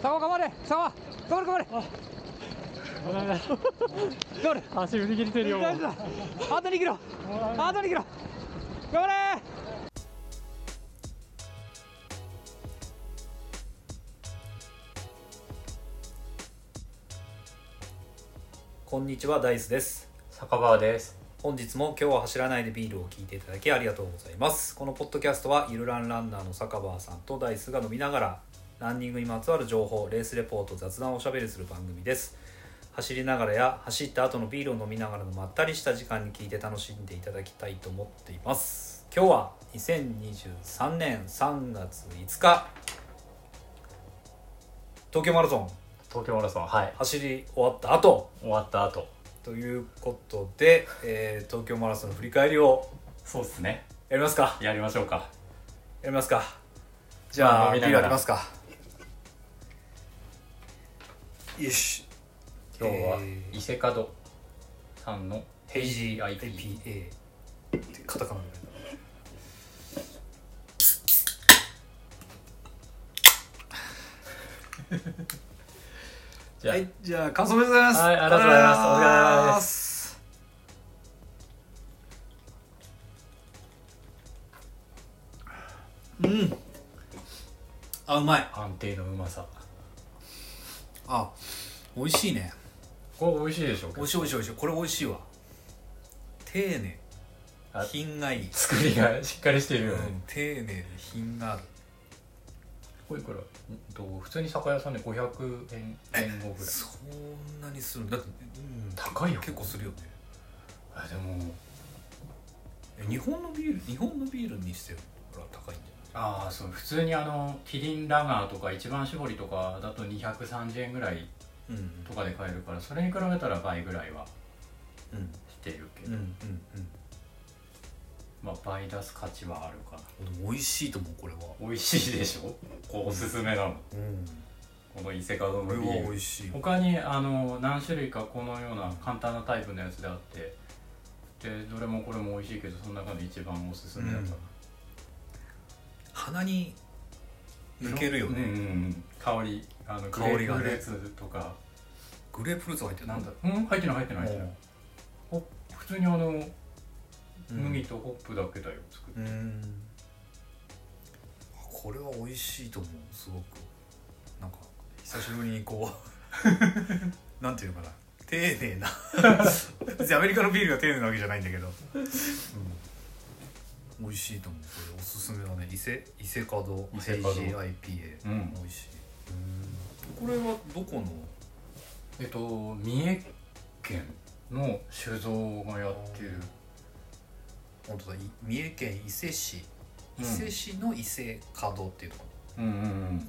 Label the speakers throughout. Speaker 1: 沢頑張れ沢頑張れ頑張
Speaker 2: もうダメだ
Speaker 1: れ頑張れ
Speaker 2: 足振り切れてるよもう
Speaker 1: 大丈夫だあと2キロあと2キロ頑張れ
Speaker 3: こんにちはダイスです
Speaker 4: 坂川です。
Speaker 3: 本日も今日は走らないでビールを聞いていただきありがとうございますこのポッドキャストはゆるランランナーの坂場さんとダイスが飲みながらランニングにまつわる情報レースレポート雑談をおしゃべりする番組です走りながらや走った後のビールを飲みながらのまったりした時間に聞いて楽しんでいただきたいと思っています今日は2023年3月5日東京マラソン
Speaker 4: 東京マラソン、はい。
Speaker 3: 走り終わった後
Speaker 4: 終わった後。
Speaker 3: ということで、えー東京マラソンの振り返りを
Speaker 4: そうっすね。
Speaker 3: やりますか
Speaker 4: やりましょうか。
Speaker 3: やりますかじゃあ、
Speaker 4: まあ飲み
Speaker 3: ビ
Speaker 4: な
Speaker 3: ールあ
Speaker 4: がら
Speaker 3: りますかよし
Speaker 4: 今日は
Speaker 3: えー
Speaker 4: 伊勢門さんの
Speaker 3: ヘイジー
Speaker 4: IP
Speaker 3: IPA ってカタカナで
Speaker 4: じゃあ
Speaker 3: はいじゃあ感想おめでとうございます
Speaker 4: はいありがとうございます
Speaker 3: ありがとうございますうんあうまい
Speaker 4: 安定のうまさ。
Speaker 3: あ美味しいね
Speaker 4: これ美味しいでしょ
Speaker 3: 美味しい美味しい美味しいこれ美味しいわ丁寧
Speaker 4: あ
Speaker 3: 品がいい、
Speaker 4: 作りがしっかりしてるよ
Speaker 3: う
Speaker 4: ね
Speaker 3: ん。丁寧で品がある
Speaker 4: これいくらんと普通に酒屋さんで500円前後ぐらい。
Speaker 3: そんなにするだって、うん、
Speaker 4: 高いよ
Speaker 3: 結構するよね
Speaker 4: あでも、
Speaker 3: え日本のビール日本のビールにしてるから高いんじゃ
Speaker 4: ああ、そう、普通にあの、キリンラガーとか一番搾りとかだと230円ぐらい
Speaker 3: ない
Speaker 4: とかで買えるから、それに比べたら倍ぐらいは
Speaker 3: うんうん
Speaker 4: してるけ
Speaker 3: う
Speaker 4: ど、
Speaker 3: んうん
Speaker 4: まあ倍出す価値はあるかな。
Speaker 3: うんでも美味しいと思うこれは
Speaker 4: 美味しいでしょこうおすすめな
Speaker 3: う
Speaker 4: の
Speaker 3: ん
Speaker 4: この伊勢門の
Speaker 3: これ
Speaker 4: ビ
Speaker 3: は
Speaker 4: ー
Speaker 3: 美
Speaker 4: ル
Speaker 3: 味しい
Speaker 4: 他にあの何種類かこのような簡単なタイプのやつであってでどれもこれも美味しいけどその中で一番おすすめだった、
Speaker 3: 鼻に抜けるよね、
Speaker 4: うんうんうん香りあの
Speaker 3: 香りがね
Speaker 4: グレープフルーツとか
Speaker 3: グレープフルーツが入ってる
Speaker 4: なんだうん入ってない入ってない入ってないほ普通にあの
Speaker 3: うん
Speaker 4: 麦とホップだけだよ作って、
Speaker 3: うんこれは美味しいと思うすごくなんか久しぶりにこ うなんていうのかな丁寧な別にアメリカのビールが丁寧なわけじゃないんだけど、うん、美味しいと思うこれおすすめだね伊勢伊勢門
Speaker 4: 伊勢門
Speaker 3: IPA
Speaker 4: うん
Speaker 3: 美味しいこれはどこの
Speaker 4: えっと三重県の酒造がやってる
Speaker 3: 本当だい三重県伊勢市
Speaker 4: う
Speaker 3: 伊
Speaker 4: ん
Speaker 3: 勢市の伊勢門っていうところ
Speaker 4: うんうんうん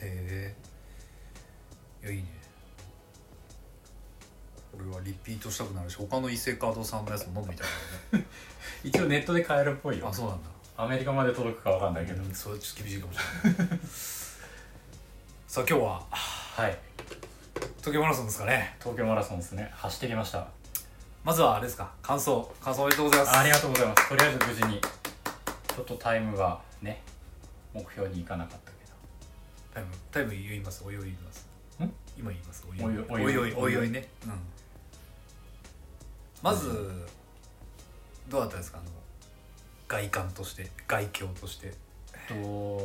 Speaker 3: へえいやいいねこれはリピートしたくなるし他の伊勢カードさんのやつも飲んでみたいな、ね、
Speaker 4: 一応ネットで買えるっぽいよ
Speaker 3: あそうなんだ
Speaker 4: アメリカまで届くかわかんないけど、
Speaker 3: うんそれちょっと厳しいかもしれないさあ今日は
Speaker 4: はい
Speaker 3: 東京マラソンですかね
Speaker 4: 東京マラソンですね走ってきました
Speaker 3: まずはあれですか感想感想おめでとうございます
Speaker 4: ありがとうございますとりあえず無事にちょっとタイムはね目標にいかなかったけ
Speaker 3: タイムタイム言いますおいおい言います
Speaker 4: ん
Speaker 3: 今言います
Speaker 4: おいおい
Speaker 3: おいおい
Speaker 4: おいおい
Speaker 3: おいおいね、うん、まずどうだったですかあの外観として外境として
Speaker 4: ど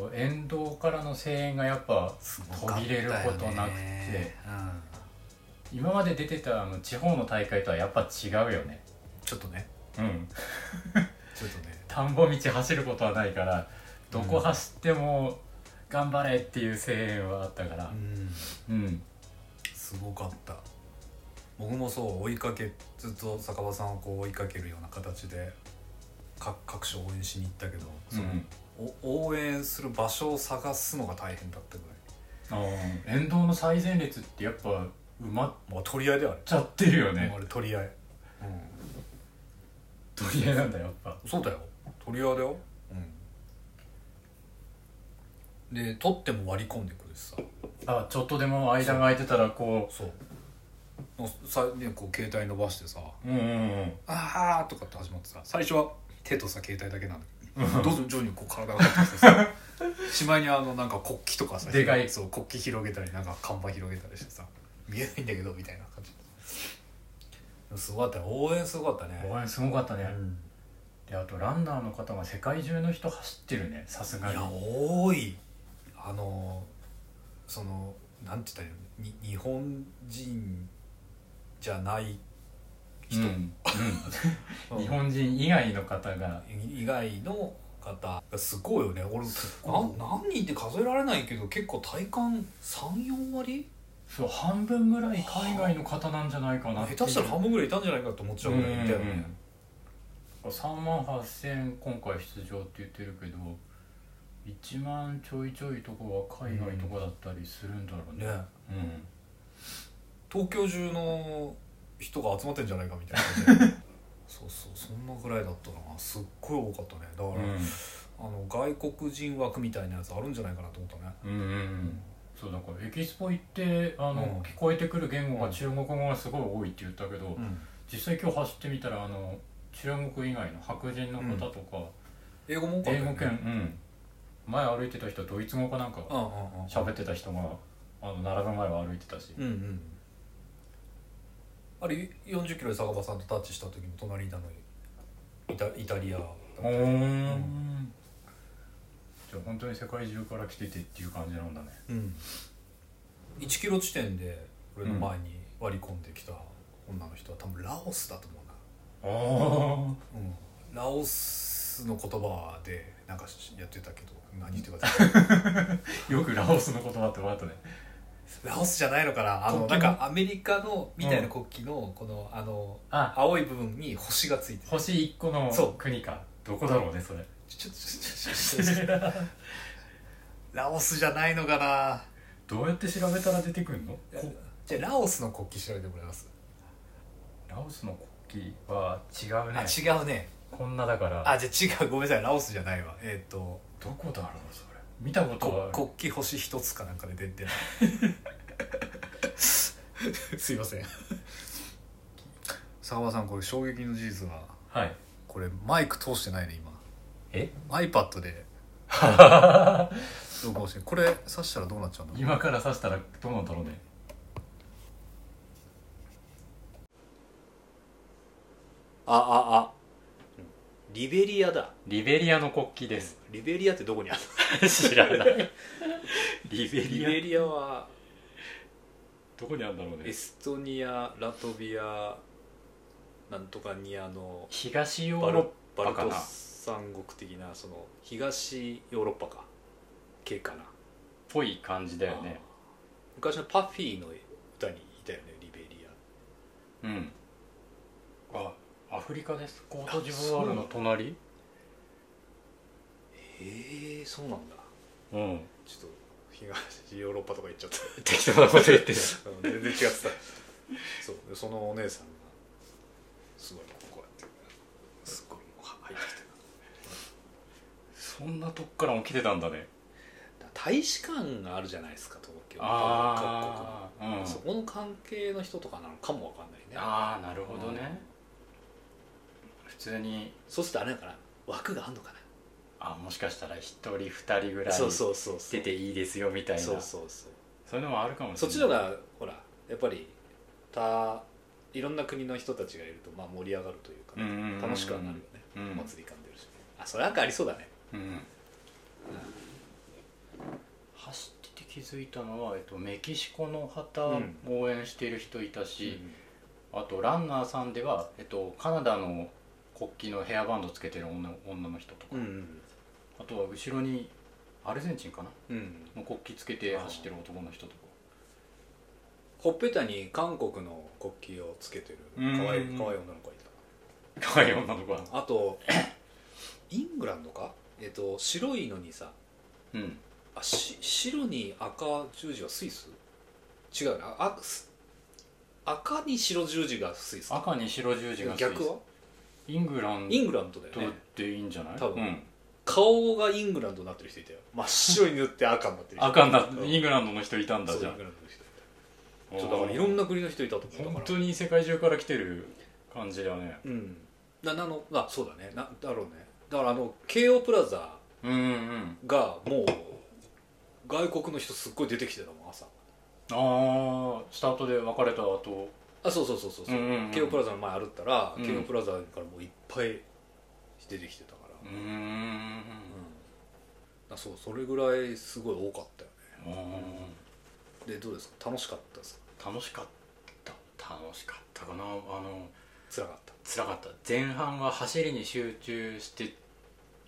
Speaker 4: と沿道からの声援がやっぱ
Speaker 3: すごかったよ
Speaker 4: 途
Speaker 3: ね
Speaker 4: 切れることなくて、
Speaker 3: うん
Speaker 4: 今まで出てたあの地方の大会とはやっぱ違うよね
Speaker 3: ちょっとね
Speaker 4: うん
Speaker 3: ちょっとね
Speaker 4: 田んぼ道走ることはないからどこ走っても頑張れっていう声援はあったから
Speaker 3: うん
Speaker 4: うん、
Speaker 3: すごかった僕もそう追いかけずっと坂場さんをこう追いかけるような形で各各所応援しに行ったけど、そのお応援する場所を探すのが大変だったぐ
Speaker 4: あー沿道の最前列ってやっぱ埋まっ
Speaker 3: らいもう取り合いであれ
Speaker 4: ちゃってるよ
Speaker 3: も
Speaker 4: ね
Speaker 3: うあれ取り合い、
Speaker 4: 取り合いなんだやっぱ
Speaker 3: そうだよ取り合いだよ、うん、で取っても割り込んでくるしさ
Speaker 4: あちょっとでも間が空いてたらこ
Speaker 3: そうのさ、ね、こう携帯伸ばしてさ
Speaker 4: ううんうんうん
Speaker 3: 「あー」とかって始まってさ最初は手とさ携帯だけなんだけど
Speaker 5: どんどん徐々にこう体が入ってきてさ しまいにあのなんか国旗とかさ
Speaker 4: でかい
Speaker 5: そう国旗広げたりなんか看板広げたりしてさ見えないんだけどみたいな感じすごかったね応援すごかったね
Speaker 4: 応援すごかった
Speaker 5: う
Speaker 4: ね、
Speaker 5: ん
Speaker 4: であとランナーの方が世界中の人走ってるねさすが
Speaker 5: い
Speaker 4: に
Speaker 5: や多いあのそのなんて言ったらいいのに日本人じゃない人、
Speaker 4: うんうん日本人以外の方が
Speaker 5: 以外の方がすごいよね俺な何人って数えられないけど結構体感34割
Speaker 4: そう半分ぐらい海外の方なんじゃないかなっていう
Speaker 5: 下手したら半分ぐらいいたんじゃないかと思っちゃうぐらいいたよね
Speaker 4: 3万8000今回出場って言ってるけど1万ちょいちょいとこは海外とかだったりするんだろうね
Speaker 5: ね
Speaker 4: うん、
Speaker 5: 東京中の人が集まってんじゃないかみたいな 感じでそうそうそんなぐらいだったなすっごい多かったねだから、あの外国人枠みたいなやつあるんじゃないかなと思ったね
Speaker 4: うんうんうんそうだからエキスポ行ってあの、
Speaker 5: うん
Speaker 4: 聞こえてくる言語が中国語がすごい多いって言ったけど、
Speaker 5: うん
Speaker 4: 実際今日走ってみたらあの中国以外の白人の方とか、
Speaker 5: 英語も多かった
Speaker 4: 英
Speaker 5: よね
Speaker 4: 語圏、うん、前歩いてた人ドイツ語かなんか
Speaker 5: うんうんうん
Speaker 4: 喋ってた人があの並ぶ前は歩いてたし
Speaker 5: うんうんあれ40キロで坂場さんとタッチした時も隣にいたのイタイタリアだった
Speaker 4: おー
Speaker 5: うん
Speaker 4: じゃあ本当に世界中から来ててっていう感じなんだね
Speaker 5: うん1キロ地点で俺の前に割り込んできた女の人は多分ラオスだと思
Speaker 4: ああ
Speaker 5: うな、うん、ラオスの言葉でなんかやってたけど何言ってたか
Speaker 4: よくラオスの言葉って分かったね
Speaker 5: ラオスじゃないのかなあの
Speaker 4: 国
Speaker 5: なん
Speaker 4: 旗の
Speaker 5: かアメリカのみたいな国旗のこのあの
Speaker 4: あ
Speaker 5: 青い部分に星がついてる
Speaker 4: 星1個の
Speaker 5: そう
Speaker 4: 国かどこだろうねそ れ
Speaker 5: ちょちょちょちょちょちょラオスじゃないのかな
Speaker 4: どうやって調べたら出てくるのこ
Speaker 5: じゃあラオスの国旗調べてもらいます、
Speaker 4: ラオスの国旗は違うね
Speaker 5: あ違うね
Speaker 4: こんなだから
Speaker 5: あじゃあ違うごめんなさいラオスじゃないわえっ、と
Speaker 4: どこだろうそれ見たことは
Speaker 5: こ国旗星一つかなんかで出 てないすいません坂場さんこれ衝撃の事実が
Speaker 4: はい
Speaker 5: これマイク通してないね今
Speaker 4: え
Speaker 5: iPad で録音してるこれ刺したらどうなっちゃうんだろう
Speaker 4: 今から刺したらどうなんだろうね
Speaker 3: あああリベリアだ
Speaker 4: リベリアの国旗です
Speaker 3: リベリアってどこにある
Speaker 4: 知らない リベ
Speaker 3: のリベリアは
Speaker 4: どこにあるんだろう
Speaker 3: エストニアラトビアなんとかニアの
Speaker 4: 東ヨ
Speaker 3: バ
Speaker 4: ー
Speaker 3: ル
Speaker 4: ロ
Speaker 3: バル
Speaker 4: かな
Speaker 3: ト三国的なその東ヨーロッパか系かな
Speaker 4: っぽい感じだよね
Speaker 3: 昔のパフィーの歌にいたよねリベリ
Speaker 4: うんあアフリカですコートジボワールの隣
Speaker 3: アへえそうなんだ
Speaker 4: うん
Speaker 3: ちょっと東ヨーロッパとか行っちゃった
Speaker 4: 適当なこと言ってる
Speaker 3: うん全然違ってたそうでそのお姉さんがすごいこうやってすごいもうは入ってきて
Speaker 4: そんなとこから起きてたんだね
Speaker 3: た大使館があるじゃないですか東京
Speaker 4: ああ、うん
Speaker 3: 各国、そこの関係の人とかなのかもわかんないね
Speaker 4: ああなるほどね、普通に
Speaker 3: そうするとあれだから枠があんのかな
Speaker 4: あもしかしたら一人二人ぐらい
Speaker 3: そうそうそうそう
Speaker 4: 出ていいですよみたいな
Speaker 3: そうそうそう
Speaker 4: そういうのもあるかもし
Speaker 3: そっ
Speaker 4: れない
Speaker 3: ちの方がほらやっぱりたいろんな国の人たちがいるとまあ盛り上がるというか
Speaker 4: うんうんうんうん
Speaker 3: 楽しくはなるよね、
Speaker 4: うん
Speaker 3: お祭り感出るしあそれなんかありそうだね
Speaker 4: うん走ってて気づいたのは、えっと、メキシコの旗
Speaker 3: うん
Speaker 4: 応援している人いたし、あとランナーさんでは、えっと、カナダの国旗のヘアバンドつけてる女女の人とか、
Speaker 3: うんうん
Speaker 4: あとは後ろにアルゼンチンかな
Speaker 3: うん、うん
Speaker 4: の国旗つけて走ってる男の人とか
Speaker 3: ほっぺたに韓国の国旗をつけてる可愛い可愛い
Speaker 4: う
Speaker 3: 女
Speaker 4: ん
Speaker 3: の子がい
Speaker 4: 可愛い女の子は
Speaker 3: たあとイングランドかえっと白いのにさ
Speaker 4: うん
Speaker 3: あし白に赤十字はスイス違うなあす赤に白十字がスイスか
Speaker 4: 赤に白十字がついて
Speaker 3: 逆は
Speaker 4: イングラン
Speaker 3: イングランドだ
Speaker 4: ド
Speaker 3: よね
Speaker 4: っていいんじゃない
Speaker 3: 多分
Speaker 4: うん
Speaker 3: 顔がイングランドになってる人いたよ真っ白に塗って赤になってる人
Speaker 4: 赤にな
Speaker 3: うん
Speaker 4: イングランドの人いたんだ
Speaker 3: そう
Speaker 4: じ
Speaker 3: イ
Speaker 4: ゃ
Speaker 3: ン
Speaker 4: ん
Speaker 3: グランドの人いたそうだからいろんな国の人いたと思うだ
Speaker 4: 本
Speaker 3: から
Speaker 4: 当に世界中から来てる感じだね
Speaker 3: うんななのあそうだねなだろうねだからあの京王プラザ
Speaker 4: うんうんうん
Speaker 3: がもう外国の人すっごい出てきてたもん朝
Speaker 4: ああスタートで別れた後
Speaker 3: あそうそうそうそうそう,、
Speaker 4: うんうんうん
Speaker 3: 京王プラザの前歩ったら、
Speaker 4: うん
Speaker 3: 京王プラザからもういっぱい出てきてたから、
Speaker 4: うーん
Speaker 3: あそうそれぐらいすごい多かったよ
Speaker 4: うん
Speaker 3: ねでどうですか楽しかったですか
Speaker 4: 楽しかった楽しかったかなあの
Speaker 3: 辛かった
Speaker 4: 辛かった前半は走りに集中してっ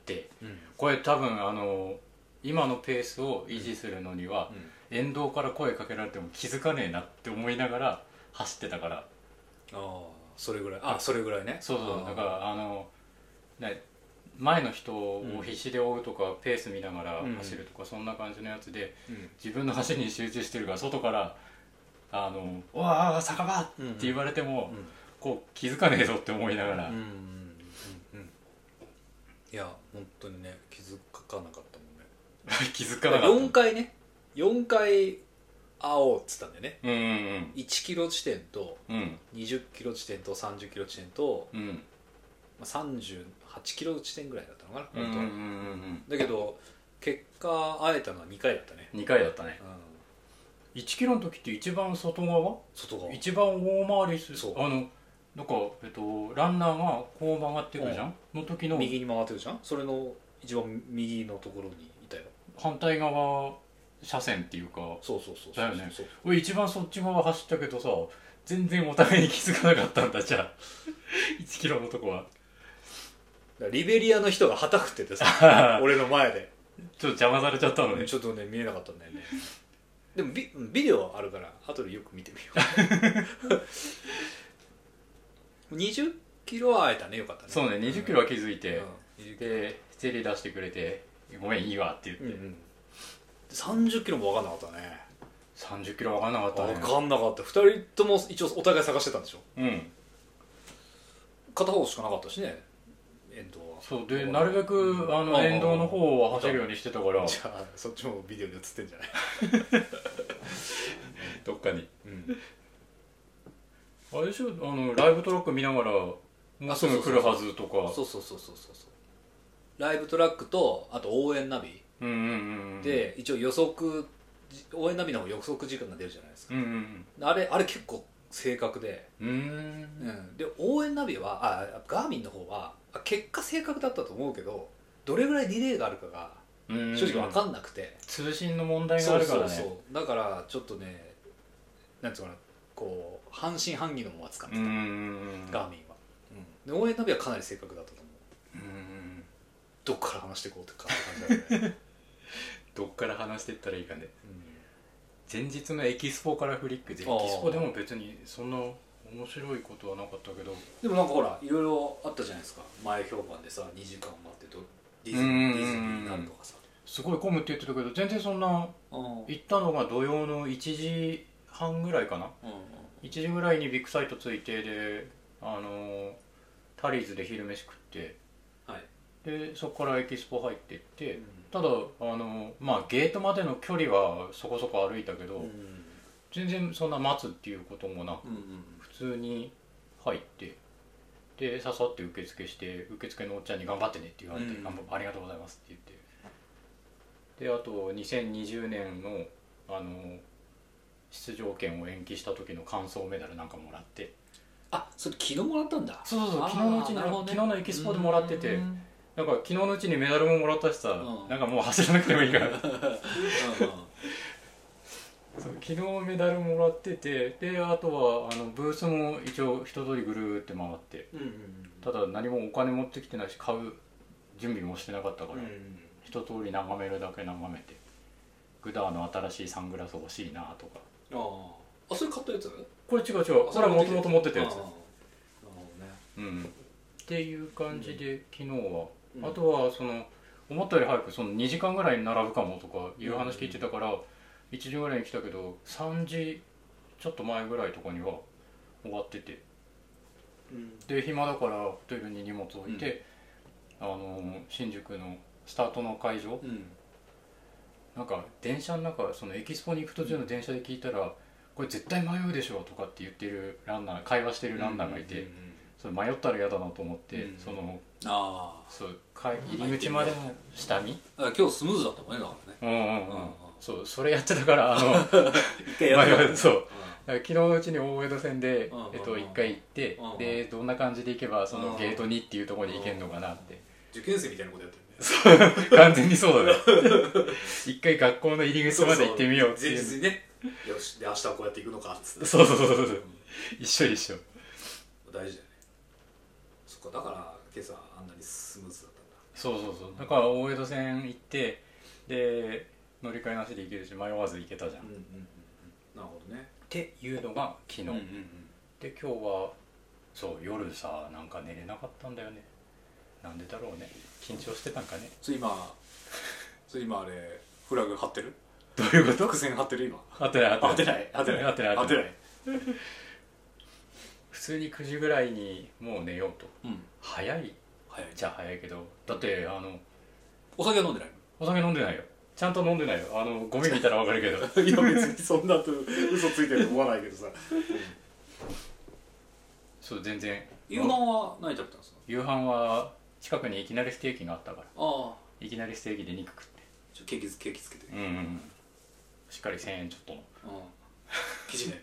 Speaker 4: て
Speaker 3: うん
Speaker 4: これ多分あの今のペースを維持するのには、沿道から声かけられても気づかねえなって思いながら走ってたから
Speaker 3: ああそれぐらいあそれぐらいね
Speaker 4: そうそ
Speaker 3: あ
Speaker 4: う
Speaker 3: ー
Speaker 4: だからあの、ね、前の人を必死で追うとか、ペース見ながら走るとか、そんな感じのやつで
Speaker 3: うん
Speaker 4: 自分の走りに集中してるから外から「あのうわあ酒場!」って言われても、
Speaker 3: うん
Speaker 4: こう気づかねえぞって思いながら、
Speaker 3: うんうんうんいや本当にね気づかなかったもんね
Speaker 4: 気づか
Speaker 3: だか
Speaker 4: なからった
Speaker 3: 4回ね4回会おうっつったんでね
Speaker 4: うんうん
Speaker 3: 1キロ地点と
Speaker 4: うんうん
Speaker 3: 20キロ地点と30キロ地点と、
Speaker 4: うん
Speaker 3: まあ、38キロ地点ぐらいだったのか
Speaker 4: う
Speaker 3: な、
Speaker 4: んう
Speaker 3: 本
Speaker 4: んう
Speaker 3: 当は
Speaker 4: ん
Speaker 3: だけど結果会えたのは2回だったね、
Speaker 4: うん2回だったね
Speaker 3: うん、
Speaker 4: 1キロの時って一番外側
Speaker 3: 外側
Speaker 4: 一番大回りする
Speaker 3: そう
Speaker 4: あのなんか、えっと、ランナーがこう曲がってくるじゃん、の時の
Speaker 3: 右に回ってるじゃんそれの一番右のところにいたよ
Speaker 4: 反対側車線っていうか
Speaker 3: そうそうそうそう
Speaker 4: だよね
Speaker 3: そう
Speaker 4: 俺一番そっち側走ったけどさ全然お互いに気づかなかったんだじゃあ1キロのとこは
Speaker 3: だ からリベリアの人がはたくっててさ 俺の前で
Speaker 4: ちょっと邪魔されちゃったのね
Speaker 3: ちょっとね見えなかったんだよねでもビビデオあるから後でよく見てみよ う2 0キロは会えたねよかったね
Speaker 4: そうね2 0キロは気づいて、
Speaker 3: うん20キロ
Speaker 4: でゼリー出してくれて「ごめんいいわ」って言って、
Speaker 3: うんうん3 0キロも分かんなかったね
Speaker 4: 3 0キロ分かんなかったね
Speaker 3: 分かんなかった2人とも一応お互い探してたんでしょ
Speaker 4: うん
Speaker 3: 片方しかなかったしね遠藤は
Speaker 4: そうでなるべくあ
Speaker 3: う
Speaker 4: の
Speaker 3: ん
Speaker 4: 沿道の方を走るようにしてたから
Speaker 3: じゃあそっちもビデオで映ってんじゃない、
Speaker 4: どっかに
Speaker 3: うん、
Speaker 4: あれでしょあのライブトラック見ながらもうすぐ来るはずとか
Speaker 3: そうそうそうそうそうそうライブトラックとあと応援ナビ
Speaker 4: うんうんうん
Speaker 3: で、一応予測じ応援ナビの方予測時間が出るじゃないですか
Speaker 4: うんうん
Speaker 3: あれあれ結構正確で、
Speaker 4: うんうーん
Speaker 3: で応援ナビはあガーミンの方はあ結果正確だったと思うけどどれぐらいディレイがあるかが
Speaker 4: うん
Speaker 3: 正直分かんなくて、
Speaker 4: 通信の問題が
Speaker 3: そ
Speaker 4: あ
Speaker 3: う
Speaker 4: るか
Speaker 3: そ
Speaker 4: ら
Speaker 3: う
Speaker 4: ね
Speaker 3: そうだからちょっとねなんつうのかなこう半信半疑のまま使って
Speaker 4: う
Speaker 3: た、
Speaker 4: んうんうん
Speaker 3: ガーミンは、で応援ナビはかなり正確だったと思う
Speaker 4: うんうん
Speaker 3: どっから話していこうってかって感じだよ ね、
Speaker 4: どっから話してったらいいかね
Speaker 3: うん
Speaker 4: 前日のエキスポからフリックでエキ
Speaker 3: あー
Speaker 4: スポでも別にそんな面白いことはなかったけど
Speaker 3: でもなんかほらいろいろあったじゃないですか前評判でさ2時間待ってどディズニ
Speaker 4: うんうんうん
Speaker 3: ーディズニーになるとかさ
Speaker 4: すごい混むって言ってたけど全然そんな
Speaker 3: うん
Speaker 4: 行ったのが土曜の1時半ぐらいかな1時ぐらいにビッグサイト着いてであのタリーズで昼飯食って
Speaker 3: はい
Speaker 4: でそこからエキスポ入ってってただあの、まあ、ゲートまでの距離はそこそこ歩いたけど、
Speaker 3: うん
Speaker 4: 全然そんな待つっていうこともなく
Speaker 3: うん
Speaker 4: 普通に入ってでささって受付して受付のおっちゃんに「頑張ってね」って言われて
Speaker 3: うん
Speaker 4: 頑張ありがとうございます」って言ってであと2020年のあの出場権を延期した時の感想メダルなんかもらって
Speaker 3: あそれ昨日もらったんだ
Speaker 4: そうそうそう
Speaker 3: あー
Speaker 4: 昨日のうちに、
Speaker 3: なるほどね
Speaker 4: 昨日のエキスポでもらってて
Speaker 3: うん
Speaker 4: なんか昨日のうちにメダルももらったしさ、
Speaker 3: うん
Speaker 4: なんかもう走らなくてもい いから
Speaker 3: うんうん
Speaker 4: そう昨日メダルもらっててであとはあのブースも一応一通りぐるーって回って
Speaker 3: うんうん
Speaker 4: ただ何もお金持ってきてないし買う準備もしてなかったから、
Speaker 3: うん
Speaker 4: 一通り眺めるだけ眺めてグダーの新しいサングラス欲しいなとか
Speaker 3: あーあそれ買ったやつ
Speaker 4: これ違う違うこれはもともと持ってたやつ
Speaker 3: あーなるほどね
Speaker 4: うんっていう感じで昨日は、
Speaker 3: うん
Speaker 4: あとはその思ったより早くその2時間ぐらいに並ぶかもとかいう話聞いてたから、1時ぐらいに来たけど3時ちょっと前ぐらいとかには終わってて
Speaker 3: うん
Speaker 4: で暇だからホテルに荷物置いて、あの新宿のスタートの会場、
Speaker 3: うん
Speaker 4: なんか電車の中そのエキスポに行く途中の電車で聞いたら、これ絶対迷うでしょとかって言ってるランナー会話してるランナーがいて、
Speaker 3: うんうんうん
Speaker 4: それ迷ったら嫌だなと思って、
Speaker 3: うん
Speaker 4: その
Speaker 3: あ
Speaker 4: そうか入り口までの下見
Speaker 3: あ今日スムーズだったもんねだからね
Speaker 4: うん
Speaker 3: う
Speaker 4: うんうん
Speaker 3: うん
Speaker 4: んそうそれ やってたからあの
Speaker 3: 一回やって
Speaker 4: 迷うそうだから昨日のうちに大江戸線で
Speaker 3: うんうんうん、
Speaker 4: えっと、1回行って
Speaker 3: うんうん
Speaker 4: でどんな感じで行けばそ
Speaker 3: うん
Speaker 4: のゲートにっていうところに行けるのかなって
Speaker 3: 受験生みたいなことやって るね
Speaker 4: 完全にそうだね 一回学校の入り口まで行ってみようっていう
Speaker 3: 前日にねよしで明日はこうやっていくのかっつって
Speaker 4: そうそうそうそうそう一緒一緒
Speaker 3: 大事だよねそっかだから今朝あんなにスムーズだった
Speaker 4: そうそうそうだから大江戸線行ってで乗り換えなしで行けるし迷わず行けたじゃん、
Speaker 3: んだ
Speaker 4: っ
Speaker 3: うんうんうんなるほどね
Speaker 4: ていうのが昨日、
Speaker 3: うんうん
Speaker 4: で今日はそう夜さなんか寝れなかったんだよねなんでだろうね緊張してたんかね
Speaker 3: それ今それ今あれフラグ張ってる
Speaker 4: どういうこと
Speaker 3: 伏線張ってる今
Speaker 4: 当てない
Speaker 3: 当てない当てない
Speaker 4: 当てない
Speaker 3: 当てない
Speaker 4: 普通に9時ぐらいにもう寝ようと
Speaker 3: うん
Speaker 4: 早い
Speaker 3: 早い
Speaker 4: じゃ早いけどだってあの
Speaker 3: お酒は飲んでない
Speaker 4: お酒飲んでないよちゃんと飲んでないよあのゴミ見たらわかるけど
Speaker 3: いや別にそんなと嘘ついてると思わないけどさ
Speaker 4: そう全然
Speaker 3: 夕飯は何食べたんですか
Speaker 4: 夕飯は近くにいきなりステーキがあったから
Speaker 3: ああ
Speaker 4: いきなりステーキで肉食って
Speaker 3: ちょケーキケーキつけて
Speaker 4: うんうんうんしっかり1000円ちょっとの
Speaker 3: 生地ね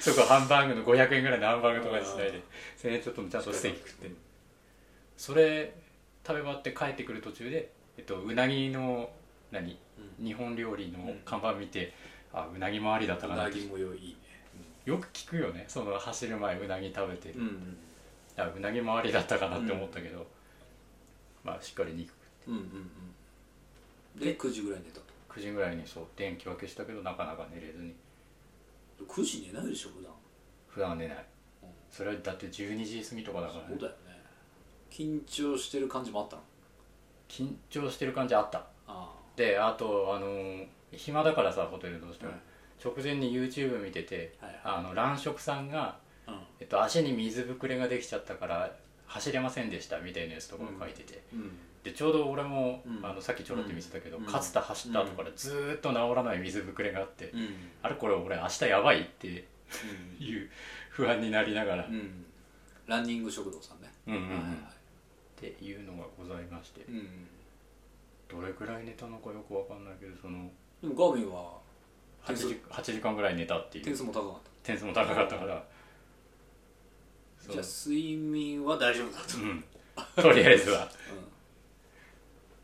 Speaker 4: そこハンバーグの500円ぐらいのハンバーグとかにしないで1000円ちょっとのちゃんとステーキ食ってそれ食べ終わって帰ってくる途中で、えっと、うなぎの何、日本料理の看板見て、あうなぎもありだった
Speaker 3: う
Speaker 4: かな
Speaker 3: な
Speaker 4: って
Speaker 3: ぎも良いいね
Speaker 4: よく聞くよねその走る前うなぎ食べて、
Speaker 3: うんうん
Speaker 4: あうなぎもありだったかなって思ったけど、まあしっかり肉
Speaker 3: うんうんうんで9時ぐらいに寝たと
Speaker 4: 9時ぐらいにそう電気は消したけどなかなか寝れずに
Speaker 3: 9時寝ないでしょ普段
Speaker 4: 普段は寝ない
Speaker 3: うん
Speaker 4: それはだって12時過ぎとかだから、
Speaker 3: そう
Speaker 4: ね
Speaker 3: だ、よね緊張してる感じもあったの
Speaker 4: 緊張してる感じあった
Speaker 3: あ
Speaker 4: であとあのー暇だからさホテルどうしても、
Speaker 3: はい
Speaker 4: 直前に YouTube 見てて、
Speaker 3: はいはい
Speaker 4: あの乱食さんが、
Speaker 3: あうん
Speaker 4: えっと、足に水ぶくれができちゃったから走れませんでしたみたいなやつとかを書いてて、
Speaker 3: うん
Speaker 4: でちょうど俺も、
Speaker 3: うん
Speaker 4: あのさっきちょろっと見せたけど、
Speaker 3: うん
Speaker 4: かつて走った後からずーっと治らない水ぶくれがあって、
Speaker 3: うん
Speaker 4: あれこれ俺明日やばいっていう不安になりながら、
Speaker 3: うんランニング食堂さんね
Speaker 4: うんうんうん
Speaker 3: はいはい
Speaker 4: っていうのがございまして
Speaker 3: はいうん
Speaker 4: どれくらい寝たのかよくわかんないけどその
Speaker 3: でもガーミンは
Speaker 4: 8
Speaker 3: 点数
Speaker 4: 時 ,8 時間ぐらい寝たってい
Speaker 3: 点
Speaker 4: う
Speaker 3: 数も高かっ
Speaker 4: 点数も高かったから
Speaker 3: た
Speaker 4: そう
Speaker 3: じゃあ睡眠は大丈夫だと
Speaker 4: うんとりあえずは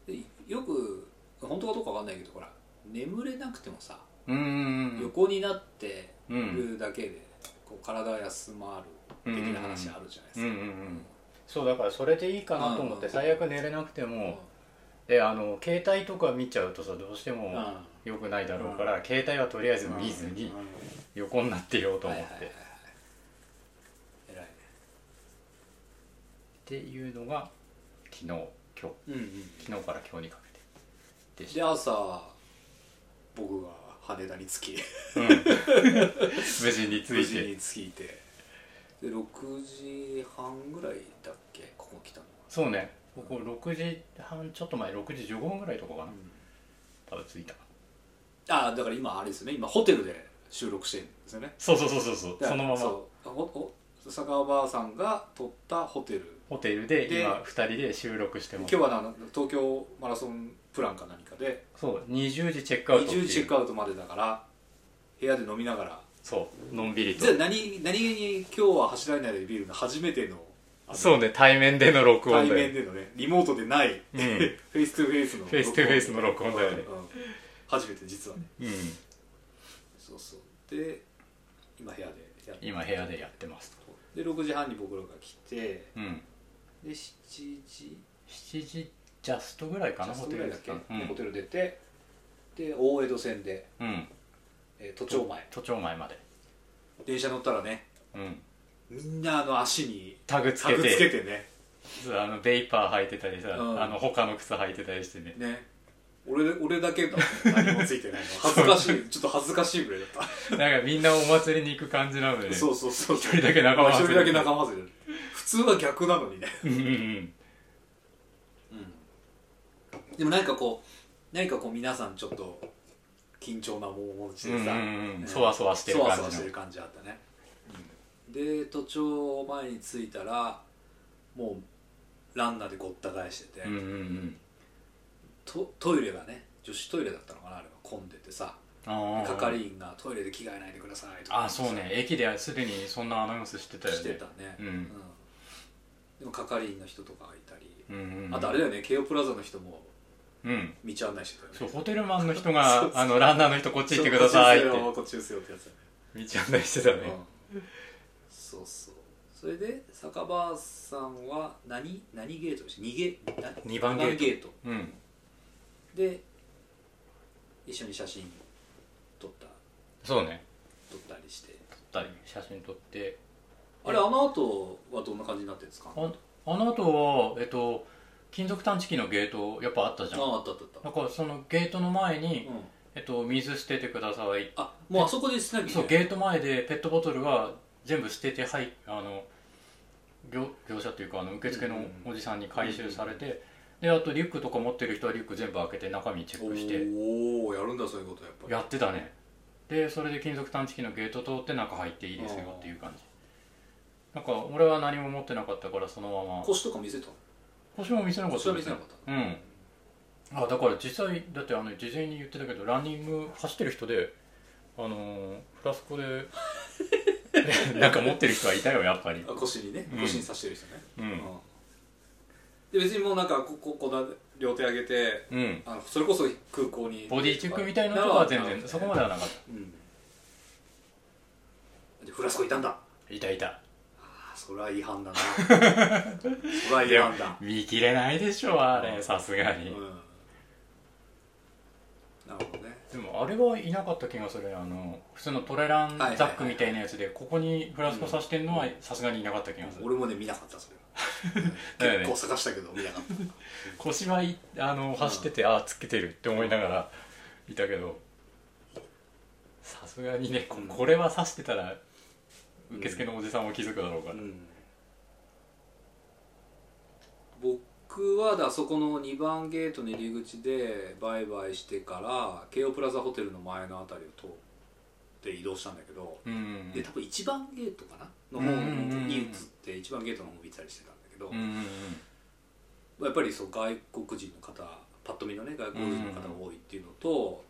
Speaker 3: でよく本当かどうかわかんないけどほら眠れなくてもさ、
Speaker 4: うんうん
Speaker 3: 横になって
Speaker 4: うんうん
Speaker 3: るだけで、こう体休まる的な話あるじゃないです
Speaker 4: うん
Speaker 3: か、
Speaker 4: うんそうだからそれでいいかなと思っ
Speaker 3: う
Speaker 4: て
Speaker 3: ん
Speaker 4: 最悪寝れなくてもであの携帯とか見ちゃうとさどうして
Speaker 3: うん
Speaker 4: も良くないだろうから携帯はとりあえず見ずに
Speaker 3: うん
Speaker 4: 横になってようと
Speaker 3: はい
Speaker 4: 思
Speaker 3: はい
Speaker 4: っ
Speaker 3: はいはい
Speaker 4: てっ
Speaker 3: 偉いね
Speaker 4: ていうのが昨日今日
Speaker 3: うん
Speaker 4: 昨日から今日にかけてでし
Speaker 3: で朝僕が羽田に着き
Speaker 4: た、うん無事につ
Speaker 3: 無
Speaker 4: い
Speaker 3: 事
Speaker 4: て
Speaker 3: に着いてで6時半ぐらいだっけここ来たの
Speaker 4: そうねここ6時半ちょっと前6時15分ぐらいとかかな、
Speaker 3: ん
Speaker 4: 多分着いた
Speaker 3: はああだから今あれですよね今ホテルで収録してるんですよね
Speaker 4: そうそうそうそうそう
Speaker 3: だか
Speaker 4: そ
Speaker 3: ら
Speaker 4: のまま
Speaker 3: そうおお坂尾ばあさんが撮ったホテル
Speaker 4: ホテルで
Speaker 3: で
Speaker 4: 今2人で収録してま
Speaker 3: 今
Speaker 4: す
Speaker 3: 日はな東京マラソンプランか何かで
Speaker 4: そう20時チェックアウトっていう
Speaker 3: 20チェックアウトまでだから部屋で飲みながら
Speaker 4: そうのんびりと
Speaker 3: じゃあ何何気に今日は走られないでビールの初めてのあの
Speaker 4: そうね対面での録音
Speaker 3: 対
Speaker 4: だ
Speaker 3: 面
Speaker 4: よ
Speaker 3: でのねリモートでない、
Speaker 4: うん
Speaker 3: フェイストゥフェイスの
Speaker 4: フェイストゥフェイスの録音だよね
Speaker 3: うんうん初めて実はね
Speaker 4: うん
Speaker 3: そうそうで今部屋でやって
Speaker 4: 今部屋でやってます
Speaker 3: で6時半に僕らが来て
Speaker 4: うん
Speaker 3: で7時
Speaker 4: 7時ジャストぐらいかな
Speaker 3: ジャ
Speaker 4: ホ
Speaker 3: スト
Speaker 4: テ
Speaker 3: ぐら
Speaker 4: ル
Speaker 3: い
Speaker 4: だ
Speaker 3: だ
Speaker 4: っ
Speaker 3: っ
Speaker 4: け
Speaker 3: け、
Speaker 4: う
Speaker 3: ホ
Speaker 4: ん
Speaker 3: テル出てで大江戸線で、
Speaker 4: うん
Speaker 3: えー都庁前
Speaker 4: 都庁前まで
Speaker 3: 電車乗ったらね
Speaker 4: うん
Speaker 3: みんなあの足に
Speaker 4: タグつ
Speaker 3: タ
Speaker 4: け
Speaker 3: グつけ
Speaker 4: て
Speaker 3: てね
Speaker 4: そうあのベイパー履いてたりさ、
Speaker 3: うん
Speaker 4: あの他の靴履いてたりしてね
Speaker 3: ね俺俺だけだもん何もついて ないの恥ずかしいちょっと恥ずかしいぐらいだっ
Speaker 4: なんかみんなお祭りに行く感じなので
Speaker 3: た
Speaker 4: ね
Speaker 3: そうそうそう一
Speaker 4: 人だけ仲間外
Speaker 3: 一
Speaker 4: れ
Speaker 3: 人だけ仲間外れ普通は逆なのにね
Speaker 4: うんうんうん
Speaker 3: でも何かこう何かこう皆さんちょっと緊張な面持ち
Speaker 4: うん
Speaker 3: でさ
Speaker 4: うんうんそわそわしてる感じの
Speaker 3: そわそわしてる感じあったねで都庁前に着いたらもうランナーでごった返してて、
Speaker 4: うんうんうん
Speaker 3: トトイレがね女子トイレだったのかなあれは混んでてさ
Speaker 4: ああ
Speaker 3: 係員がトイレで着替えないでくださいとか
Speaker 4: あそうね駅ですでにそんなアナウンスしてたよね
Speaker 3: してたね、
Speaker 4: うん
Speaker 3: でも係員の人とかがいたり、
Speaker 4: うんうんうん
Speaker 3: あとあれだよね京王プラザの人も
Speaker 4: うん
Speaker 3: 道案内してたよね
Speaker 4: そう
Speaker 3: こ
Speaker 4: ホテルマンの 人
Speaker 3: そう
Speaker 4: が
Speaker 3: そう
Speaker 4: あのランナーの人こっち行ってくださいって道
Speaker 3: こっちですよってやつだね
Speaker 4: 案内してたね
Speaker 3: うんそうそうそれで酒場さんは何何ゲートでした二ゲな
Speaker 4: 二番ゲート
Speaker 3: 二ゲート
Speaker 4: うん
Speaker 3: で一緒に写真撮った
Speaker 4: そうね
Speaker 3: 撮ったりして
Speaker 4: 撮ったり写真撮って
Speaker 3: あれあの後はどんな感じになってるんですかあ
Speaker 4: ああの後はえっと金属探知機のゲートやっぱあったじゃん
Speaker 3: ああったあったあった
Speaker 4: だからそのゲートの前に、
Speaker 3: うん
Speaker 4: えっと、水捨ててください
Speaker 3: あもうあそこでしなきゃ
Speaker 4: そうゲート前でペットボトルは全部捨ててはいあの業業者というかあの受付
Speaker 3: うん
Speaker 4: の
Speaker 3: うんうん
Speaker 4: おじさんに回収されて、であとリュックとか持ってる人はリュック全部開けて中身チェックして
Speaker 3: おおやるんだそういうことやっぱり
Speaker 4: やってたねでそれで金属探知機のゲート通って中入っていいですよっていう感じなんか俺は何も持ってなかったからそのまま
Speaker 3: 腰とか見せたの
Speaker 4: 腰も見せなかった
Speaker 3: 腰は見せなかった
Speaker 4: うんあだから実際だってあの事前に言ってたけどランニング走ってる人であのーフラスコで なんか持ってる人はいたよやっぱり
Speaker 3: あ腰にね
Speaker 4: うん
Speaker 3: 腰に刺してる人ね
Speaker 4: うん
Speaker 3: で別にもうなんかこここだ両手上げて
Speaker 4: うん
Speaker 3: あのそれこそ空港に
Speaker 4: ボディチェックみたいなのとかは全
Speaker 3: なるほ
Speaker 4: 然
Speaker 3: ど
Speaker 4: そこまではなかっ
Speaker 3: うんでフラスコいたんだ
Speaker 4: たいたいた
Speaker 3: あそれは違反だ なそれは違反だ
Speaker 4: 見切れないでしょあれさすが
Speaker 3: う
Speaker 4: に
Speaker 3: んなるほどね
Speaker 4: でもあれはいなかった気がするあの普通のトレランザックみたいなやつでここにフラスコさしてるのはさすがにいなかった気がする
Speaker 3: 俺もね見なかったそ れ
Speaker 4: だ
Speaker 3: は
Speaker 4: よね
Speaker 3: 結構探したけど見なかった
Speaker 4: 腰はいあの走っててああつけてるって思いながらいたけどさすがにねこ
Speaker 3: うん
Speaker 4: これは刺してたら
Speaker 3: うん
Speaker 4: 受付のおじさんも気づくだろう から、
Speaker 3: うん僕はだそこの2番ゲートの入り口でバイバイしてから京王プラザホテルの前の辺りを通って移動したんだけど、
Speaker 4: うん
Speaker 3: で多分1番ゲートかなの
Speaker 4: うん
Speaker 3: 方
Speaker 4: うんうんうん
Speaker 3: に移って1番ゲートの方を見たりしてたんだけど、
Speaker 4: うんうんうん
Speaker 3: やっぱりそう外国人の方パッと見のね外国人の方が多いっていうのと、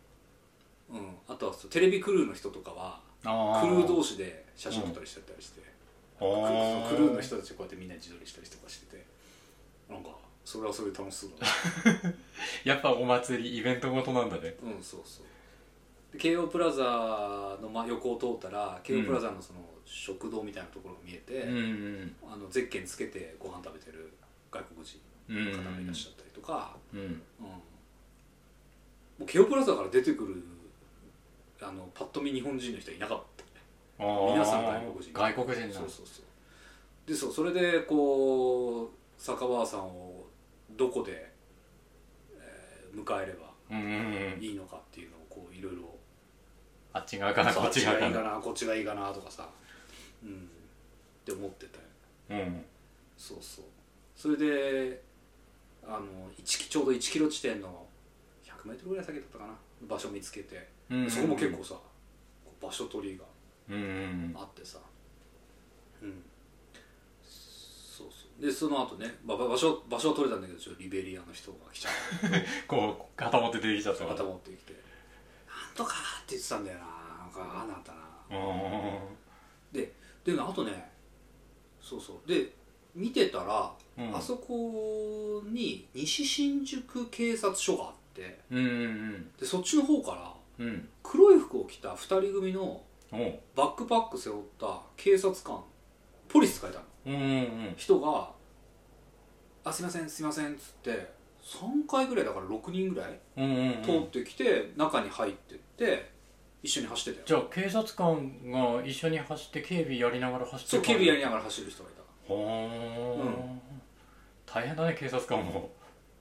Speaker 3: うんあとはそうテレビクルーの人とかは
Speaker 4: あ
Speaker 3: クルー同
Speaker 4: 士
Speaker 3: 士で写真撮ったりしてたりして、
Speaker 4: ク
Speaker 3: クルークルーの人たちこうやってみんな自撮りしたりとかしててなんかそれはそれで楽しそう だな
Speaker 4: やっぱお祭りイベントごとなんだね
Speaker 3: うんそうそうで京王プラザの真横を通ったら京王プラザのその食堂みたいなところが見えて、
Speaker 4: うんうん
Speaker 3: あのゼッケンつけてご飯食べてる外国人
Speaker 4: うんうん
Speaker 3: の方がいらっしゃったりとか、
Speaker 4: うん
Speaker 3: うんもうケオプラザから出てくるあのパッと見日本人の人はいなかった
Speaker 4: あー
Speaker 3: 皆さん外国人
Speaker 4: 外国人な
Speaker 3: そ
Speaker 4: ん
Speaker 3: う
Speaker 4: だ
Speaker 3: そうそうでそうそれでこう坂川さんをどこで、えー迎えれば
Speaker 4: うんうんうん
Speaker 3: いいのかっていうのをこういろいろ
Speaker 4: あっち側から
Speaker 3: さ
Speaker 4: こ
Speaker 3: あ
Speaker 4: っち側
Speaker 3: あ
Speaker 4: か
Speaker 3: っちがいいからなこっちがいいかなとかさうんって思ってたよ
Speaker 4: うん
Speaker 3: そうそうそれであの1キちょうど1キロ地点の 100m ぐらい下げだったかな場所見つけて、
Speaker 4: うんうんうん
Speaker 3: そこも結構さこう場所取りが
Speaker 4: うんうん
Speaker 3: あってさうんそうそうでその後ね、まあ、場所場所は取れたんだけどちょっとリベリアの人が来ちゃっ
Speaker 4: こう固まって出てきちゃった
Speaker 3: て
Speaker 4: から
Speaker 3: 頭持ってきて「なんとか」って言ってたんだよななんかああなったな
Speaker 4: う
Speaker 3: ででねあとねそうそうで見てたら、
Speaker 4: うん
Speaker 3: あそこに西新宿警察署があって
Speaker 4: んうんうん
Speaker 3: でそっちの方から
Speaker 4: うんうん
Speaker 3: 黒い服を着た2人組の
Speaker 4: おう
Speaker 3: バックパック背負った警察官ポリスって書いてあるの
Speaker 4: うんうんうん
Speaker 3: 人が「あすいませんすいません」っつって3回ぐらいだから6人ぐらい
Speaker 4: うんうんうん
Speaker 3: 通ってきて、中に入ってって一緒に走ってたよ
Speaker 4: じゃあ警察官が一緒に走って警備やりながら走って
Speaker 3: そう警備やり
Speaker 4: な
Speaker 3: ながら走る人がいた
Speaker 4: ほー、
Speaker 3: うん
Speaker 4: 大変だね警察官も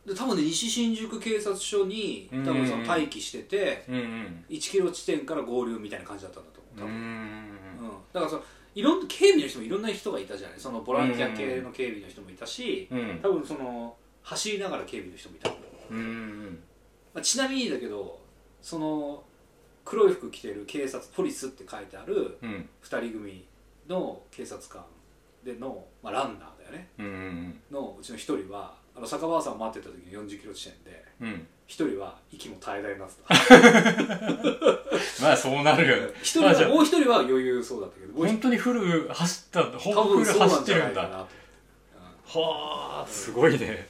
Speaker 3: で多分ね西新宿警察署に多
Speaker 4: うん
Speaker 3: 分その待機してて
Speaker 4: うんうん
Speaker 3: 1キロ地点から合流みたいな感じだったんだと思
Speaker 4: う
Speaker 3: う多分、
Speaker 4: ん
Speaker 3: うんだからそのいろんな警備の人もいろんな人がいたじゃないそのボランティア系の警備の人もいたし
Speaker 4: うん
Speaker 3: 多分その走りながら警備の人もいたんだ、
Speaker 4: うんうん
Speaker 3: まあ、ちなみにだけどその黒い服着てる警察ポリスって書いてある
Speaker 4: うん
Speaker 3: 2人組の警察官での、まあ、ランナーだよね
Speaker 4: うんうん
Speaker 3: のうちの一人はあの坂川さんを待ってた時に40キロ地点で
Speaker 4: うんうん
Speaker 3: 一人は息も絶え絶えになって
Speaker 4: まあそうなるよね
Speaker 3: た一人
Speaker 4: まあじゃ
Speaker 3: は
Speaker 4: あ
Speaker 3: もう一人は余裕そうだったけどもう一
Speaker 4: 本当にフル走ったんだ
Speaker 3: 人
Speaker 4: ほ
Speaker 3: 多
Speaker 4: ぼ
Speaker 3: 分
Speaker 4: フル
Speaker 3: そうな
Speaker 4: 走っ
Speaker 3: んじ
Speaker 4: て
Speaker 3: ゃな
Speaker 4: る
Speaker 3: い
Speaker 4: ん
Speaker 3: か
Speaker 4: だ
Speaker 3: なと思って
Speaker 4: はあすごいね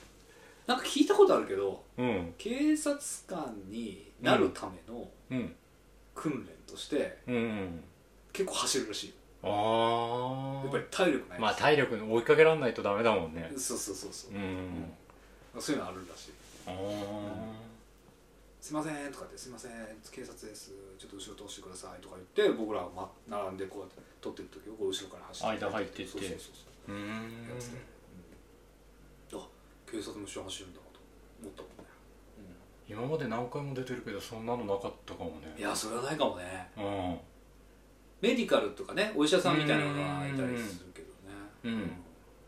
Speaker 3: なんか聞いたことあるけど
Speaker 4: うん
Speaker 3: 警察官になるための
Speaker 4: うん
Speaker 3: 訓練として
Speaker 4: うんうん
Speaker 3: 結構走るらしいよ
Speaker 4: あ
Speaker 3: やっぱり体力ない
Speaker 4: まあ体力に追いかけられないとダメだもんね
Speaker 3: そうそうそうそう
Speaker 4: うんうん
Speaker 3: そういうのあるらしい
Speaker 4: あ
Speaker 3: すいませんとかって「すいません警察ですちょっと後ろ通してください」とか言って僕らは、ま、並んでこうやって撮ってる時をこう後ろから走って
Speaker 4: 間入ってって
Speaker 3: そうそうそうそう
Speaker 4: ーうん
Speaker 3: やつで、うんあ警察も一緒に走るんだと思ったもんね、
Speaker 4: 今まで何回も出てるけどそんなのなかったかもね
Speaker 3: いやそれはないかもね
Speaker 4: うん
Speaker 3: メディカルとかねお医者さんみたいなのがいたりするけどね
Speaker 4: うん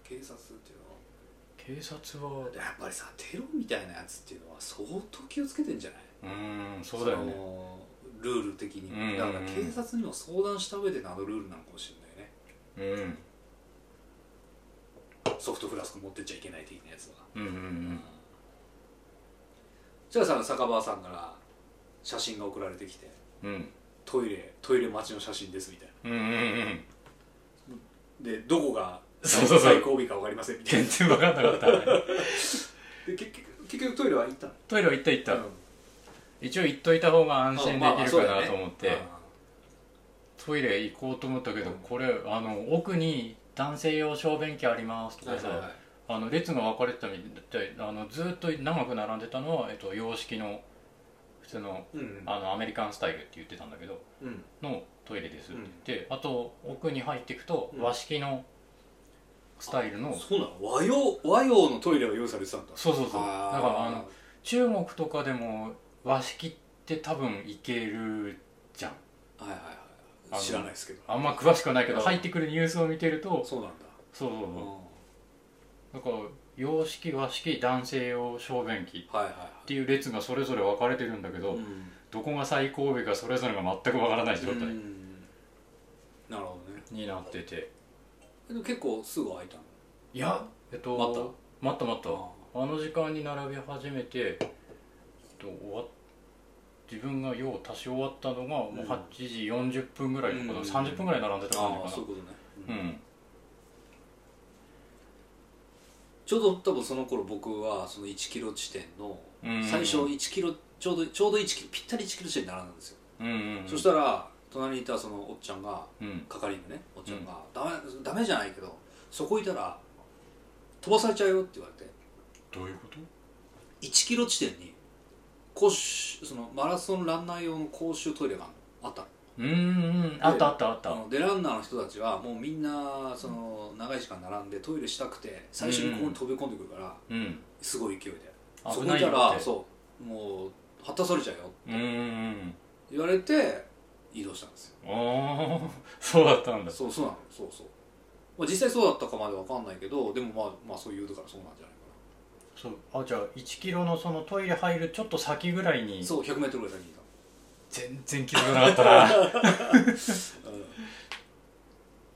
Speaker 3: 警察っていうのは
Speaker 4: 警察は
Speaker 3: やっぱりさテロみたいなやつっていうのは相当気をつけてんじゃないう
Speaker 4: ーんそうだよね
Speaker 3: のルール的に
Speaker 4: うんうんうん
Speaker 3: だから警察にも相談した上でのあのルールなのかもしれないね
Speaker 4: うん
Speaker 3: ソフトフラスク持ってっちゃいけない的なやつは
Speaker 4: うんうんうん
Speaker 3: じゃあさ坂場さんから写真が送られてきて
Speaker 4: うん
Speaker 3: トイレトイレ待ちの写真ですみたい
Speaker 4: うんうんうん
Speaker 3: なでどこが
Speaker 4: そうそうそう
Speaker 3: 最後尾か分かりませんみたい
Speaker 4: 全
Speaker 3: な
Speaker 4: 然分かんなかったね
Speaker 3: で結局結局トイレは行ったの
Speaker 4: トイレは行った行った、
Speaker 3: うん
Speaker 4: 一応行っといた方が安心
Speaker 3: まあま
Speaker 4: で
Speaker 3: あ
Speaker 4: き
Speaker 3: そう
Speaker 4: る
Speaker 3: だ
Speaker 4: か
Speaker 3: よ
Speaker 4: な
Speaker 3: ね
Speaker 4: と思って、トイレ行こうと思ったけど、これあの奥に男性用小便器ありますと
Speaker 3: うんは
Speaker 4: か
Speaker 3: い
Speaker 4: さ、
Speaker 3: はいはい
Speaker 4: あの列が分かれてたみたいあのずっと長く並んでたのは、えっと、洋式の普通の
Speaker 3: うんうん
Speaker 4: あのアメリカンスタイルって言ってたんだけど
Speaker 3: うん
Speaker 4: のトイレですって言って、あと奥に入っていくと
Speaker 3: うん
Speaker 4: 和式のスタイルの、そ
Speaker 3: そう
Speaker 4: う
Speaker 3: なの和洋和洋のトイレが用意されてたんだ
Speaker 4: そうそうだ
Speaker 3: あー
Speaker 4: からあの中国とかでも和式って多分いけるじゃん
Speaker 3: はいはい
Speaker 4: あ
Speaker 3: は
Speaker 4: の
Speaker 3: い知らないですけど
Speaker 4: あんま詳しくはないけど
Speaker 3: うん
Speaker 4: 入ってくるニュースを見てると
Speaker 3: そうなんだ
Speaker 4: そうそう
Speaker 3: うんは
Speaker 4: そうだから洋式和式男性用小便器
Speaker 3: いはいは
Speaker 4: っていう列がそれぞれ分かれてるんだけど、
Speaker 3: いうん
Speaker 4: どこが最後尾かそれぞれが全く分からない状
Speaker 3: う
Speaker 4: 態
Speaker 3: んなるほどね
Speaker 4: になってて、
Speaker 3: でも結構すぐ開いたの
Speaker 4: いやえっと
Speaker 3: 待った
Speaker 4: 待った待った
Speaker 3: あ
Speaker 4: あの時間に並び始めて、えっと、終わっ自分が用を足し終わったのがもう
Speaker 3: うん
Speaker 4: 8時40分ぐらいとか、
Speaker 3: うん
Speaker 4: 30分ぐらい並んでた感
Speaker 3: ああ
Speaker 4: じ
Speaker 3: そういう
Speaker 4: か
Speaker 3: ことね、
Speaker 4: なうん、
Speaker 3: ちょうど多分その頃僕はその1キロ地点の
Speaker 4: うん
Speaker 3: 最初1キロちょうどちょうど1キロぴったり1キロ地点に並んだんですよ、
Speaker 4: うんうんうん
Speaker 3: そしたら隣にいたそのおっちゃんが
Speaker 4: うん
Speaker 3: 係員のねおっちゃんが「ダメダメじゃないけどそこいたら飛ばされちゃうよ」って言われて
Speaker 4: どういうこと
Speaker 3: 1キロ地点に公衆そのマラソンランナー用の公衆トイレがあんのあったの
Speaker 4: うんうんあったあったあった
Speaker 3: あのでランナーの人たちはもうみんなその長い時間並んでトイレしたくて最初にここに飛び込んでくるから、
Speaker 4: うん
Speaker 3: すごい勢いでそ
Speaker 4: 危
Speaker 3: こ
Speaker 4: ないい
Speaker 3: た
Speaker 4: よっ
Speaker 3: ら
Speaker 4: て
Speaker 3: そうもう果たされちゃうよ
Speaker 4: うんうん
Speaker 3: 言われて移動したんですよ
Speaker 4: うんああ そうだったんだ
Speaker 3: そうそうなのそうそう、まあ、実際そうだったかまでわかんないけどでもまあまあそういうだからそうなんじゃないか
Speaker 4: そうあじゃあ1キロのそのトイレ入るちょっと先ぐらい
Speaker 3: な
Speaker 4: に
Speaker 3: そう 100m ぐらい先にい
Speaker 4: 全然気づかなかったな
Speaker 3: た、うん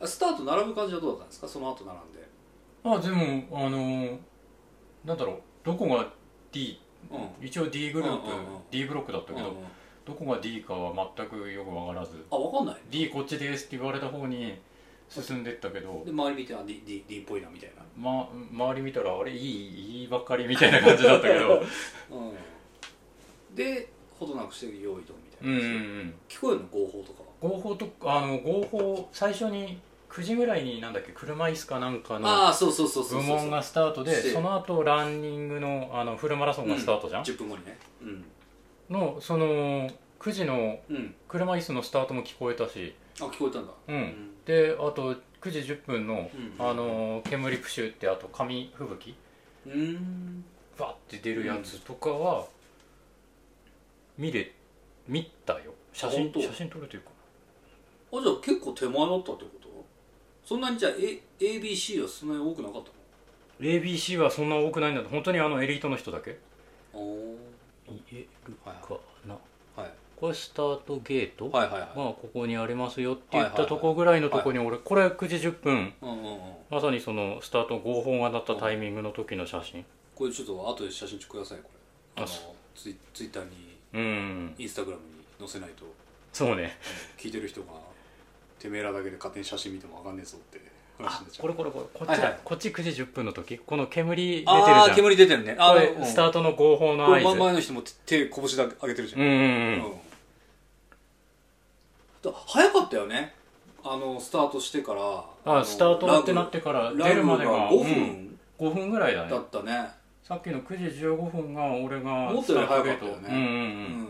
Speaker 3: あ、スタート並ぶ感じはどうだったんですかその後並んで
Speaker 4: まあでもあのーなんだろうどこが D
Speaker 3: うん
Speaker 4: 一応 D グループ、
Speaker 3: うんうんうん
Speaker 4: D ブロックだったけど、
Speaker 3: うんうん
Speaker 4: どこが D かは全くよく分からず
Speaker 3: あわかんない
Speaker 4: D こっちですって言われた方に進んでったけど
Speaker 3: で周り見てあ D, D, D っぽいなみたいな
Speaker 4: ま、周り見たらあれいいいいばっかりみたいな感じだった けど
Speaker 3: うんでほどなくして用意どんみた
Speaker 4: う
Speaker 3: い
Speaker 4: ん
Speaker 3: な、
Speaker 4: うんうん
Speaker 3: 聞こえるの合法とかは
Speaker 4: 合法とあの合法最初に9時ぐらいになんだっけ車椅子かなんかの
Speaker 3: ああそうそうそうそうそ
Speaker 4: 部
Speaker 3: う
Speaker 4: 門がスタート
Speaker 3: そうそう
Speaker 4: でその後ランニングのあのフルマラソンがスタートじゃん、
Speaker 3: 10分後にねうん
Speaker 4: のその9時の
Speaker 3: うん
Speaker 4: 車椅子のスタートも聞こえたし、
Speaker 3: あ聞こえたんだ
Speaker 4: う、
Speaker 3: うん
Speaker 4: であと9時10分の、
Speaker 3: うん
Speaker 4: あの煙プシュってあと紙吹雪
Speaker 3: うーん
Speaker 4: バッて出るやつとかは、見れ見たよ写
Speaker 3: あ本
Speaker 4: 真
Speaker 3: 当
Speaker 4: 写真撮れてるか
Speaker 3: あじゃあ結構手前だったってことそんなにじゃあ、A、ABC はそんなに多くなかった
Speaker 4: な ABC はそんな多くないんだ本当にあのエリートの人だけ
Speaker 3: のお
Speaker 4: 言える
Speaker 3: か
Speaker 4: な
Speaker 3: はい
Speaker 4: これスタートゲート
Speaker 3: はいはいはい
Speaker 4: まあ、ここにありますよって言ったとこぐらいのとこに俺これ9時10分
Speaker 3: うんうんうん
Speaker 4: まさにそのスタート5本が鳴ったタイミングの時の写真
Speaker 3: これちょっと後で写真ちょっとくださいこれあの
Speaker 4: あそ
Speaker 3: ツイツイッターに
Speaker 4: うん
Speaker 3: インスタグラムに載せないと
Speaker 4: そうね
Speaker 3: 聞いてる人がてめえらだけで勝手に写真見てもわかんねえぞって話になっちゃう
Speaker 4: これこれこれこっち
Speaker 3: はい
Speaker 4: だ、
Speaker 3: はい
Speaker 4: こっち9時10分の時この煙出てるじ
Speaker 3: あ
Speaker 4: ゃ
Speaker 3: あ
Speaker 4: ん
Speaker 3: 煙出てるねあ
Speaker 4: こ
Speaker 3: う
Speaker 4: れ
Speaker 3: ん
Speaker 4: スタートの合法の
Speaker 3: こ
Speaker 4: 合
Speaker 3: れ
Speaker 4: 図
Speaker 3: 前前の人も手手拳だけ上げてるじゃん
Speaker 4: うんうんうん、
Speaker 3: だ早かったよねあのスタートしてから
Speaker 4: あ
Speaker 3: の
Speaker 4: スタートってなってから出るまで
Speaker 3: ラ
Speaker 4: が
Speaker 3: グ5
Speaker 4: う
Speaker 3: 分
Speaker 4: ん5分ぐらいだね
Speaker 3: だったね
Speaker 4: さっきの9時15分が俺が
Speaker 3: もっとより早かったよね
Speaker 4: スタートゲー
Speaker 3: う、
Speaker 4: トうんうんうんん、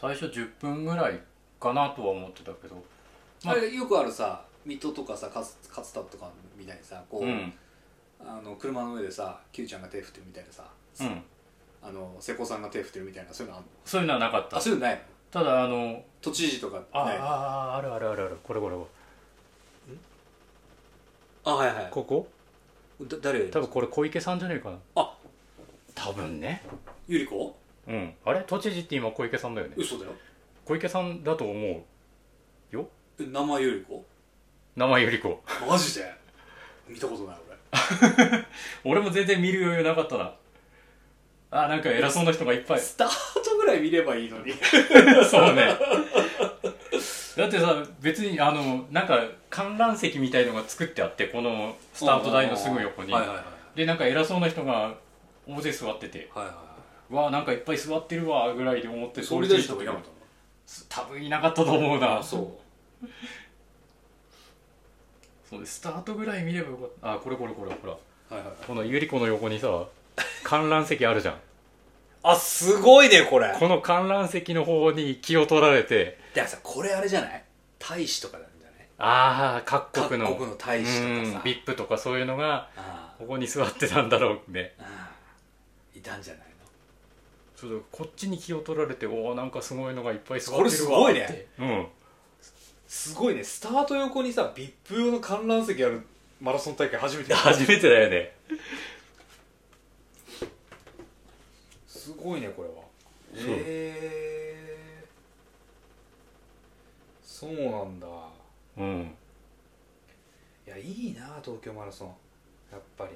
Speaker 4: 最初10分ぐらいかなとは思ってたけどま
Speaker 3: あれよくあるさ水戸とかさ勝勝田とかみたいにさこう、
Speaker 4: うん
Speaker 3: あの車の上でさ Q ちゃんが手振ってるみたいなさ、
Speaker 4: うん
Speaker 3: あの瀬古さんが手振ってるみたいなそういうのあんの
Speaker 4: そういうのはなかった
Speaker 3: あそういうのないの
Speaker 4: ただあの
Speaker 3: 都知事とか
Speaker 4: あ、
Speaker 3: ない
Speaker 4: ああるあるあるあるこれこれこ
Speaker 3: あはいはい
Speaker 4: れここ
Speaker 3: だ誰
Speaker 4: 多分これ小池さんじゃねえかな
Speaker 3: あ
Speaker 4: 多分ね
Speaker 3: ゆり子
Speaker 4: うんあれ都知事って今小池さんだよね
Speaker 3: 嘘だよ
Speaker 4: 小池さんだと思うよ
Speaker 3: え名前ゆり子
Speaker 4: 名前より子
Speaker 3: マジで見たことない
Speaker 4: 俺も全然見る余裕なかったなあなんか偉そうな人がいっぱ
Speaker 3: 俺
Speaker 4: い
Speaker 3: スタートぐらい見ればいいのに
Speaker 4: そうねだってさ別にあのなんか観覧席みたいのが作ってあってこのスタート台のすぐ横に
Speaker 3: はいはいはい
Speaker 4: でなんか偉そうな人が大勢座ってて
Speaker 3: はいは
Speaker 4: わあなんかいっぱい座ってるわぐらいで思って
Speaker 3: い総理大臣
Speaker 4: 通
Speaker 3: とか
Speaker 4: り
Speaker 3: い
Speaker 4: 過
Speaker 3: な
Speaker 4: ぎ
Speaker 3: か
Speaker 4: た
Speaker 3: った
Speaker 4: 時
Speaker 3: の
Speaker 4: 多分いなかったと思うな
Speaker 3: そう
Speaker 4: そうですスタートぐらい見ればよかったあこれこれこれほら
Speaker 3: はいはい
Speaker 4: このゆり子の横にさ観覧席あるじゃん
Speaker 3: あすごいねこれ
Speaker 4: この観覧席の方に気を取られて
Speaker 3: でもさこれあれじゃない大使とかなんじゃない
Speaker 4: ああ各国の
Speaker 3: 各国の大使とかさ
Speaker 4: ビップとかそういうのが
Speaker 3: あ
Speaker 4: ここに座ってたんだろうね
Speaker 3: あああいたんじゃないの
Speaker 4: ちょっとこっちに気を取られておおなんかすごいのがいっぱい座ってる
Speaker 3: こ
Speaker 4: わ
Speaker 3: れすごいね
Speaker 4: ってうん
Speaker 3: すごいねスタート横にさ VIP 用の観覧席あるマラソン大会初めて
Speaker 4: 初めてだよね
Speaker 3: すごいねこれは
Speaker 4: そう
Speaker 3: えー、そうなんだ
Speaker 4: うん
Speaker 3: いやいいな東京マラソンやっぱ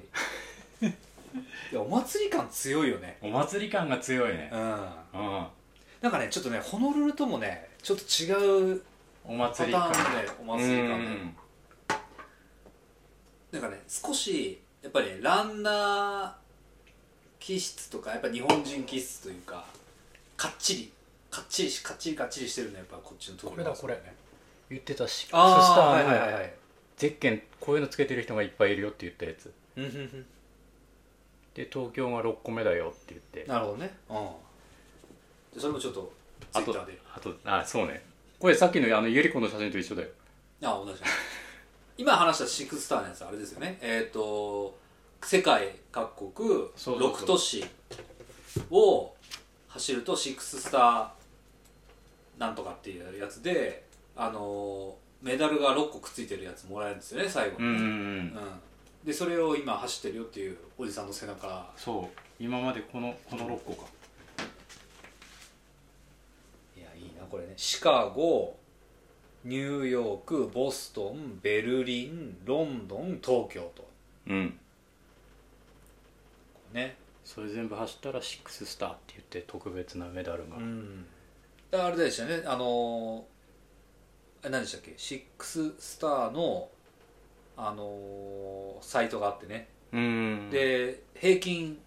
Speaker 3: り いやお祭り感強いよね
Speaker 4: お祭り感が強いね
Speaker 3: うん
Speaker 4: うん
Speaker 3: なんかねちょっとねホノルルともねちょっと違う
Speaker 4: お
Speaker 3: パタ
Speaker 4: 祭り
Speaker 3: ーン
Speaker 4: 感
Speaker 3: のねお祭り感
Speaker 4: う
Speaker 3: ね
Speaker 4: ん
Speaker 3: なんかね少しやっぱりねランナー気質とかやっぱ日本人気質というかかっちりかっちりしかっちりかっちりしてるねやっぱこっちのところ
Speaker 4: これだこれ言ってたシックススタ
Speaker 3: ああはい
Speaker 4: ー
Speaker 3: はい
Speaker 4: の
Speaker 3: はいはい
Speaker 4: ゼッケンこういうのつけてる人がいっぱいいるよって言ったやつ
Speaker 3: うんうんうん
Speaker 4: で東京が6個目だよって言って
Speaker 3: なるほどねうんでそれもちょっとツ
Speaker 4: あ
Speaker 3: イッタ
Speaker 4: と
Speaker 3: ーで
Speaker 4: あとあそうねこれさっきのあのゆり子の写真と一緒だよ
Speaker 3: あ同じだ今話したシックスターのやつあれですよねえっ、と世界各国
Speaker 4: そうそうそう
Speaker 3: 6都市を走るとシックススターなんとかっていうやつであのーメダルが6個くっついてるやつもらえるんですよね最後
Speaker 4: うんうん
Speaker 3: に
Speaker 4: う
Speaker 3: ね、
Speaker 4: ん
Speaker 3: うんでそれを今走ってるよっていうおじさんの背中
Speaker 4: そう今までこのこの6個か
Speaker 3: いやいいなこれねシカゴニューヨークボストンベルリンロンドン東京と
Speaker 4: うん
Speaker 3: ね
Speaker 4: それ全部走ったらシックススターって言って特別なメダルが、
Speaker 3: うんだからあれでしたよねあのー、あ何でしたっけシックススターのあのーサイトがあってね、
Speaker 4: うん
Speaker 3: で平均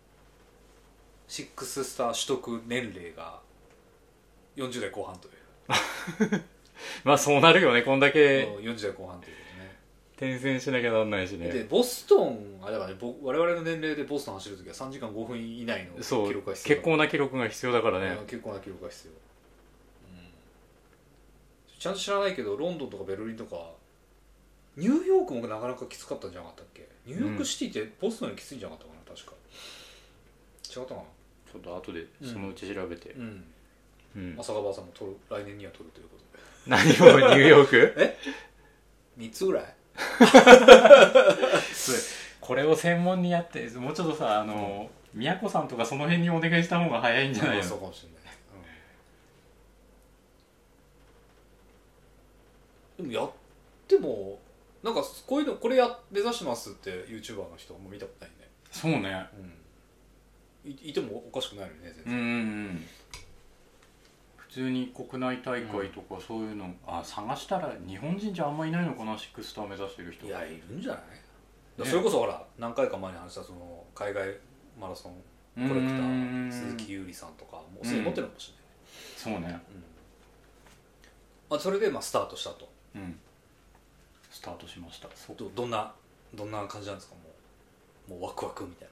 Speaker 3: シックススター取得年齢が40代後半という、
Speaker 4: まあそうなるよねこんだけ
Speaker 3: うん40代後半ということね
Speaker 4: 転戦しなきゃなんないし
Speaker 3: で
Speaker 4: ね
Speaker 3: ボストンあだからねぼ我々の年齢でボストン走るときは3時間5分以内の
Speaker 4: そ
Speaker 3: 記
Speaker 4: う
Speaker 3: 録が必要
Speaker 4: 結構な記録が必要だから
Speaker 3: な、
Speaker 4: ね
Speaker 3: うん結構な記録が必要、うんちゃんと知らないけどロンドンとかベルリンとかニューヨークもなかなかきつかったんじゃなかったっけニューヨークシティってボストンよりきついんじゃなかったかな確か違ったかな
Speaker 4: ちょっと後でそのうち調べて、
Speaker 3: うん
Speaker 4: うん
Speaker 3: 朝川さんも取る来年には取るということで
Speaker 4: 何をニューヨーク
Speaker 3: 3つぐらい
Speaker 4: これを専門にやってもうちょっとさあの、宮子さんとかその辺にお願いした方が早いんじゃないの
Speaker 3: そうかもしれない、うんでもやってもなんかこういうのこれや目指してますって YouTuber の人あんま見たことないね、
Speaker 4: そうね
Speaker 3: うん、いいてもおかしくないよね全
Speaker 4: う
Speaker 3: 然、
Speaker 4: んうんうん普通に国内大会とかそういうの、あ探したら日本人じゃあんまいないのかなシックスター目指してる人
Speaker 3: いやいるんじゃない、だからそれこそほら何回か前に話したその海外マラソン
Speaker 4: コ
Speaker 3: コレクター鈴木優里さんとかもうすでに持ってるかもしれない、
Speaker 4: そうね
Speaker 3: うんまあ、それでまあスタートしたと
Speaker 4: うんスタートしましたそう
Speaker 3: どどんなどんな感じなんですかもうもうワクワクみたい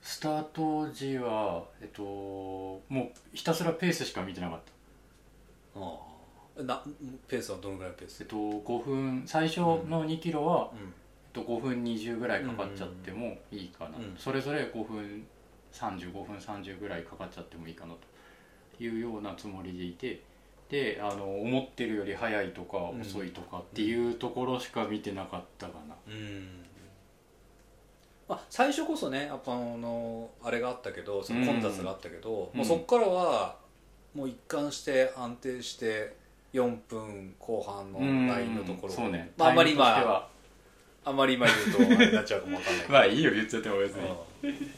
Speaker 4: スタート時はえっともうひたすらペースしか見てなかった
Speaker 3: なああなペースはどのぐらいのペー
Speaker 4: え
Speaker 3: ス
Speaker 4: っと5分最初の2キロは、
Speaker 3: うん
Speaker 4: えっと5分20ぐらいかかっちゃってもいいかな、
Speaker 3: うん
Speaker 4: それぞれ5分35分30ぐらいかかっちゃってもいいかなというようなつもりでいてであの思ってるより早いとか
Speaker 3: うん
Speaker 4: 遅いとかっていうところしか見てなかったかな、
Speaker 3: うんまあ、最初こそねやっぱあのあれがあったけどその混雑があったけど、
Speaker 4: うん
Speaker 3: もうそこからはもう一貫して安定して4分後半のラインのところ、
Speaker 4: そうね、
Speaker 3: まあ、あんまり
Speaker 4: タイムとして
Speaker 3: 今
Speaker 4: は
Speaker 3: あんまり今言うとあれになっちゃうかもわかんないけど
Speaker 4: まあいいよ言っちゃっても別に、
Speaker 3: うんで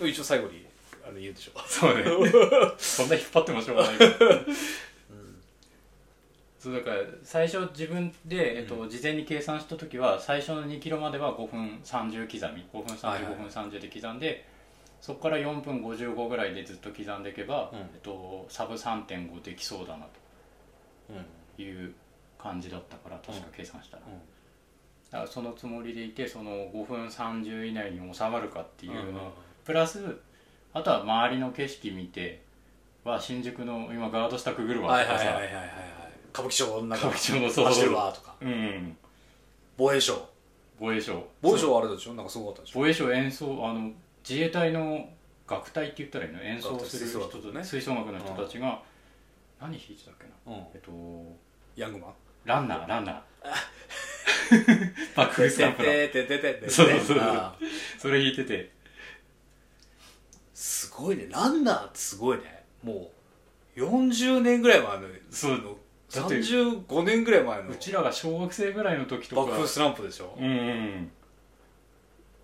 Speaker 3: も一応最後にあの言うでしょ
Speaker 4: そう ねそんな引っ張ってもしょうがないからそうだから最初自分で、えっと、事前に計算した時は最初の2キロまでは5分30刻み5分30、
Speaker 3: はいはい
Speaker 4: 5分30で刻んでそこから4分55ぐらいでずっと刻んでいけば、
Speaker 3: うん
Speaker 4: えっと、サブ3.5できそうだな
Speaker 3: うん
Speaker 4: という感じだったから確か計算したら,、
Speaker 3: うん
Speaker 4: だからそのつもりでいてその5分30以内に収まるかっていうのを、
Speaker 3: うんうん
Speaker 4: プラスあとは周りの景色見ては新宿の今ガード下くぐるわ
Speaker 3: はい
Speaker 4: と
Speaker 3: はい
Speaker 4: か
Speaker 3: はいはいはい
Speaker 4: さ
Speaker 3: はいはい歌舞伎町の中
Speaker 4: 歌舞伎町のそう
Speaker 3: 走るわとか
Speaker 4: うん
Speaker 3: 防衛省
Speaker 4: 防衛省
Speaker 3: 防衛省はあれでしょなんかすごかったでしょ
Speaker 4: 防衛省演奏あの自衛隊の楽隊って言ったらいいの演奏する人
Speaker 3: 楽隊吹奏楽
Speaker 4: と、
Speaker 3: ね
Speaker 4: 吹奏楽の人たちが、何弾いてたっけな
Speaker 3: うん
Speaker 4: えっと
Speaker 3: ヤングマン
Speaker 4: ランナーランナー バックスタ ンプの
Speaker 3: てててててて
Speaker 4: そうそうそう
Speaker 3: ああ
Speaker 4: それ弾いてて
Speaker 3: すごいねランナーってすごいねもう40年ぐらい前の
Speaker 4: そう
Speaker 3: の
Speaker 4: だって
Speaker 3: 35年ぐらい前の
Speaker 4: うちらが小学生ぐらいの時と
Speaker 3: バ
Speaker 4: か
Speaker 3: ックスランプでしょ
Speaker 4: うんうん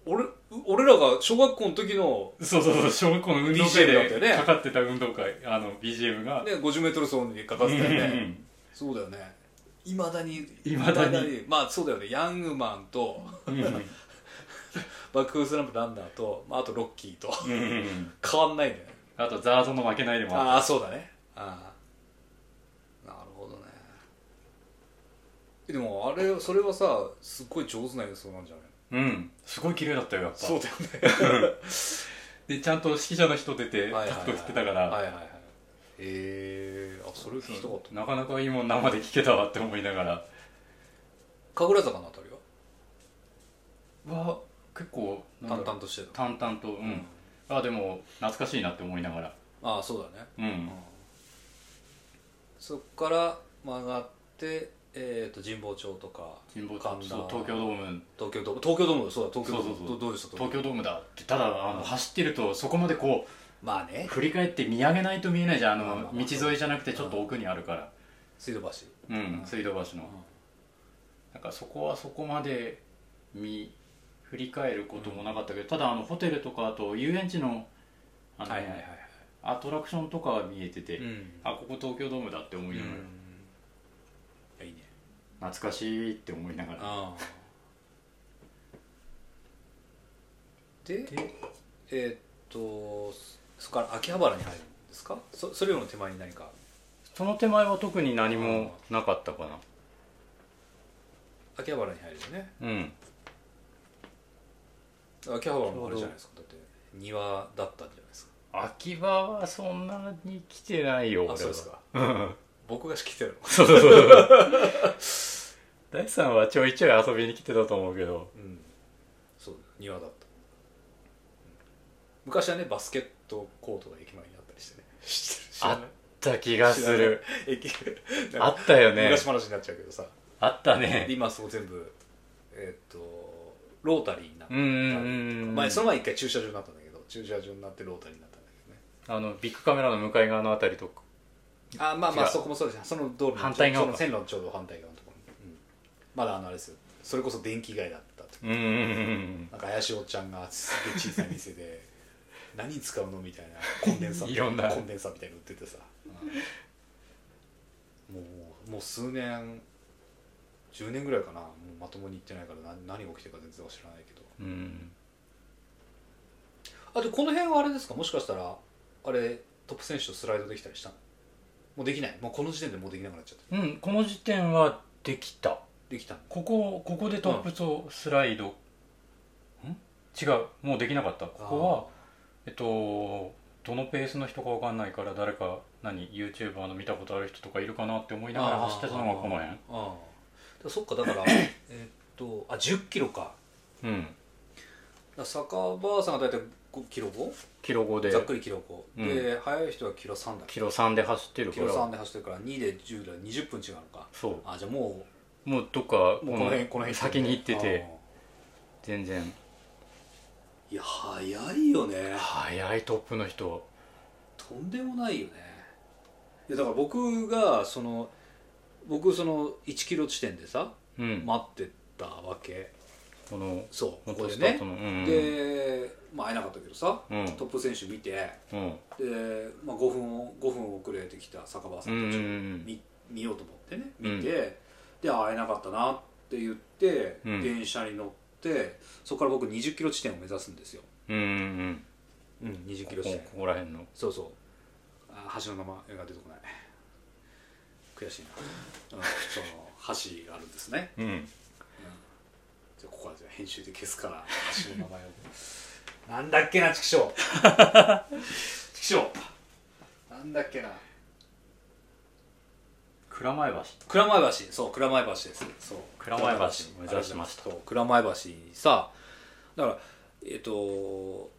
Speaker 3: 俺俺らが小学校の時の
Speaker 4: うんそうそうそう小学校の運
Speaker 3: BGM だ
Speaker 4: 動
Speaker 3: った
Speaker 4: 会
Speaker 3: よ
Speaker 4: で
Speaker 3: ね
Speaker 4: かかってた運動会あの BGM が、
Speaker 3: ね 50m 走にかか
Speaker 4: う
Speaker 3: っ
Speaker 4: んう
Speaker 3: て
Speaker 4: ん
Speaker 3: たよね
Speaker 4: うん
Speaker 3: そうだよねいまだに
Speaker 4: 未だに
Speaker 3: 未まあそうだよねヤングマンと
Speaker 4: うんうん
Speaker 3: バックスランプランナーと、まあ、あとロッキーと
Speaker 4: うんうん
Speaker 3: 変わんないんだよね
Speaker 4: あとザードの負けないでもあっ
Speaker 3: ああそうだねああなるほどねえでもあれそれはさすっごい上手な演奏なんじゃないの
Speaker 4: たうんすごい綺麗だったよやっぱ
Speaker 3: そうだよね
Speaker 4: でちゃんと指揮者の人出て
Speaker 3: はいはいはい
Speaker 4: タクト振ってたから、
Speaker 3: はいはいはいへえあそれ聞きたかった
Speaker 4: なかなかいいもん生で聴けたわって思いながら
Speaker 3: 神楽坂のあたりは
Speaker 4: は結構な
Speaker 3: 淡
Speaker 4: んだろ
Speaker 3: 々としてる
Speaker 4: う淡々とうん、あでも懐かしいなって思いながら
Speaker 3: ああそうだね
Speaker 4: うん、
Speaker 3: そっから曲がってえっ、と神保町とか
Speaker 4: 神保
Speaker 3: 神田
Speaker 4: 町そう東京ドーム
Speaker 3: 東京ドーム東京ドームそうだ東京ドーム
Speaker 4: そうそうそ
Speaker 3: ど
Speaker 4: う
Speaker 3: どうでした
Speaker 4: 東京ドームだってただあの走ってるとそこまでこ
Speaker 3: まあ
Speaker 4: う
Speaker 3: ね
Speaker 4: 振り返って見上げないと見えないじゃん
Speaker 3: ま
Speaker 4: あ
Speaker 3: あまあ
Speaker 4: の
Speaker 3: まあ
Speaker 4: 道沿いじゃなくてちょっと奥にあるから
Speaker 3: 水道橋
Speaker 4: うん、水道橋の、なんかそこはそこまで見振り返ることもなかったけど、ただあのホテルとかあと遊園地のあの、アトラクションとかは見えてて、
Speaker 3: うん
Speaker 4: あここ東京ドームだって思いながら、
Speaker 3: いやいいね
Speaker 4: 懐かしいって思いながら
Speaker 3: あでえーっとそこから秋葉原に入るんですかそそれよりも手前に何か
Speaker 4: その手前は特に何もなかったか
Speaker 3: 秋葉原に入るよね
Speaker 4: なうん
Speaker 3: 秋葉原もあれじゃないですかだって庭だったんじゃないですか
Speaker 4: 秋葉はそんなに来てないよ俺
Speaker 3: あ
Speaker 4: は
Speaker 3: そうですか僕が仕切ってるの
Speaker 4: そうそうそう大地さんはちょいちょい遊びに来てたと思うけど
Speaker 3: うんそう庭だった、うん昔はねバスケットコートが駅前にあったりしてね知ってる知ら
Speaker 4: あ
Speaker 3: な
Speaker 4: った気がする
Speaker 3: い駅
Speaker 4: あったよね
Speaker 3: 昔話になっちゃうけどさ
Speaker 4: あっ た
Speaker 3: で
Speaker 4: ね
Speaker 3: 今そう全部えーっとロータリーになった
Speaker 4: うんうんうんうん
Speaker 3: 前その前一回駐車場になったんだけど駐車場になってロータリーになったんだけどね
Speaker 4: あのビッグカメラの向かい側のあたりとか
Speaker 3: あまあまあ
Speaker 4: 違う
Speaker 3: そこもそうですその道路の
Speaker 4: 反対側
Speaker 3: そ
Speaker 4: か
Speaker 3: の線路のちょうど反対側のところに、うんまだあのあれですよそれこそ電気街だったと
Speaker 4: うんうんうん
Speaker 3: なんか怪しいおっちゃんがすげえ小さい店 で何に使うのみたいなコンデンサーみた
Speaker 4: いろんな
Speaker 3: コンデンサーみたいなの売っててさ、もうもう数年10年ぐらいかなもうまともに行ってないから何何が起きてるか全然知らないけど
Speaker 4: うんうん
Speaker 3: あとこの辺はあれですかもしかしたらあれトップ選手とスライドできたりしたのもうできないもうこの時点でもうできなくなっちゃった
Speaker 4: うんこの時点はできた
Speaker 3: できたの
Speaker 4: ここここでトップとスライド、ん違うもうできなかったここはえっとどのペースの人かわかんないから誰か何 YouTuber の見たことある人とかいるかなって思いながら走ってたのがこの辺
Speaker 3: ああそっかだからえーっとあ1 0キロかだか
Speaker 4: うん
Speaker 3: ら坂場さんが大体5キロ5
Speaker 4: キロ5で
Speaker 3: ざっくりキロ5、
Speaker 4: うん
Speaker 3: で速い人はキロ3だっけ
Speaker 4: キロ3で走ってるか
Speaker 3: キロ3
Speaker 4: ら
Speaker 3: で走ってるから2で10だ20分違うのか
Speaker 4: そ
Speaker 3: あじゃあも
Speaker 4: うもうどっかこ
Speaker 3: うもうこの辺この辺
Speaker 4: 先に行ってて
Speaker 3: あ
Speaker 4: 全然
Speaker 3: あいや速いよね
Speaker 4: 速いトップの人
Speaker 3: とんでもないよねいやだから僕がその僕その1キロ地点でさ
Speaker 4: うん、
Speaker 3: 待ってたわけ
Speaker 4: この
Speaker 3: そうここ
Speaker 4: 元
Speaker 3: で
Speaker 4: スター
Speaker 3: ね
Speaker 4: トの、うん
Speaker 3: で、まあ、会えなかったけどさ、
Speaker 4: うん
Speaker 3: トップ選手見て
Speaker 4: うん
Speaker 3: で、まあ、5, 分を5分遅れてきた坂場さ
Speaker 4: うん
Speaker 3: ん
Speaker 4: うん
Speaker 3: たちを
Speaker 4: うん
Speaker 3: 見,、見ようと思ってね
Speaker 4: うん
Speaker 3: 見て、で会えなかったなって言って、
Speaker 4: うん
Speaker 3: 電車に乗ってそこから僕2 0キロ地点を目指すんですよ、
Speaker 4: うんうん
Speaker 3: うん、2 0キ
Speaker 4: こ
Speaker 3: ロ地
Speaker 4: こ
Speaker 3: 点
Speaker 4: ここら辺の
Speaker 3: そうそうあ橋の名前が出てこない悔しいな、うん、その橋があるんですね
Speaker 4: うん
Speaker 3: じゃあここはじゃあ編集で消すから橋の名前を なんだっけな畜生 畜生なんだっけな
Speaker 4: 蔵前橋
Speaker 3: 蔵前橋そう蔵前橋ですそう
Speaker 4: 蔵前橋を目指しました
Speaker 3: そう蔵前橋にさだからえっ、と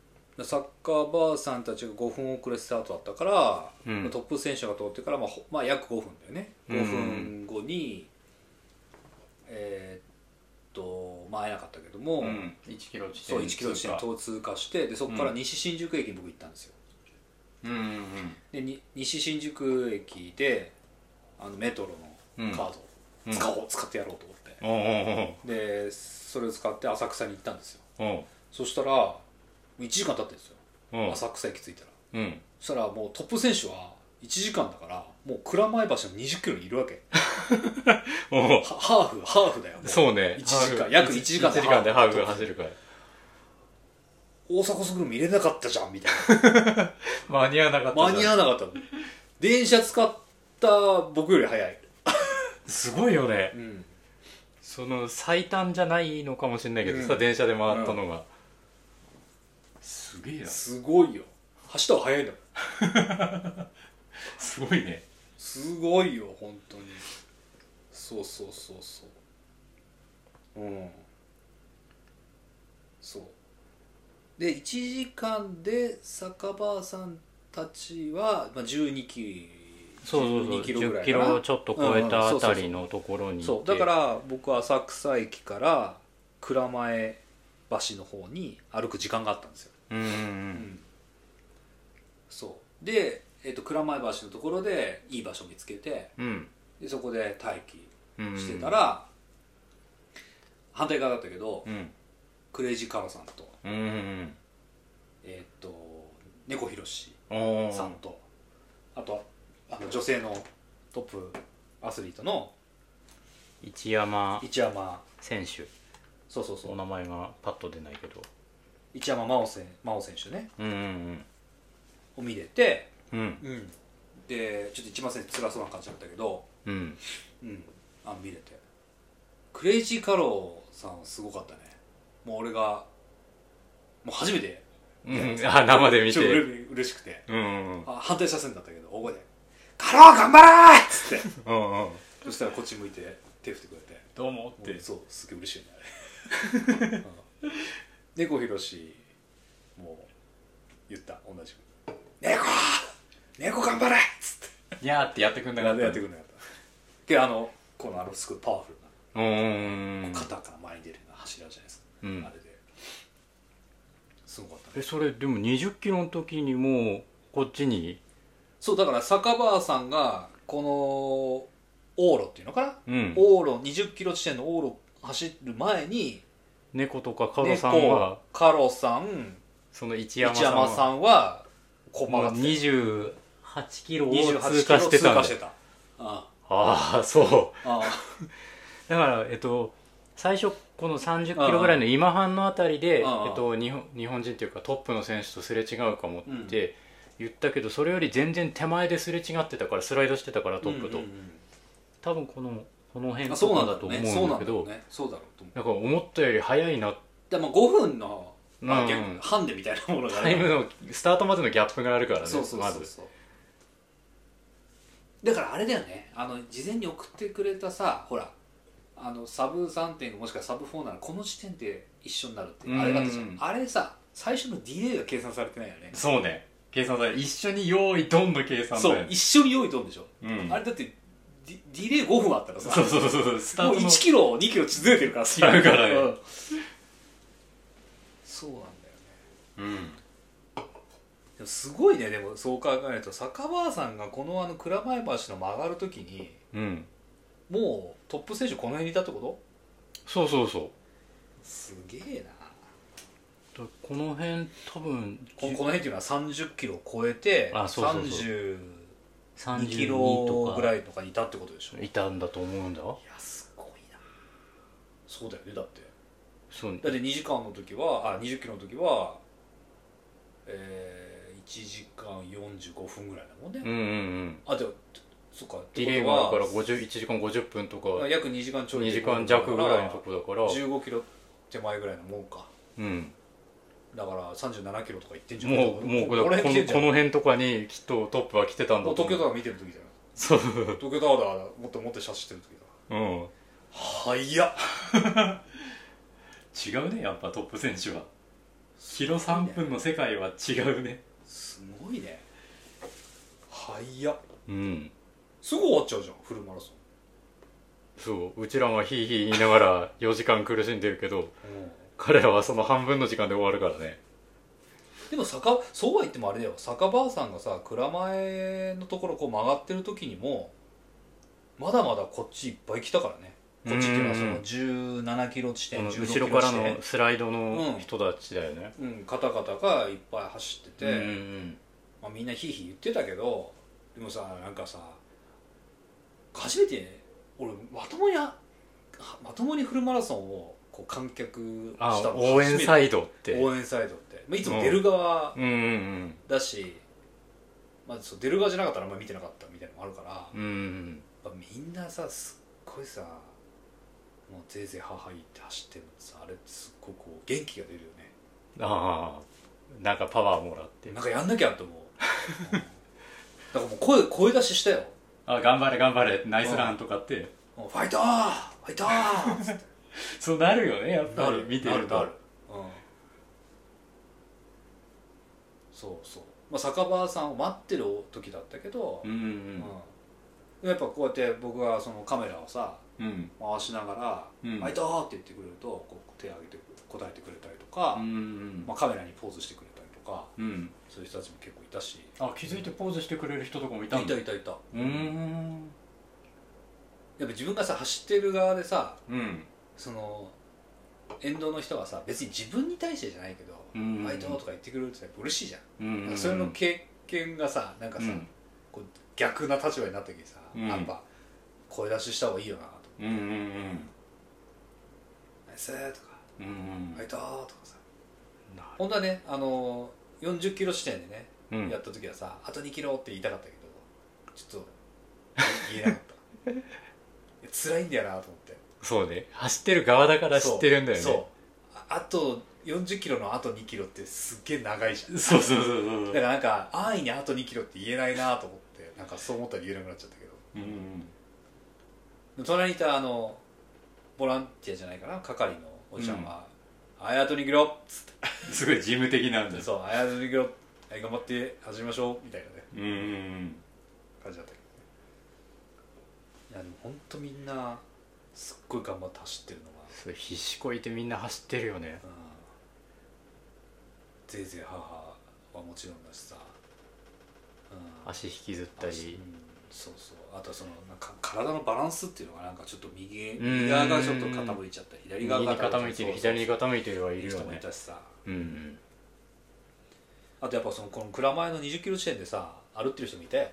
Speaker 3: サッカーバーさんたちが5分遅れスタートだったから、
Speaker 4: うん
Speaker 3: トップ選手が通ってから、まあほまあ、約5分だよね
Speaker 4: うん
Speaker 3: 5分後に、えーっとまあ会えなかったけども、
Speaker 4: うん、1キロ地点
Speaker 3: そう1キロ地点
Speaker 4: 通過
Speaker 3: を通過してでそこから西新宿駅に僕行ったんですよ、
Speaker 4: うんうん
Speaker 3: でに西新宿駅であのメトロのカードを使おう、使ってやろうと思って、
Speaker 4: うんお
Speaker 3: でそれを使って浅草に行ったんですよ
Speaker 4: うおうおう
Speaker 3: そしたらもう1時間経ってるんですよ、
Speaker 4: おう
Speaker 3: 浅草駅着いたら
Speaker 4: うん
Speaker 3: そしたらもうトップ選手は1時間だからもう蔵前橋の2 0キロにいるわけ
Speaker 4: おう
Speaker 3: は ハーフハーフだよもう
Speaker 4: そうね
Speaker 3: 一時間
Speaker 4: ハーフ
Speaker 3: 約一時間で
Speaker 4: 一時間でハーフが走るから
Speaker 3: 大迫傑見れなかったじゃんみたい
Speaker 4: 間に合わなかっ
Speaker 3: な
Speaker 4: た
Speaker 3: 間に合わなか ったの電車使った僕より早い、
Speaker 4: すごいよね
Speaker 3: うん、
Speaker 4: その最短じゃないのかもしれないけどさ、
Speaker 3: うん
Speaker 4: 電車で回ったのが、すげえな
Speaker 3: すごいよ走った方が早いんだもん
Speaker 4: すごいね
Speaker 3: すごいよ本当にそうそうそうそううんそうで1時間で酒場さんたちは、まあ、12キロ
Speaker 4: そうそうそう
Speaker 3: 12キロぐら
Speaker 4: 10
Speaker 3: い
Speaker 4: キ
Speaker 3: かな
Speaker 4: ロちょっと超えたあたりのところにいて
Speaker 3: そうだから僕は浅草駅から蔵前橋の方に歩く時間があったんですよ
Speaker 4: うんうん
Speaker 3: そうで、えっと蔵前橋のところでいい場所見つけて
Speaker 4: うんうん
Speaker 3: でそこで待機
Speaker 4: うんうん
Speaker 3: してたら、反対側だったけど、
Speaker 4: うん
Speaker 3: クレイジーカラさんと,、
Speaker 4: うんうん
Speaker 3: えーっと猫ひろし
Speaker 4: うんおー
Speaker 3: さんと、あとあの女性のトップアスリートの
Speaker 4: 一山
Speaker 3: 一山
Speaker 4: 選手
Speaker 3: そうそうそ
Speaker 4: お
Speaker 3: う
Speaker 4: 名前がパッと出ないけど
Speaker 3: 一山真央選真央選手ね
Speaker 4: うんうん
Speaker 3: を見れて、
Speaker 4: うんうん
Speaker 3: でちょっと一番選手辛そうな感じだったけど、
Speaker 4: うん
Speaker 3: うん、あ見れてクレイジーカローさんすごかったねもう俺がもう初めて
Speaker 4: うんあ生で見
Speaker 3: ちょっと
Speaker 4: て
Speaker 3: 嬉嬉しくて
Speaker 4: うんうん
Speaker 3: あ反対車線だったけど大声で「カロー頑張れ!」っつ って
Speaker 4: うんうん
Speaker 3: そしたらこっち向いて手振ってくれて
Speaker 4: どうもっ
Speaker 3: もうそうすげえ嬉しいよねあれ うん猫ひろしもう言った同じく「猫猫頑張れ!」っつって
Speaker 4: にゃーってやってくんなかった
Speaker 3: やってくれなかったけどあのこのあのすごいパワフルな
Speaker 4: うんうんうん
Speaker 3: 肩から前に出るような柱あるじゃないですか
Speaker 4: うん
Speaker 3: あれですごかったね
Speaker 4: えそれでも20キロの時にもうこっちに
Speaker 3: そうだから坂場さんがこの往路っていうのかな、
Speaker 4: うん
Speaker 3: 往路20キロ地点の往路走る前に
Speaker 4: 猫とかカロさんは
Speaker 3: 猫カロさん
Speaker 4: その一
Speaker 3: 一
Speaker 4: 山
Speaker 3: 山
Speaker 4: さん
Speaker 3: さ
Speaker 4: は
Speaker 3: んは駒
Speaker 4: も
Speaker 3: が
Speaker 4: う
Speaker 3: ついて
Speaker 4: 28キロを
Speaker 3: た28
Speaker 4: 通過して
Speaker 3: キロ
Speaker 4: た
Speaker 3: 通過
Speaker 4: んだ
Speaker 3: してたあ
Speaker 4: ああそう
Speaker 3: あああ
Speaker 4: だから、えっと、最初この3 0キロぐらいの今半のあたりで、え
Speaker 3: うんうん
Speaker 4: っと、日本日本人というかトップの選手とすれ違うかもって言ったけど、それより全然手前ですれ違ってたからスライドしてたからトップと、
Speaker 3: うんうんうん
Speaker 4: 多分このこの辺
Speaker 3: あそうなんだ
Speaker 4: だ
Speaker 3: ろう
Speaker 4: と思う
Speaker 3: ね
Speaker 4: ん
Speaker 3: そうなん
Speaker 4: だけ
Speaker 3: だろ
Speaker 4: ど
Speaker 3: うねそうだろうと思う
Speaker 4: なんか思ったより早いな
Speaker 3: でも5分の、まあ
Speaker 4: うん
Speaker 3: 逆ハンデみたいなものが
Speaker 4: タイムのスタートまでのギャップがあるからね
Speaker 3: そうそう
Speaker 4: ま
Speaker 3: そう
Speaker 4: ず
Speaker 3: そうだからあれだよねあの事前に送ってくれたさほらあのサブ3.5もしくはサブ4ならこの時点で一緒になるっていうあれがあったじゃ
Speaker 4: うんん
Speaker 3: あれさ最初のディレイが計算されてないよね
Speaker 4: そうね計算だ一緒に用意ドンの計算
Speaker 3: そ
Speaker 4: だよ
Speaker 3: う一緒に用意とんでしょ、
Speaker 4: うん
Speaker 3: あれだってディディレイ5分あったらさ
Speaker 4: そうそうそうそうスター
Speaker 3: もう
Speaker 4: トの
Speaker 3: 1キロ2キロずれてるからさ
Speaker 4: 違うからね
Speaker 3: うんそうなんだよね
Speaker 4: うん
Speaker 3: でもすごいねでもそう考えると坂場さんがこのあの蔵前橋の曲がるときに
Speaker 4: うん
Speaker 3: もうトップ選手この辺にいたってこと
Speaker 4: そうそうそう
Speaker 3: すげえな
Speaker 4: だこの辺多分
Speaker 3: ここの辺っていうのは30キロを超えて
Speaker 4: あそうそうそ
Speaker 3: 32
Speaker 4: 32
Speaker 3: キロぐら
Speaker 4: い
Speaker 3: いとかにいたってことでしょい
Speaker 4: いたんだと思うんだ
Speaker 3: やすごいなそうだよねだって
Speaker 4: そう
Speaker 3: だって2時間の時はあ20キロの時はえー、1時間45分ぐらいだもんね、
Speaker 4: うんうんうん
Speaker 3: あでもそっか
Speaker 4: ディレイ
Speaker 3: は
Speaker 4: がだから50 1時間50分とか
Speaker 3: まあ約2時間ちょい
Speaker 4: 2時間弱ぐらいのとこだから
Speaker 3: 15キロ手前ぐらいのもんか
Speaker 4: うん
Speaker 3: だから37キロとかいってんじゃん
Speaker 4: もうもうこ
Speaker 3: これ
Speaker 4: のこ
Speaker 3: 来
Speaker 4: の
Speaker 3: てんじゃん
Speaker 4: 辺とかにきっとトップは来てたん
Speaker 3: も
Speaker 4: だ
Speaker 3: う
Speaker 4: と
Speaker 3: 東京タ
Speaker 4: 思う
Speaker 3: ワー見てる時だよ
Speaker 4: そう
Speaker 3: 東京タワーだもっともっと写真してる時だ
Speaker 4: うん
Speaker 3: 早っ
Speaker 4: 違うねやっぱトップ選手はキ
Speaker 3: ロ三分
Speaker 4: の世界は違うね
Speaker 3: すごいね早っ
Speaker 4: うん
Speaker 3: すぐ終わっちゃうじゃんフルマラソ
Speaker 4: そううちらはヒーヒー言いながら4時間苦しんでるけど
Speaker 3: ン、
Speaker 4: 彼らはその半分の時間で終わるからね
Speaker 3: でも坂そうは言ってもあれだよ坂場さんがさ蔵前のところこう曲がってる時にもまだまだこっちいっぱい来たからねこっちっていうのはそ
Speaker 4: うん
Speaker 3: の17キロ地
Speaker 4: こ
Speaker 3: 点
Speaker 4: の
Speaker 3: 16
Speaker 4: 後
Speaker 3: キロ
Speaker 4: ろ
Speaker 3: 地点
Speaker 4: からのスライド
Speaker 3: う
Speaker 4: の
Speaker 3: ん
Speaker 4: 人たちだよね、
Speaker 3: うん、方々がいっぱい走ってて、
Speaker 4: うん
Speaker 3: まあ、みんなひいひい言ってたけどでもさなんかさ初めて俺まともにあまともにフルマラソンをこう観客
Speaker 4: あ
Speaker 3: したの
Speaker 4: 応援サ
Speaker 3: イ
Speaker 4: イドって
Speaker 3: 応援サイドって、まあ、いつも出る側
Speaker 4: うんうん
Speaker 3: だし、まあ、そう出る側じゃなかったらあんま見てなかったみたいなのもあるから、や
Speaker 4: うんうん
Speaker 3: っぱみんなさすっごいさもうぜいぜいはは言って走ってるのさあれすっごくこう元気が出るよね
Speaker 4: ああなんかパワーもらって
Speaker 3: なんかやんなきゃと思う うんだからもう声声出ししたよ
Speaker 4: あ頑張れ頑張れナ
Speaker 3: イスラ
Speaker 4: ンとかって
Speaker 3: もうファイトーファイトーつって
Speaker 4: そうなるよねやっ
Speaker 3: なるなるうんそうそう、まあ、酒場さんを待ってる時だったけど、
Speaker 4: うんうん
Speaker 3: うんやっぱこうやって僕がそのカメラをさ
Speaker 4: うん
Speaker 3: 回しながら「
Speaker 4: うん
Speaker 3: ファイトー!」って言ってくれるとこう手を挙げて答えてくれたりとか、
Speaker 4: ん
Speaker 3: まあ、カメラにポーズしてくれたりとか
Speaker 4: うん
Speaker 3: そういう人たちも結構いたし
Speaker 4: あ気づいてポーズしてくれる人とかもい
Speaker 3: い
Speaker 4: た
Speaker 3: た
Speaker 4: ん
Speaker 3: い
Speaker 4: だ
Speaker 3: たいたいた
Speaker 4: うーん
Speaker 3: やっぱ自分がさ走ってる側でさ
Speaker 4: うん
Speaker 3: その沿道の人がさ別に自分に対してじゃないけど「
Speaker 4: うん
Speaker 3: ファイト!」とか言ってくれるとやっぱ嬉しいじゃん、
Speaker 4: うん
Speaker 3: なんかそういうの経験がさなんかさ、
Speaker 4: うん
Speaker 3: こう逆な立場になった時にさ、
Speaker 4: うん
Speaker 3: やっぱ声出しした方がいいよなと思
Speaker 4: うんうんうん
Speaker 3: ナイス!」とか
Speaker 4: うんう
Speaker 3: 「
Speaker 4: ん
Speaker 3: ファイト!」とかさ
Speaker 4: なる
Speaker 3: 本当はねあの40キロ地点でね、
Speaker 4: うん
Speaker 3: やった時はさ「あと2キロ」って言いたかったけどちょっと言えなかった いや辛いんだよなと思って
Speaker 4: そうね走ってる側だから知ってるんだよね
Speaker 3: そうそうああと40キロのあと2キロってすっげえ長いじゃん
Speaker 4: そうそうそうそう
Speaker 3: だからなんか安易にあと2キロって言えないなと思ってなんかそう思ったら言えなくなっちゃったけど
Speaker 4: うんうん
Speaker 3: で隣にいたあのボランティアじゃないかな係のおじちゃんは「あやと2キロ」っつっ
Speaker 4: すごい事務的なんだ
Speaker 3: て「そうあやと2キロはい頑張って始めましょう」みたいなね
Speaker 4: うんうんうん
Speaker 3: 感じだったけどねいやでもほんとみんなすっごい頑張って走ってるのが、
Speaker 4: それ必死こいてみんな走ってるよね
Speaker 3: うん、ぜいぜい母はもちろんだしさ、うん、
Speaker 4: 足引きずった
Speaker 3: 足う
Speaker 4: り
Speaker 3: んそうそうあとそのなんか体のバランスっていうのがなんかちょっと右
Speaker 4: ん
Speaker 3: 右側がちょっと傾いちゃったり左
Speaker 4: 右
Speaker 3: 側
Speaker 4: に
Speaker 3: が
Speaker 4: 傾いてる左に
Speaker 3: が
Speaker 4: 傾いてるはい
Speaker 3: い
Speaker 4: る
Speaker 3: る
Speaker 4: よ
Speaker 3: 人もい
Speaker 4: ね
Speaker 3: たしさ
Speaker 4: うんうん
Speaker 3: あとやっぱそのこの蔵前の2 0キロ地点でさ歩ってる人もいて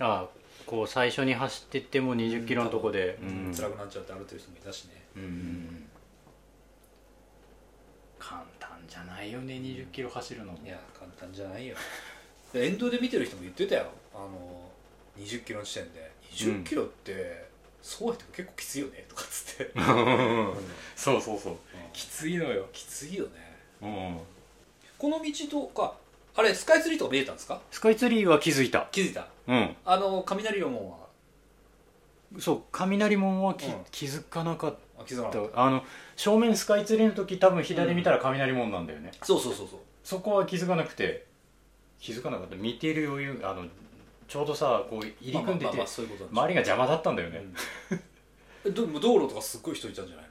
Speaker 4: ああこう最初に走ってっても2 0キロのとこで
Speaker 3: う
Speaker 4: うんん
Speaker 3: 辛くなっちゃって歩ってる人もいたしね
Speaker 4: うんうんうん簡単じゃないよね2 0キロ走るの
Speaker 3: いや簡単じゃないよで沿道で見てる人も言ってたよあの2 0キロの地点で2 0キロって、そうやっても結構きついよねとかっつっ て、うん
Speaker 4: そうそうそうきついのよ
Speaker 3: きついよね
Speaker 4: うん
Speaker 3: この道とかあれスカイツリーとか見えたんですか
Speaker 4: スカイツリーは気づいた
Speaker 3: 気づいた
Speaker 4: うん
Speaker 3: あの雷の門は
Speaker 4: そう雷門はき
Speaker 3: うん
Speaker 4: 気づかなかっ
Speaker 3: あ気づかなかった
Speaker 4: あの正面スカイツリーの時多分左見たら雷門なんだよね
Speaker 3: たそうそうそうそう
Speaker 4: そこは気づかなくて気づかなかった見てる余裕あのちょうどさこう入り組んで
Speaker 3: まあまあまあ
Speaker 4: て
Speaker 3: まあ
Speaker 4: 周
Speaker 3: そういうこと
Speaker 4: り
Speaker 3: な
Speaker 4: が
Speaker 3: んで
Speaker 4: 邪魔だったんだよ
Speaker 3: すよ
Speaker 4: ね、
Speaker 3: うんえどでも道路とかすっごい人いたんじゃない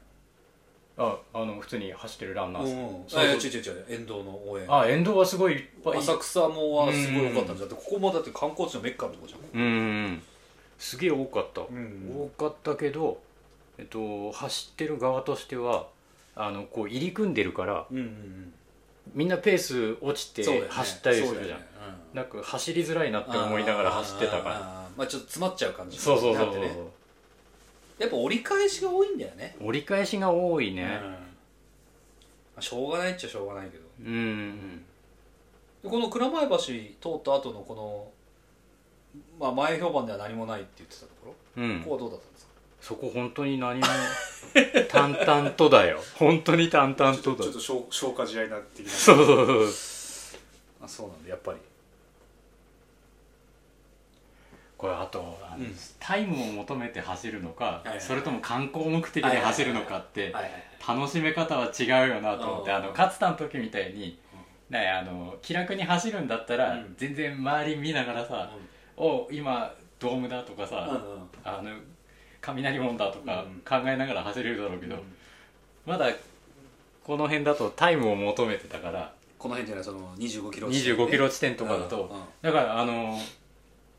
Speaker 4: ああの普通に走ってるランナ
Speaker 3: の
Speaker 4: ー
Speaker 3: う
Speaker 4: さん、
Speaker 3: んうん
Speaker 4: そうそう
Speaker 3: あいや違う違う違う沿道の応援
Speaker 4: あ沿道はすごいいっぱい
Speaker 3: 浅草もはすごい多かったんじゃんだってここもだって観光地のメッカのとこじゃん
Speaker 4: うんうんすげえ多かった、
Speaker 3: ん
Speaker 4: 多かったけど、えっと、走ってる側としてはあのこう入り組んでるから
Speaker 3: うんうんうん
Speaker 4: みんなペース落ちて
Speaker 3: そうだよね
Speaker 4: 走ったりするじゃん、
Speaker 3: そうだよねうん
Speaker 4: なんか走りづらいなって思いながら走ってたか
Speaker 3: あ
Speaker 4: ら
Speaker 3: ーまあちょっと詰まっちゃう感じ
Speaker 4: そうそうそう
Speaker 3: な
Speaker 4: そ
Speaker 3: ん
Speaker 4: う、
Speaker 3: でねやっぱ折り返しが多いんだよね
Speaker 4: 折り返しが多い
Speaker 3: うん
Speaker 4: ね
Speaker 3: まあしょうがないっちゃしょうがないけど
Speaker 4: うん、うん
Speaker 3: でこの蔵前橋通った後のこの、まあ、前評判では何もないって言ってたところ、
Speaker 4: うん
Speaker 3: ここはどうだったんですか
Speaker 4: そこ本当に何も淡々とだ よ本当に淡々とだよ
Speaker 3: 消消化試合な的な
Speaker 4: そうそうそう
Speaker 3: あそうなんだやっぱり
Speaker 4: これあとあの
Speaker 3: うん
Speaker 4: タイムを求めて走るのか、
Speaker 3: いはいはい
Speaker 4: それとも観光目的で走るのかって
Speaker 3: はいはいはい
Speaker 4: 楽しめ方は違うよなと思って
Speaker 3: うん
Speaker 4: あの勝田の時みたいに、ね、あの気楽に走るんだったら、
Speaker 3: うん
Speaker 4: 全然周り見ながらさ「お今ドームだ」とかさ、
Speaker 3: うんうん
Speaker 4: あの雷門だとか
Speaker 3: うん
Speaker 4: 考えながら走れるだろうけど、
Speaker 3: うん
Speaker 4: まだこの辺だとタイムを求めてたから
Speaker 3: この辺じゃないその25キロ
Speaker 4: 25キロ地点とかだと、
Speaker 3: うんうん
Speaker 4: だからあの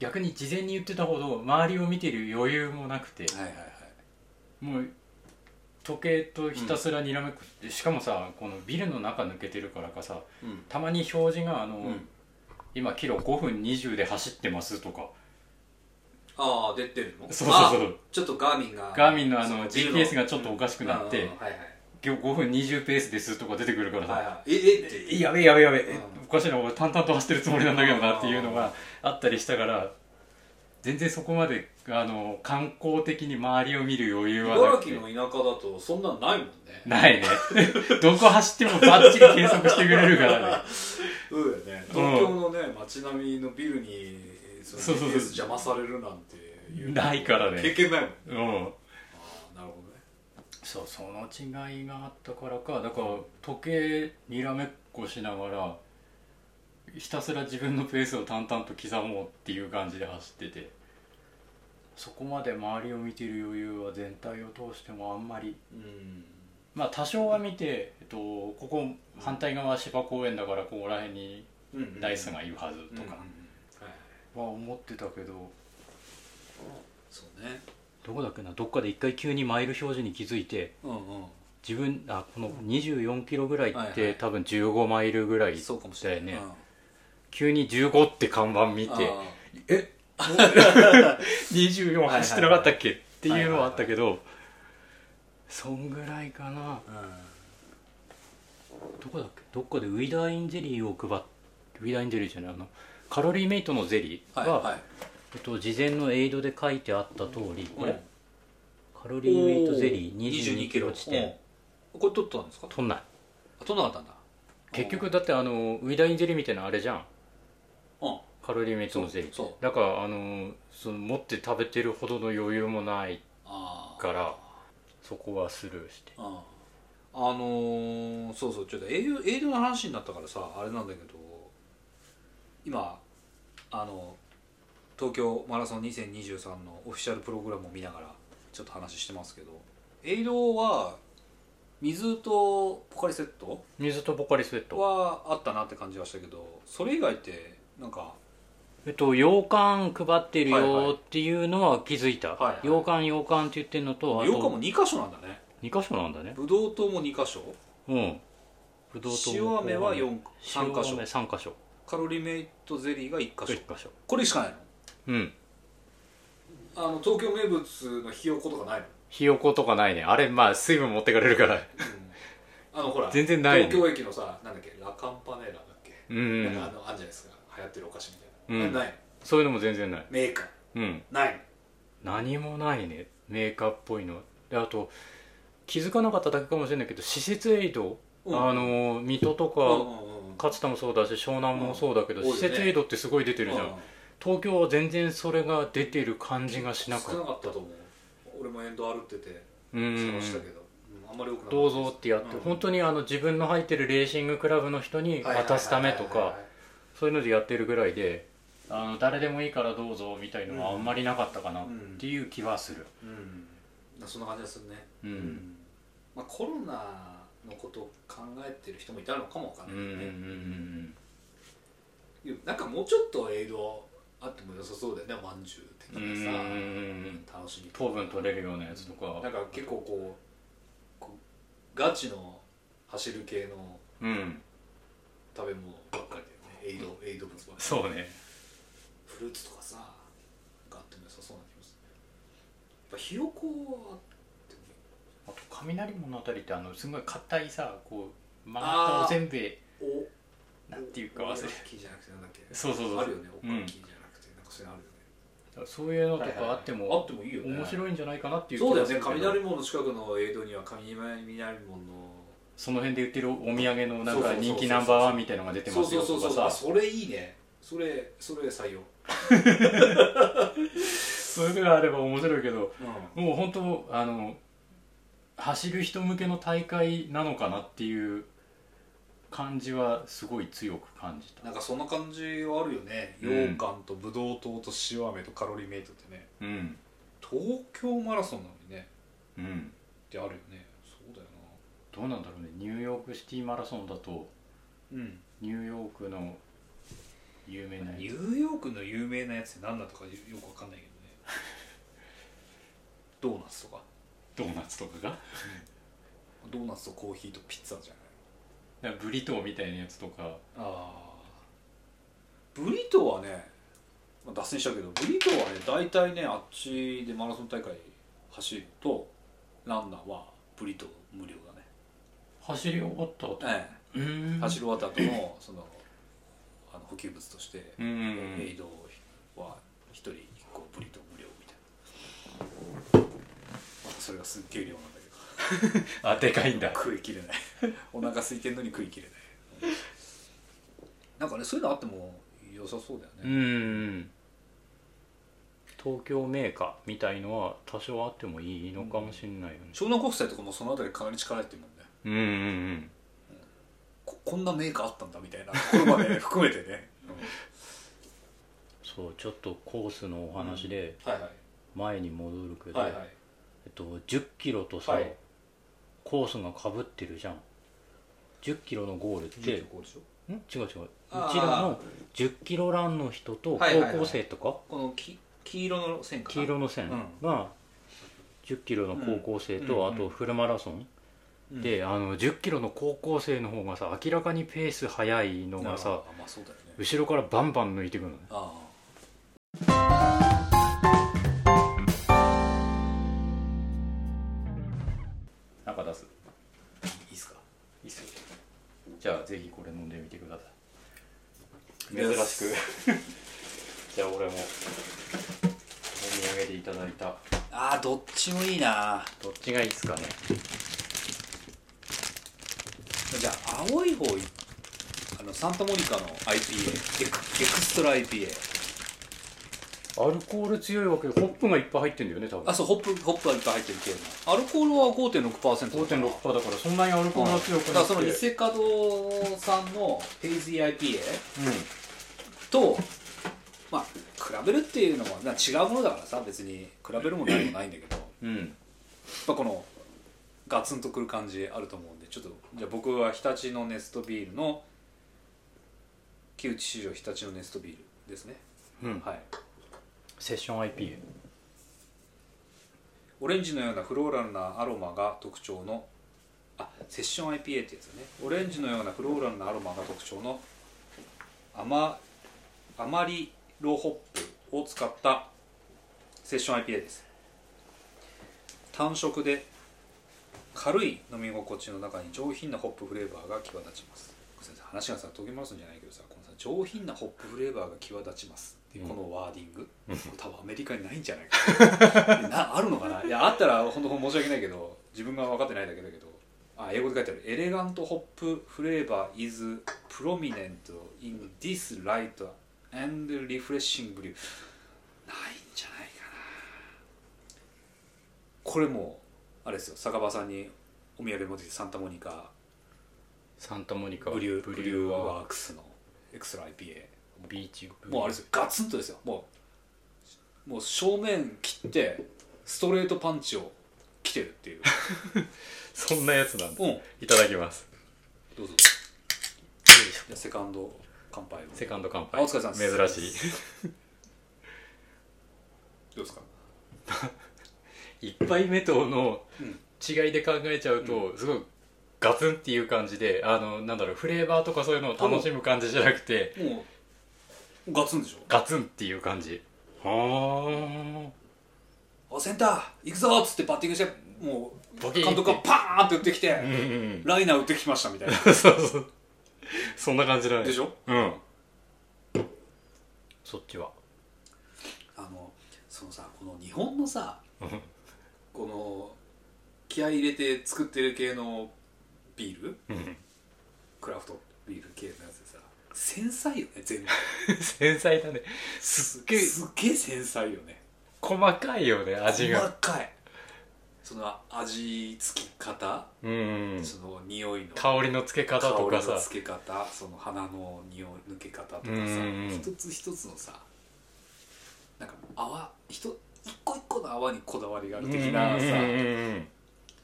Speaker 4: 逆に事前に言ってたほど周りを見てる余裕もなくて、
Speaker 3: はいはいはい
Speaker 4: もう時計とひたすらにらめっこして、しかもさこのビルの中抜けてるからかさ
Speaker 3: うん
Speaker 4: たまに表示があの、
Speaker 3: ん
Speaker 4: 今キロ5分20で走ってますとか
Speaker 3: ああ出てるの
Speaker 4: そうそうそう
Speaker 3: あちょっとガーミンが
Speaker 4: ガーミンのあ
Speaker 3: そ
Speaker 4: の
Speaker 3: 自由
Speaker 4: GPS がちょっとおかしくなっ
Speaker 3: う
Speaker 4: て
Speaker 3: んうんはいはい
Speaker 4: 今日5分20ペースですとか出てくるからさ、
Speaker 3: はいはいええって
Speaker 4: えやべえやべえやべえ、え
Speaker 3: うん
Speaker 4: おかしいな俺淡々と走ってるつもりなんだけどなっていうのがあったりしたから全然そこまであの観光的に周りを見る余裕はな
Speaker 3: 茨
Speaker 4: くて
Speaker 3: 城の田舎だとそんなのないもんね
Speaker 4: ないね どこ走ってもバッチリ計測してくれるからね
Speaker 3: そうだよね東京のね街並みのビルにそ
Speaker 4: そう
Speaker 3: の
Speaker 4: そうそう
Speaker 3: GPS 邪魔されるなんていう
Speaker 4: ないからね
Speaker 3: 経験ないもんあ
Speaker 4: うん
Speaker 3: あなるほどね
Speaker 4: そうその違いがあったからかだから時計にらめっこしながらひたすら自分のペースを淡々と刻もうっていう感じで走っててそこまで周りを見てる余裕は全体を通してもあんまり
Speaker 3: うん
Speaker 4: まあ多少は見て、えっと、ここ反対側芝公園だからここら辺に
Speaker 3: うんうん
Speaker 4: ダイスがいるはずと
Speaker 3: うんうん
Speaker 4: か
Speaker 3: はい
Speaker 4: は思ってたけど
Speaker 3: そうね
Speaker 4: どこだっけなどっかで一回急にマイル表示に気づいて
Speaker 3: うんうん
Speaker 4: 自分あこの24キロぐらい
Speaker 3: はい
Speaker 4: っ
Speaker 3: はい
Speaker 4: て多分15マイルぐらい
Speaker 3: そうかもしれない
Speaker 4: だよね急に15って看板見
Speaker 3: うん
Speaker 4: て
Speaker 3: ああ
Speaker 4: え24走ってなかったっけっていうのはあったけどそんぐらいかなどこだっけどっかでウィダーインゼリーを配っウィダーインゼリーじゃないあのカロリーメイトのゼリー
Speaker 3: はい
Speaker 4: は、
Speaker 3: はい
Speaker 4: えっと、事前のエイドで書いてあった通り、
Speaker 3: うん
Speaker 4: これカロリーメイトゼリー22キロ地点
Speaker 3: うんこれ取ったんですか
Speaker 4: 取んない
Speaker 3: あ取んなかったんだ
Speaker 4: 結局だってあのウィダーインゼリーみたいなのあれじゃん
Speaker 3: うん
Speaker 4: カロリーメイトのゼリー
Speaker 3: そうそう
Speaker 4: だからあのその持って食べてるほどの余裕もない
Speaker 3: ああ
Speaker 4: からそこはスルーして
Speaker 3: ああのー、そうそうちょっと営業営業の話になったからさあれなんだけど今あの東京マラソン2023のオフィシャルプログラムを見ながらちょっと話してますけどエイドは水とポカリセット
Speaker 4: 水とポカリスエット
Speaker 3: はあったなって感じはしたけどそれ以外ってなんか
Speaker 4: えっと洋館配ってる
Speaker 3: はいはい
Speaker 4: よっていうのは気づいた、
Speaker 3: はいはい
Speaker 4: 洋館洋館って言ってるのとあ
Speaker 3: 洋館も
Speaker 4: と
Speaker 3: 2箇所なんだね
Speaker 4: 2箇所なんだね
Speaker 3: ブドウ糖も2箇所
Speaker 4: うんぶどうと
Speaker 3: 塩飴は4
Speaker 4: 塩
Speaker 3: 3
Speaker 4: 飴
Speaker 3: 箇所
Speaker 4: 3箇所
Speaker 3: カロリーメイトゼリーが1箇所
Speaker 4: 1箇所
Speaker 3: これしかないの
Speaker 4: うん
Speaker 3: あの東京名物のひよことかないの
Speaker 4: ひよことかないねあれまあ水分持ってかれるから
Speaker 3: あのほら
Speaker 4: 全然ないね
Speaker 3: 東京駅のさなんだっけラカンパネラだっけ、
Speaker 4: うん
Speaker 3: なんかあのあんじゃないですか流行ってるお菓子みたいな、
Speaker 4: うん
Speaker 3: ないの
Speaker 4: そういうのも全然ない
Speaker 3: メーカー
Speaker 4: うん
Speaker 3: ないの
Speaker 4: 何もないねメーカーっぽいのであと気づかなかっただけかもしれないけど施設エイド、
Speaker 3: うん
Speaker 4: あの水戸とか、
Speaker 3: うんうんうん
Speaker 4: 勝田もそうだし湘南もそうだけど、
Speaker 3: うん
Speaker 4: 施設エイドってすごい出てるじゃん、
Speaker 3: うん
Speaker 4: 東京は全然それが出てる感じがしなかっ
Speaker 3: 少な
Speaker 4: た
Speaker 3: かったと思う俺もエンド歩ってて
Speaker 4: うんうん
Speaker 3: 探したけど、うんあんまり多くなかった
Speaker 4: どうぞってやって、
Speaker 3: うん
Speaker 4: 本当にあの自分の入ってるレーシングクラブの人に渡すため
Speaker 3: は
Speaker 4: と
Speaker 3: いはい
Speaker 4: かそういうのでやってるぐらいであの誰でもいいからどうぞみたいのはあんまりなかったかなっていう気はする、
Speaker 3: はいはいうんそんな感じがするね
Speaker 4: うん
Speaker 3: まあ、コロナのことを考えてる人もいたのかもわかん
Speaker 4: う
Speaker 3: なんい
Speaker 4: うんうん
Speaker 3: けど
Speaker 4: う
Speaker 3: ね、
Speaker 4: ん
Speaker 3: なんかもうちょっとエイドあっても良さそうだよねまんじゅう的
Speaker 4: うんうん
Speaker 3: なさ、
Speaker 4: うん
Speaker 3: 楽しみ
Speaker 4: 糖分取れるようなやつとか
Speaker 3: なんか結構こうこうガチの走る系の
Speaker 4: うん
Speaker 3: 食べ物ばっかりだよねエイドエイド物ばっかり
Speaker 4: そうね
Speaker 3: フルーツとかさがあっても良さそうな気もするやっぱひよこはあっても
Speaker 4: あと雷物語ってあのすごい硬いさこう曲がったおせんべい
Speaker 3: お
Speaker 4: なんていうか忘れ
Speaker 3: 大きいじゃなくてなんだっけ
Speaker 4: そうそうそう
Speaker 3: あるよねおっ
Speaker 4: う
Speaker 3: ぱい
Speaker 4: ん
Speaker 3: 大きいじゃなくて、なんかそういうのあるよね
Speaker 4: そういうのとかあって
Speaker 3: あっ
Speaker 4: も
Speaker 3: てもいいよね
Speaker 4: 面白いんじゃないかなっていう
Speaker 3: そうだよ
Speaker 4: 気
Speaker 3: ね
Speaker 4: がするけど
Speaker 3: 雷門の近くのエイドには雷門の
Speaker 4: その辺で売ってるお土産のなん
Speaker 3: そうそうそう
Speaker 4: か
Speaker 3: そう
Speaker 4: 人気ナンバーワンみたいのが出て
Speaker 3: そ
Speaker 4: ま
Speaker 3: う
Speaker 4: す
Speaker 3: そ
Speaker 4: よ
Speaker 3: うそ
Speaker 4: と
Speaker 3: うそう
Speaker 4: か
Speaker 3: あ
Speaker 4: さ
Speaker 3: それいいねそれそれ採用
Speaker 4: そういうのがあれば面白いけど
Speaker 3: う
Speaker 4: もう本当あの走る人向けの大会なのかなっていう感じはすごい強く感じた
Speaker 3: なんかそんな感じはあるよね
Speaker 4: うん
Speaker 3: 羊羹とブドウ糖と塩飴とカロリーメイトってね
Speaker 4: うん
Speaker 3: 東京マラソンなのにね
Speaker 4: うん
Speaker 3: ってあるよねそうだよ
Speaker 4: どうなんだろうねニューヨークシティマラソンだと
Speaker 3: なうん
Speaker 4: ニューヨークの有名な
Speaker 3: ニューヨークの有名なやつって何だとかよくわかんないけどねドーナツとか
Speaker 4: ドーナツとかが
Speaker 3: ドーナツとコーヒーとピッツァじゃない
Speaker 4: なんかブリトーみたいなやつとか
Speaker 3: あーブリトーはね、まあ、脱線したけどブリトーはね大体ねあっちでマラソン大会走るとランナーはブリトー無料
Speaker 4: 走り終わった後
Speaker 3: だね、
Speaker 4: う
Speaker 3: え
Speaker 4: ん
Speaker 3: え、走り終わった後のそのあの補給物として、
Speaker 4: うんうんうん
Speaker 3: エイドは1人1個ブリトー無料みたいな、まあ、それがすっげえ量なんだけど
Speaker 4: あでかいんだ
Speaker 3: 食いきれない お腹空いてんのに食いきれないなんかねそういうのあっても良さそうだよね、
Speaker 4: うんうん東京メーカーみたいのは多少あってもいいのかもしれないよね
Speaker 3: 湘南国際とかもそのあたりかなり力入ってるもんね
Speaker 4: うんうんうん
Speaker 3: ここんなメーカーあったんだみたいなところま で含めてね、
Speaker 4: そうちょっとコースのお話で
Speaker 3: はいは
Speaker 4: 前に戻るけ
Speaker 3: い
Speaker 4: ど、
Speaker 3: はいはい
Speaker 4: えっと、1 0キロとさ、
Speaker 3: はい
Speaker 4: コースがかぶってるじゃん1 0キロのゴールって
Speaker 3: で
Speaker 4: ん違
Speaker 3: こうでしょ
Speaker 4: う違ううち
Speaker 3: あー
Speaker 4: らの1 0キロランの人と
Speaker 3: はいはいはい
Speaker 4: 高校生とか、
Speaker 3: このき黄色の線かな
Speaker 4: 黄色の線が1 0キロの高校生
Speaker 3: うん
Speaker 4: と、
Speaker 3: うん
Speaker 4: あとフルマラソン、
Speaker 3: うん
Speaker 4: であの1 0キロの高校生の方がさ明らかにペース速い
Speaker 3: な
Speaker 4: の
Speaker 3: る
Speaker 4: が
Speaker 3: ほど
Speaker 4: さ
Speaker 3: あまあそうだよね
Speaker 4: 後ろからバンバン抜いてくるのね
Speaker 3: あ
Speaker 4: 中出す
Speaker 3: あいいっすか
Speaker 4: いいっすよじゃあぜひこれ飲んでみてください
Speaker 3: いや
Speaker 4: 珍しく じゃあ俺もお土産でいただいた
Speaker 3: ああどっちもいいな
Speaker 4: どっちがいいっすかね
Speaker 3: じゃあ青い方いあのサンタモニカの IPA エクエクストラ IPA
Speaker 4: アルコール強いわけでホップがいっぱい入ってんだよね多分
Speaker 3: あそうホップホップがいっぱい入ってる系のアルコールは5.6%だから
Speaker 4: 5.6%だからそんなにアルコールが強く
Speaker 3: だか
Speaker 4: な
Speaker 3: ら
Speaker 4: くて
Speaker 3: その伊勢門さんのヘイズー IPA と、まあ、比べるっていうのはな違うものだからさ別に比べるも何もないんだけど、
Speaker 4: うんうん
Speaker 3: まあ、このガツンとくる感じあると思うんでちょっとじゃあ僕は日立のネストビールの木内市場日立のネストビールですね
Speaker 4: うん
Speaker 3: はい
Speaker 4: セッション IPA
Speaker 3: オレンジのようなフローラルなアロマが特徴のあセッション IPA ってやつだねオレンジのようなフローラルなアロマが特徴の甘マリロホップを使ったセッション IPA です単色で軽い飲み心地の中に上品なホップフレーバーが際立ちます先生話がさとぎますんじゃないけどさこのさ上品なホップフレーバーが際立ちますっていうこのワーディング、多分アメリカにないんじゃないかなあるのかないやあったら本当申し訳ないけど自分が分かってないだけだけどあ英語で書いてある「エレガントホップフレーバー is prominent in this light and refreshing brew」ないんじゃないかなこれもうあれですよ酒場さんにお土産持ってきてサンタモニカ
Speaker 4: サンタモニカ
Speaker 3: ブリュー
Speaker 4: ブ
Speaker 3: ブ
Speaker 4: リ
Speaker 3: リ
Speaker 4: ュ
Speaker 3: ュ
Speaker 4: ー
Speaker 3: ー
Speaker 4: ワ
Speaker 3: ワ
Speaker 4: ー
Speaker 3: ークスのエクストラ IPA
Speaker 4: ビーチブリュー
Speaker 3: もうあれですよガツンとですよもうもう正面切ってストレートパンチを来てるっていう
Speaker 4: そんなやつなんだ、
Speaker 3: うん
Speaker 4: いただきます
Speaker 3: どうぞじゃあセカンド乾杯を
Speaker 4: セカンド乾杯
Speaker 3: あお疲れ様です
Speaker 4: 珍 し
Speaker 3: どうですか
Speaker 4: い一杯目との
Speaker 3: うん
Speaker 4: 違いで考えちゃうと、すごいガツンっていう感じであのなんだろうフレーバーとかそういうのを楽しむ感じじゃなくて
Speaker 3: もうガツンでし
Speaker 4: ガツンっていう感じは
Speaker 3: ょおセンター行くぞっつってバッティングしても
Speaker 4: ボ
Speaker 3: う
Speaker 4: キーン
Speaker 3: 監督がパーンって打ってきて、
Speaker 4: あうんうん
Speaker 3: ライナー打ってきましたみたいな
Speaker 4: そうそう そんな感じだね
Speaker 3: でしょ
Speaker 4: うんそっちは
Speaker 3: あのそのさこの日本のさこの気合い入れて作ってる系のビール
Speaker 4: うん
Speaker 3: クラフトビール系のやつでさ繊細よね全 部
Speaker 4: 繊細だね
Speaker 3: すっ
Speaker 4: げえ
Speaker 3: すっげえ繊細よね
Speaker 4: 細かいよね味
Speaker 3: 細
Speaker 4: が
Speaker 3: かいその味付き方、
Speaker 4: うんうん
Speaker 3: その匂いの
Speaker 4: 香りのつけ方とか
Speaker 3: 香り
Speaker 4: さ
Speaker 3: のつけ方その鼻の匂い抜け方とかさ、
Speaker 4: うんうんうん
Speaker 3: 一つ一つのさなんか泡ひと一個一個の泡にこだわりがある的なさ、
Speaker 4: うんうんうんうん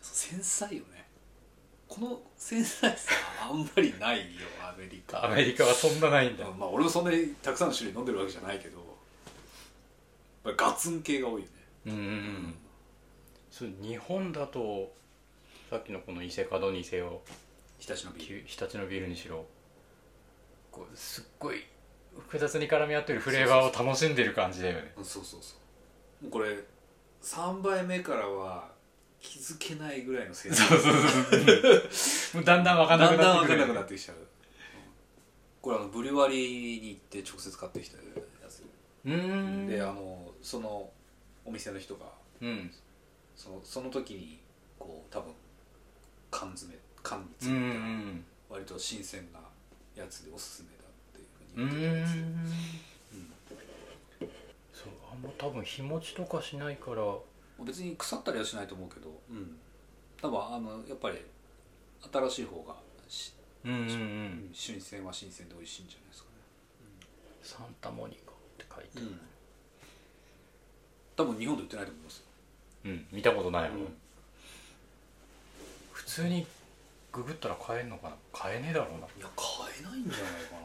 Speaker 3: 繊細よねこの繊細さあんまりないよアメリカ
Speaker 4: アメリカはそんなないんだ
Speaker 3: まあ俺もそんなにたくさんの種類飲んでるわけじゃないけどやっぱりガツン系が多いよね
Speaker 4: うんうんうんそう日本だとさっきのこの伊勢門にせよ
Speaker 3: 日立のビール
Speaker 4: き日立のビールにしろこうすっごい複雑に絡み合ってるフレーバーを楽しんでる感じだよね
Speaker 3: うんそうそうそうもうこれ3杯目からは気づけないぐらいの繊細さ
Speaker 4: もうだんだん分かんな
Speaker 3: だ
Speaker 4: く
Speaker 3: んだん
Speaker 4: なっ
Speaker 3: 分
Speaker 4: て
Speaker 3: かん
Speaker 4: くる
Speaker 3: なくなってきちゃう、これあのブリュワリーに行って直接買ってきたやつ、
Speaker 4: うーん
Speaker 3: であのそのお店の人が
Speaker 4: うん
Speaker 3: そのその時にこう多分缶詰缶に
Speaker 4: う
Speaker 3: 詰めた、
Speaker 4: ん
Speaker 3: 割と新鮮なやつでおすすめだっていうふ
Speaker 4: う
Speaker 3: うに言ってたやつ
Speaker 4: んそうあんま多分日持ちとかしないから
Speaker 3: 別に腐ったりはしないと思うけど、うん、多分あのやっぱり新しい方がし、
Speaker 4: うんうんう
Speaker 3: うんん新鮮は新鮮で美味しいんじゃないですか
Speaker 4: サンタモニカって書いてあ
Speaker 3: ね、
Speaker 4: る
Speaker 3: 多分日本で売ってないと思いますよ、
Speaker 4: うん見たことないもん、
Speaker 3: うん
Speaker 4: 普通にググったら買えんのかな買えねえだろうない
Speaker 3: や買えないんじゃないかな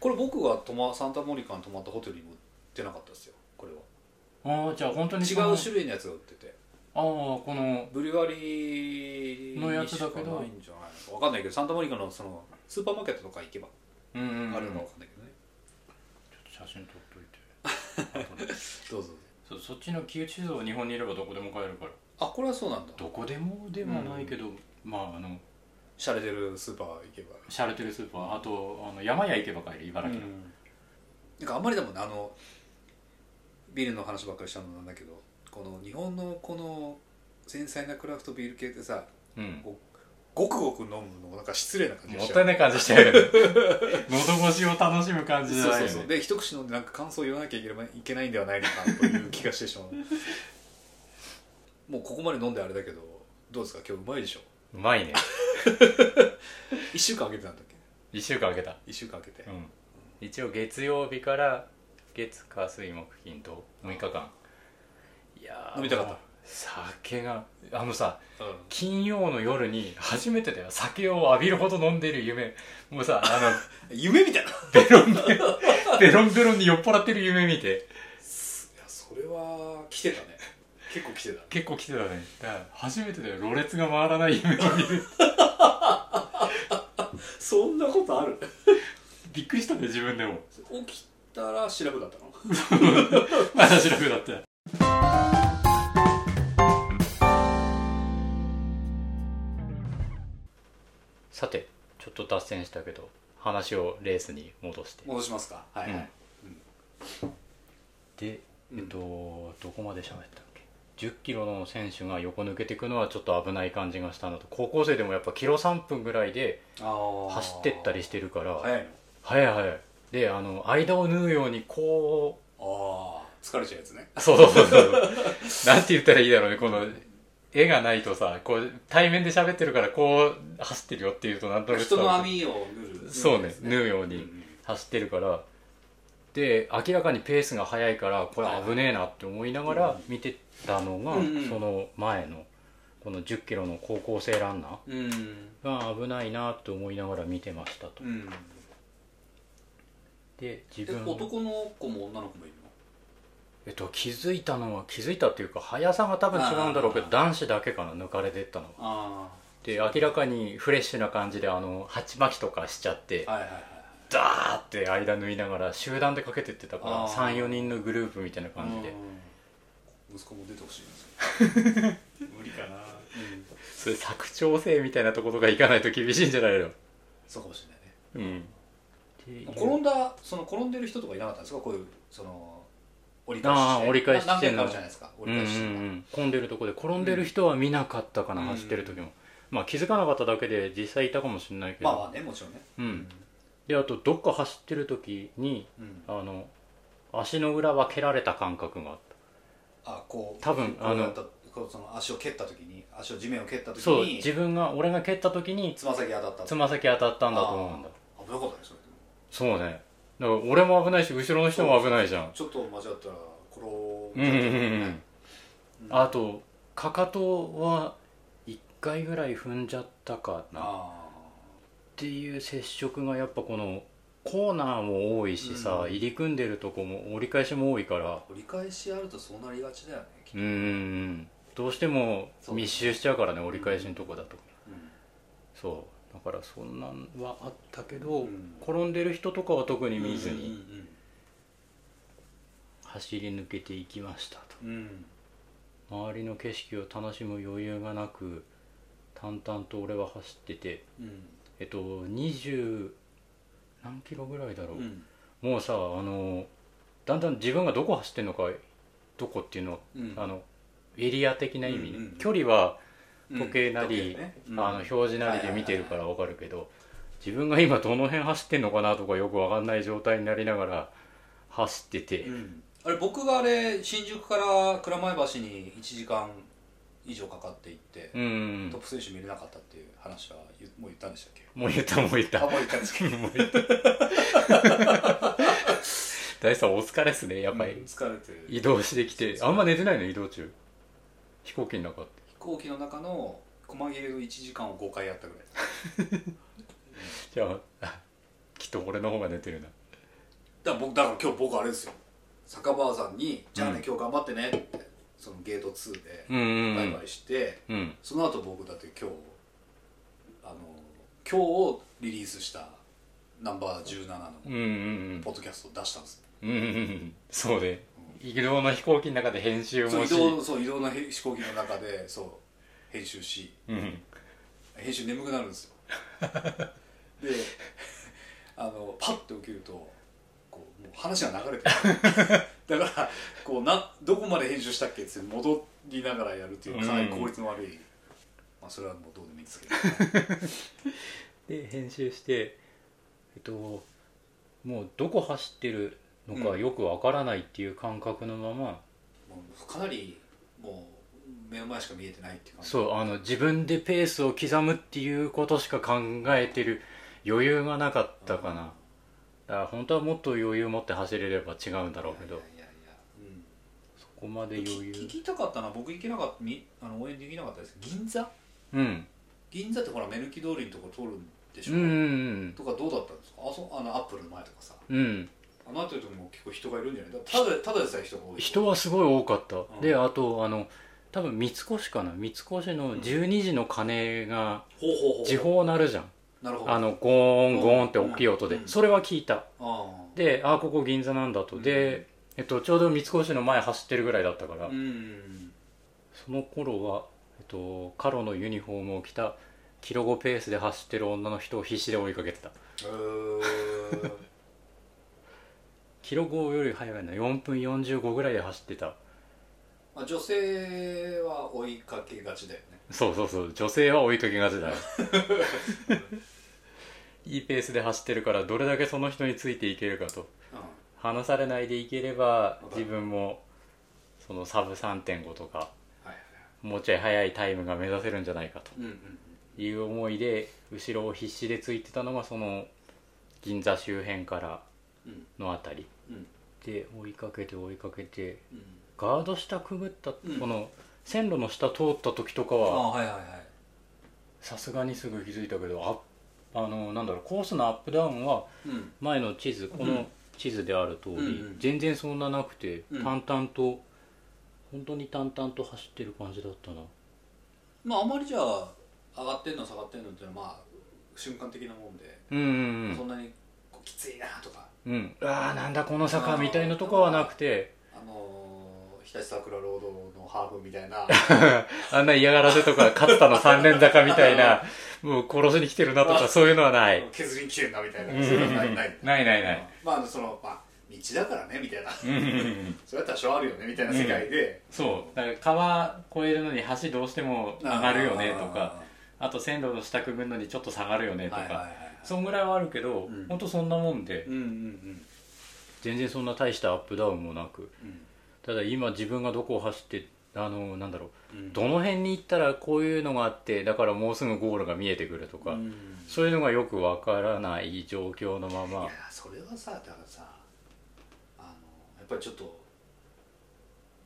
Speaker 3: これ僕が泊まサンタモニカに泊まったホテルにも売ってなかったですよこれは
Speaker 4: ああじゃあ本当に
Speaker 3: 違
Speaker 4: その
Speaker 3: う種類のやつが売ってて
Speaker 4: ああこの
Speaker 3: ブリュワリー
Speaker 4: のやつだけ
Speaker 3: にしか
Speaker 4: ど
Speaker 3: ないんじゃないのかわかんないけどサンタモニカのそのスーパーマーケットとか行けば
Speaker 4: うんうんうん
Speaker 3: あるのかわかんないけどね、
Speaker 4: ちょっと写真撮っといて 後で
Speaker 3: どうぞ
Speaker 4: そそっちの木内酒造は日本にいればどこでも買えるから
Speaker 3: あこれはそうなんだ
Speaker 4: どこでもではないけど、まああの
Speaker 3: シャレてるスーパー行けば
Speaker 4: シャレてるスーパーあとあの山屋行けば買える茨城の、
Speaker 3: なんかあんまりだもんねあのビールの話ばっかりしたのなんだけどこの日本のこの繊細なクラフトビール系ってさ
Speaker 4: うん
Speaker 3: ごくごく飲むのもなんか失礼な感じが
Speaker 4: もっ
Speaker 3: しち
Speaker 4: た
Speaker 3: ゃ
Speaker 4: いうない感じしてる 喉越しを楽しむ感じじゃ
Speaker 3: そう
Speaker 4: ない
Speaker 3: そ
Speaker 4: よ
Speaker 3: うそ
Speaker 4: ね
Speaker 3: うで一口飲んでなんか感想を言わなきゃいけないいけないんではないのかという気がしてしまうもうここまで飲んであれだけどどうですか今日うまいでしょ
Speaker 4: うまいね
Speaker 3: 1週間あけてたんだっけ
Speaker 4: 1週間あけた
Speaker 3: 1週間あけて、
Speaker 4: うん一応月曜日から月火水木金と6日間いやー
Speaker 3: 飲みたかった
Speaker 4: 酒があのさ
Speaker 3: うん
Speaker 4: 金曜の夜に初めてだよ酒を浴びるほど飲んでる夢もうさあ
Speaker 3: 夢みたいない
Speaker 4: のベロンベロンに酔っ払ってる夢見て
Speaker 3: やそれは来てたね結構来てた
Speaker 4: 結構来てたねだから初めてだよろれつが回らない夢を見る
Speaker 3: そんなことある
Speaker 4: びっくりしたね自分でも
Speaker 3: 起きたら白くだったの
Speaker 4: 話楽だったさてちょっと脱線したけど話をレースに戻して
Speaker 3: 戻しますかはいはい、
Speaker 4: で、
Speaker 3: うん
Speaker 4: えっと、どこまで喋ったっけ1 0キロの選手が横抜けていくのはちょっと危ない感じがしたのと高校生でもやっぱキロ3分ぐらいで
Speaker 3: ああ
Speaker 4: 走ってったりしてるから
Speaker 3: 早い
Speaker 4: 早い早いであの間を縫うようにこう
Speaker 3: のああ疲れちゃうやつね
Speaker 4: そうそうそうそうなんて言ったらいいだろうねこの絵がないとさこう対面で喋ってるからこう走ってるよっていうとなんとなく
Speaker 3: 人
Speaker 4: 伝わる
Speaker 3: の網を塗る
Speaker 4: そうね縫うよう
Speaker 3: うん
Speaker 4: に走ってるからで明らかにペースが速いからこれ危ねえなって思いながら見てたのが、
Speaker 3: うんうん
Speaker 4: その前のこの1 0キロの高校生ランナ
Speaker 3: うん
Speaker 4: ーが危ないなって思いながら見てましたと
Speaker 3: うん、うん、
Speaker 4: で自
Speaker 3: え
Speaker 4: 分
Speaker 3: 男の子も女の子もいるの
Speaker 4: えっと、気づいたのは気づいたっていうか速さが多分違うんだろうけど
Speaker 3: あー
Speaker 4: 男子だけかな抜かれてったのは
Speaker 3: あ
Speaker 4: で明らかにフレッシュな感じであの鉢巻きとかしちゃって
Speaker 3: あはいはいはい
Speaker 4: ダーって間縫いながら集団でかけてってたから
Speaker 3: あー
Speaker 4: 34人のグループみたいな感じで
Speaker 3: うん息子も出てほしいんですよ、
Speaker 5: 無理かな
Speaker 3: うん、
Speaker 4: それ作調整みたいなところがいかないと厳しいんじゃないの
Speaker 3: そうかもしれな
Speaker 4: う
Speaker 3: い
Speaker 4: ん
Speaker 3: ね転んだその転んでる人とかいなかったんですかこういうその折り返し
Speaker 4: ああ
Speaker 3: して
Speaker 4: 折り返し
Speaker 3: な
Speaker 4: して
Speaker 3: 何回か
Speaker 4: んの
Speaker 3: あるじゃないですか
Speaker 4: うん
Speaker 3: 折
Speaker 4: う
Speaker 3: り
Speaker 4: ん
Speaker 3: 返
Speaker 4: う
Speaker 3: ししてんの
Speaker 4: ん混んでるとこで転んでる人は見なかったかな、
Speaker 3: うん
Speaker 4: 走ってる時もまあ気づかなかっただけで実際いたかもしれないけど、
Speaker 3: まあまあねもちろんね
Speaker 4: うんであとどっか走ってる時に
Speaker 3: うん
Speaker 4: あの足の裏は蹴られた感覚があっ
Speaker 3: あこう
Speaker 4: 多分
Speaker 3: こうや
Speaker 4: あの
Speaker 3: ったこうその足を蹴った時に足を地面を蹴った
Speaker 4: た
Speaker 3: 時
Speaker 4: そう
Speaker 3: に
Speaker 4: 自分が俺が蹴った時に
Speaker 3: つま先当たった
Speaker 4: つま先当たったんだと思うんだ
Speaker 3: あー危なかったですね
Speaker 4: そうねだから俺も危ないし後ろの人も危ないじゃん
Speaker 3: ちょっと間違ったら転
Speaker 4: うんうんうんうん
Speaker 3: うん
Speaker 4: あとかかとは1回ぐらい踏んじゃったかなっ
Speaker 3: あ
Speaker 4: ていう接触がやっぱこのコーナーも多いしさ、
Speaker 3: うん
Speaker 4: 入り組んでるとこも折り返しも多いから
Speaker 3: あ折り返しあるとそうなりがちだよねきっ
Speaker 4: う
Speaker 3: と
Speaker 4: んうんうんどうしても密集しちゃうからね折り返しのとこだとそうだからそんなんはあったけど、
Speaker 3: うん
Speaker 4: 転んでる人とかは特に
Speaker 3: うん
Speaker 4: 見ず
Speaker 3: うん
Speaker 4: に走り抜けていきましたと
Speaker 3: うんうん
Speaker 4: 周りの景色を楽しむ余裕がなく淡々と俺は走ってて
Speaker 3: うん
Speaker 4: えっと20何キロぐらいだろ
Speaker 3: う
Speaker 4: う、
Speaker 3: んうん
Speaker 4: もうさあのだんだん自分がどこ走ってんのかどこっていうの、
Speaker 3: うん
Speaker 4: あのエリア的な意味ね、
Speaker 3: うんうん
Speaker 4: 距離は
Speaker 3: うん
Speaker 4: 時計なり、
Speaker 3: 時計ねう
Speaker 4: あ
Speaker 3: ん
Speaker 4: の表示なりで見てるからわかるけど、自分が今どの辺走ってんのかなとかよくわかんない状態になりながら走ってて、
Speaker 3: うんあれ僕があれ新宿から蔵前橋に1時間以上かかっていって
Speaker 4: うんうん
Speaker 3: トップ選手見れなかったっていう話は言うもう言ったんでしたっけ
Speaker 4: もう言ったもう言った
Speaker 3: あもう言ったんですけど
Speaker 4: 大地さんお疲れっすねやっぱり、
Speaker 3: うん疲れてる
Speaker 4: 移動してきてあんま寝てないの移動中飛行機の中って
Speaker 3: 飛行機の中の細切れの1時間を5回やったぐらい
Speaker 4: じゃあ あきっと俺の方が寝てるな
Speaker 3: だから僕だから今日僕あれですよ坂場さんに「じゃあね、今日頑張ってね」ってそのゲート2で
Speaker 4: うんうんう
Speaker 3: バイ
Speaker 4: ん
Speaker 3: バイして、
Speaker 4: うん
Speaker 3: その後僕だって今日あの今日をリリースしたナンバー17の
Speaker 4: うんうんうん
Speaker 3: ポッドキャストを出したんです、
Speaker 4: うんうんうんそうで移動の飛行機の中で編集
Speaker 3: そう
Speaker 4: も
Speaker 3: 移
Speaker 4: し
Speaker 3: 動そう移動の飛行機の中でそう編集し
Speaker 4: うん
Speaker 3: 編集眠くなるんです よであのパッて起きるとこうもう話が流れて るだからこうなどこまで編集したっけって戻りながらやるっていうかなり効率の悪い、まあ、それはもうどうでもいいんですけど
Speaker 4: で編集してえっともうどこ走ってるのかよくわからないっていう感覚のまま、
Speaker 3: もうかなりもう目の前しか見えてないっていう感じ
Speaker 4: そうあの自分でペースを刻むっていうことしか考えてる余裕がなかったかな、だから本当はもっと余裕持って走れれば違うんだろうけど、
Speaker 3: いやいやいや、うん、
Speaker 4: そこまで
Speaker 3: き
Speaker 4: 余
Speaker 3: 聞
Speaker 4: 裕
Speaker 3: きたかったな僕行けなかったみあの応援できなかったですけど銀座
Speaker 4: うん
Speaker 3: 銀座ってほら目抜き通りのとこ通るんでし
Speaker 4: う
Speaker 3: ょ、
Speaker 4: んうん
Speaker 3: とかどうだったんですかあそうあのアップルの前とかさ
Speaker 4: うんうん
Speaker 3: あの辺りとかも結構人がいるんじゃないだただただでさえ人が多い
Speaker 4: 人はすごい多かった、
Speaker 3: ん
Speaker 4: であとあの多分三越かな三越の12時の鐘が
Speaker 3: ほうほうほう
Speaker 4: 時報鳴るじゃん、
Speaker 3: なるほど
Speaker 4: あのゴーンゴーンって大きい音で、
Speaker 3: うん
Speaker 4: それは聞いた
Speaker 3: あー
Speaker 4: であここ銀座なんだと、で、えっと、ちょうど三越の前走ってるぐらいだったから、
Speaker 3: うん
Speaker 4: その頃は、えっと、カロのユニフォームを着たキロ5ペースで走ってる女の人を必死で追いかけてた
Speaker 3: えー
Speaker 4: キロ5より早いな4分45ぐらいで走ってた
Speaker 3: まあ女性は追いかけがちだよね
Speaker 4: そうそうそう女性は追いかけがちだ いいペースで走ってるからどれだけその人についていけるかと
Speaker 3: う
Speaker 4: 離されないでいければ
Speaker 3: そうだ
Speaker 4: 自分もそのサブ3.5とか
Speaker 3: んはいはいはい
Speaker 4: もうちょい早いタイムが目指せるんじゃないかと
Speaker 3: うんうん
Speaker 4: いう思いで後ろを必死でついてたのがその銀座周辺から
Speaker 3: うん
Speaker 4: のあたり
Speaker 3: うん
Speaker 4: で追いかけて追いかけて
Speaker 3: うん
Speaker 4: ガード下くぐった、
Speaker 3: うん
Speaker 4: この線路の下通った時とか
Speaker 3: あ
Speaker 4: は
Speaker 3: あはいはいはい
Speaker 4: さすがにすぐ気づいたけどああのなんだろうコースのアップダウンは
Speaker 3: うん
Speaker 4: 前の地図この地図である通り、
Speaker 3: うんうん
Speaker 4: 全然そんななくて、
Speaker 3: うん
Speaker 4: 淡々と本当に淡々と走ってる感じだったな
Speaker 3: まああまりじゃあ上がってんの下がってんのっていうのはまあ瞬間的なもんで、
Speaker 4: うんうん
Speaker 3: そんなにこうきついなとか
Speaker 4: うんうんああなんだこの坂みたいなとこはなくて
Speaker 3: あのー、日立桜ロードのハーフみたい な
Speaker 4: あんな嫌がらせとか勝ったの三連坂みたいなもう殺しに来てるなとかそういうのはない
Speaker 3: 削りにきてるなみたいな、
Speaker 4: うん
Speaker 3: そういうのはないない
Speaker 4: ないないない
Speaker 3: まああのそのまあ道だからねみたいな、
Speaker 4: うんうんうん
Speaker 3: それは多少あるよねみたいな世界で、
Speaker 4: そうだから川越えるのに橋どうしても上がるよねとかあと線路の下くぐるのにちょっと下がるよね
Speaker 3: と
Speaker 4: とか、
Speaker 3: はいはいはい
Speaker 4: そんぐらいはあるけど、
Speaker 3: うん
Speaker 4: ほんとそんなもんで
Speaker 3: うんうんうん
Speaker 4: 全然そんな大したアップダウンもなく
Speaker 3: うん
Speaker 4: ただ今自分がどこを走ってあのなんだろう、
Speaker 3: うん
Speaker 4: どの辺に行ったらこういうのがあってだからもうすぐゴールが見えてくるとか、
Speaker 3: うん
Speaker 4: そういうのがよくわからない状況のま
Speaker 3: い
Speaker 4: ま
Speaker 3: やそれはさだからさあのやっぱりちょっと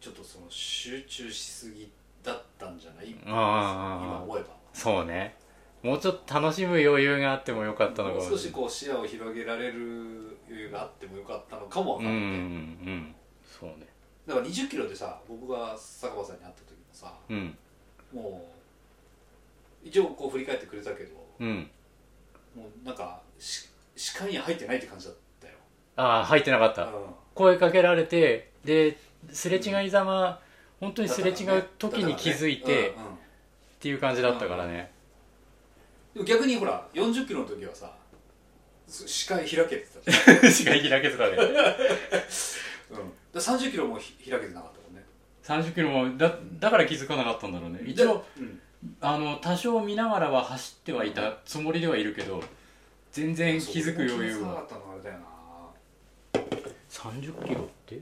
Speaker 3: ちょっとその集中しすぎだったんじゃない今
Speaker 4: ああ
Speaker 3: 思えば
Speaker 4: そうねもうちょっと楽しむ余裕があってもよかったのかも
Speaker 3: もう
Speaker 4: し
Speaker 3: 少
Speaker 4: れない
Speaker 3: しこう視野を広げられる余裕があってもよかったのかもわ
Speaker 4: う
Speaker 3: か
Speaker 4: ん
Speaker 3: ん
Speaker 4: う
Speaker 3: なんい、
Speaker 4: うんそうね
Speaker 3: だから2 0キロでさ僕が坂場さんに会った時もさ
Speaker 4: うん
Speaker 3: もう一応こう振り返ってくれたけど
Speaker 4: うん
Speaker 3: もうなんかし視界に入ってないって感じだったよ、
Speaker 4: ああ入ってなかった、
Speaker 3: う
Speaker 4: 声かけられてですれ違いざま、本当に
Speaker 3: ん、
Speaker 4: すれ違う時に気づい
Speaker 3: だからね
Speaker 4: て
Speaker 3: うんうん
Speaker 4: っていう感じだったからね、
Speaker 3: でも逆にほら4 0キロの時はさす視界開けてたじゃん、
Speaker 4: 視界開けてた ね
Speaker 3: うん、だ3 0キロもひ開けてなかったもんね
Speaker 4: 30キロもだだから気づかなかったんだろうね一応、
Speaker 3: うん、
Speaker 4: あの多少見ながらは走ってはいたつもりではいるけど全然気づく余
Speaker 3: そう気
Speaker 4: 裕
Speaker 3: づかなか
Speaker 4: は
Speaker 3: ったのあれだよな
Speaker 4: 30キロっても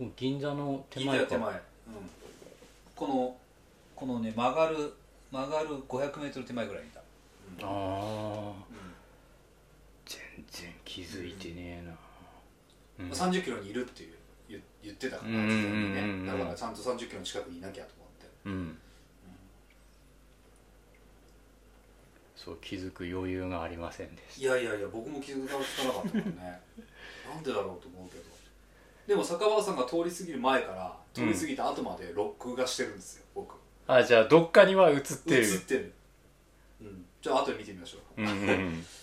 Speaker 4: う銀座の手
Speaker 3: 銀座
Speaker 4: 前
Speaker 3: よ
Speaker 4: か
Speaker 3: 手前、うん、このこのね曲がる曲がる 500m 手前ぐらいにいた
Speaker 4: ああ、全然気づいてねえな、うん
Speaker 3: 3 0キロにいるっていう言言ってたから、
Speaker 4: うんうんうんう
Speaker 3: 事
Speaker 4: ん
Speaker 3: 前にね、だからちゃんと3 0キロの近くにいなきゃと思って
Speaker 4: うん、そう気づく余裕がありませんでし
Speaker 3: いやいやいや僕も気づかなかったからね なんでだろうと思うけどでも坂場さんが通り過ぎる前から通り過ぎた後まで録画してるんですよ、僕
Speaker 4: たあじゃあどっかには映っ
Speaker 3: 映
Speaker 4: て
Speaker 3: っ
Speaker 4: る
Speaker 3: てる、うん、じゃあ後で見てみましょう、
Speaker 4: うんうんうん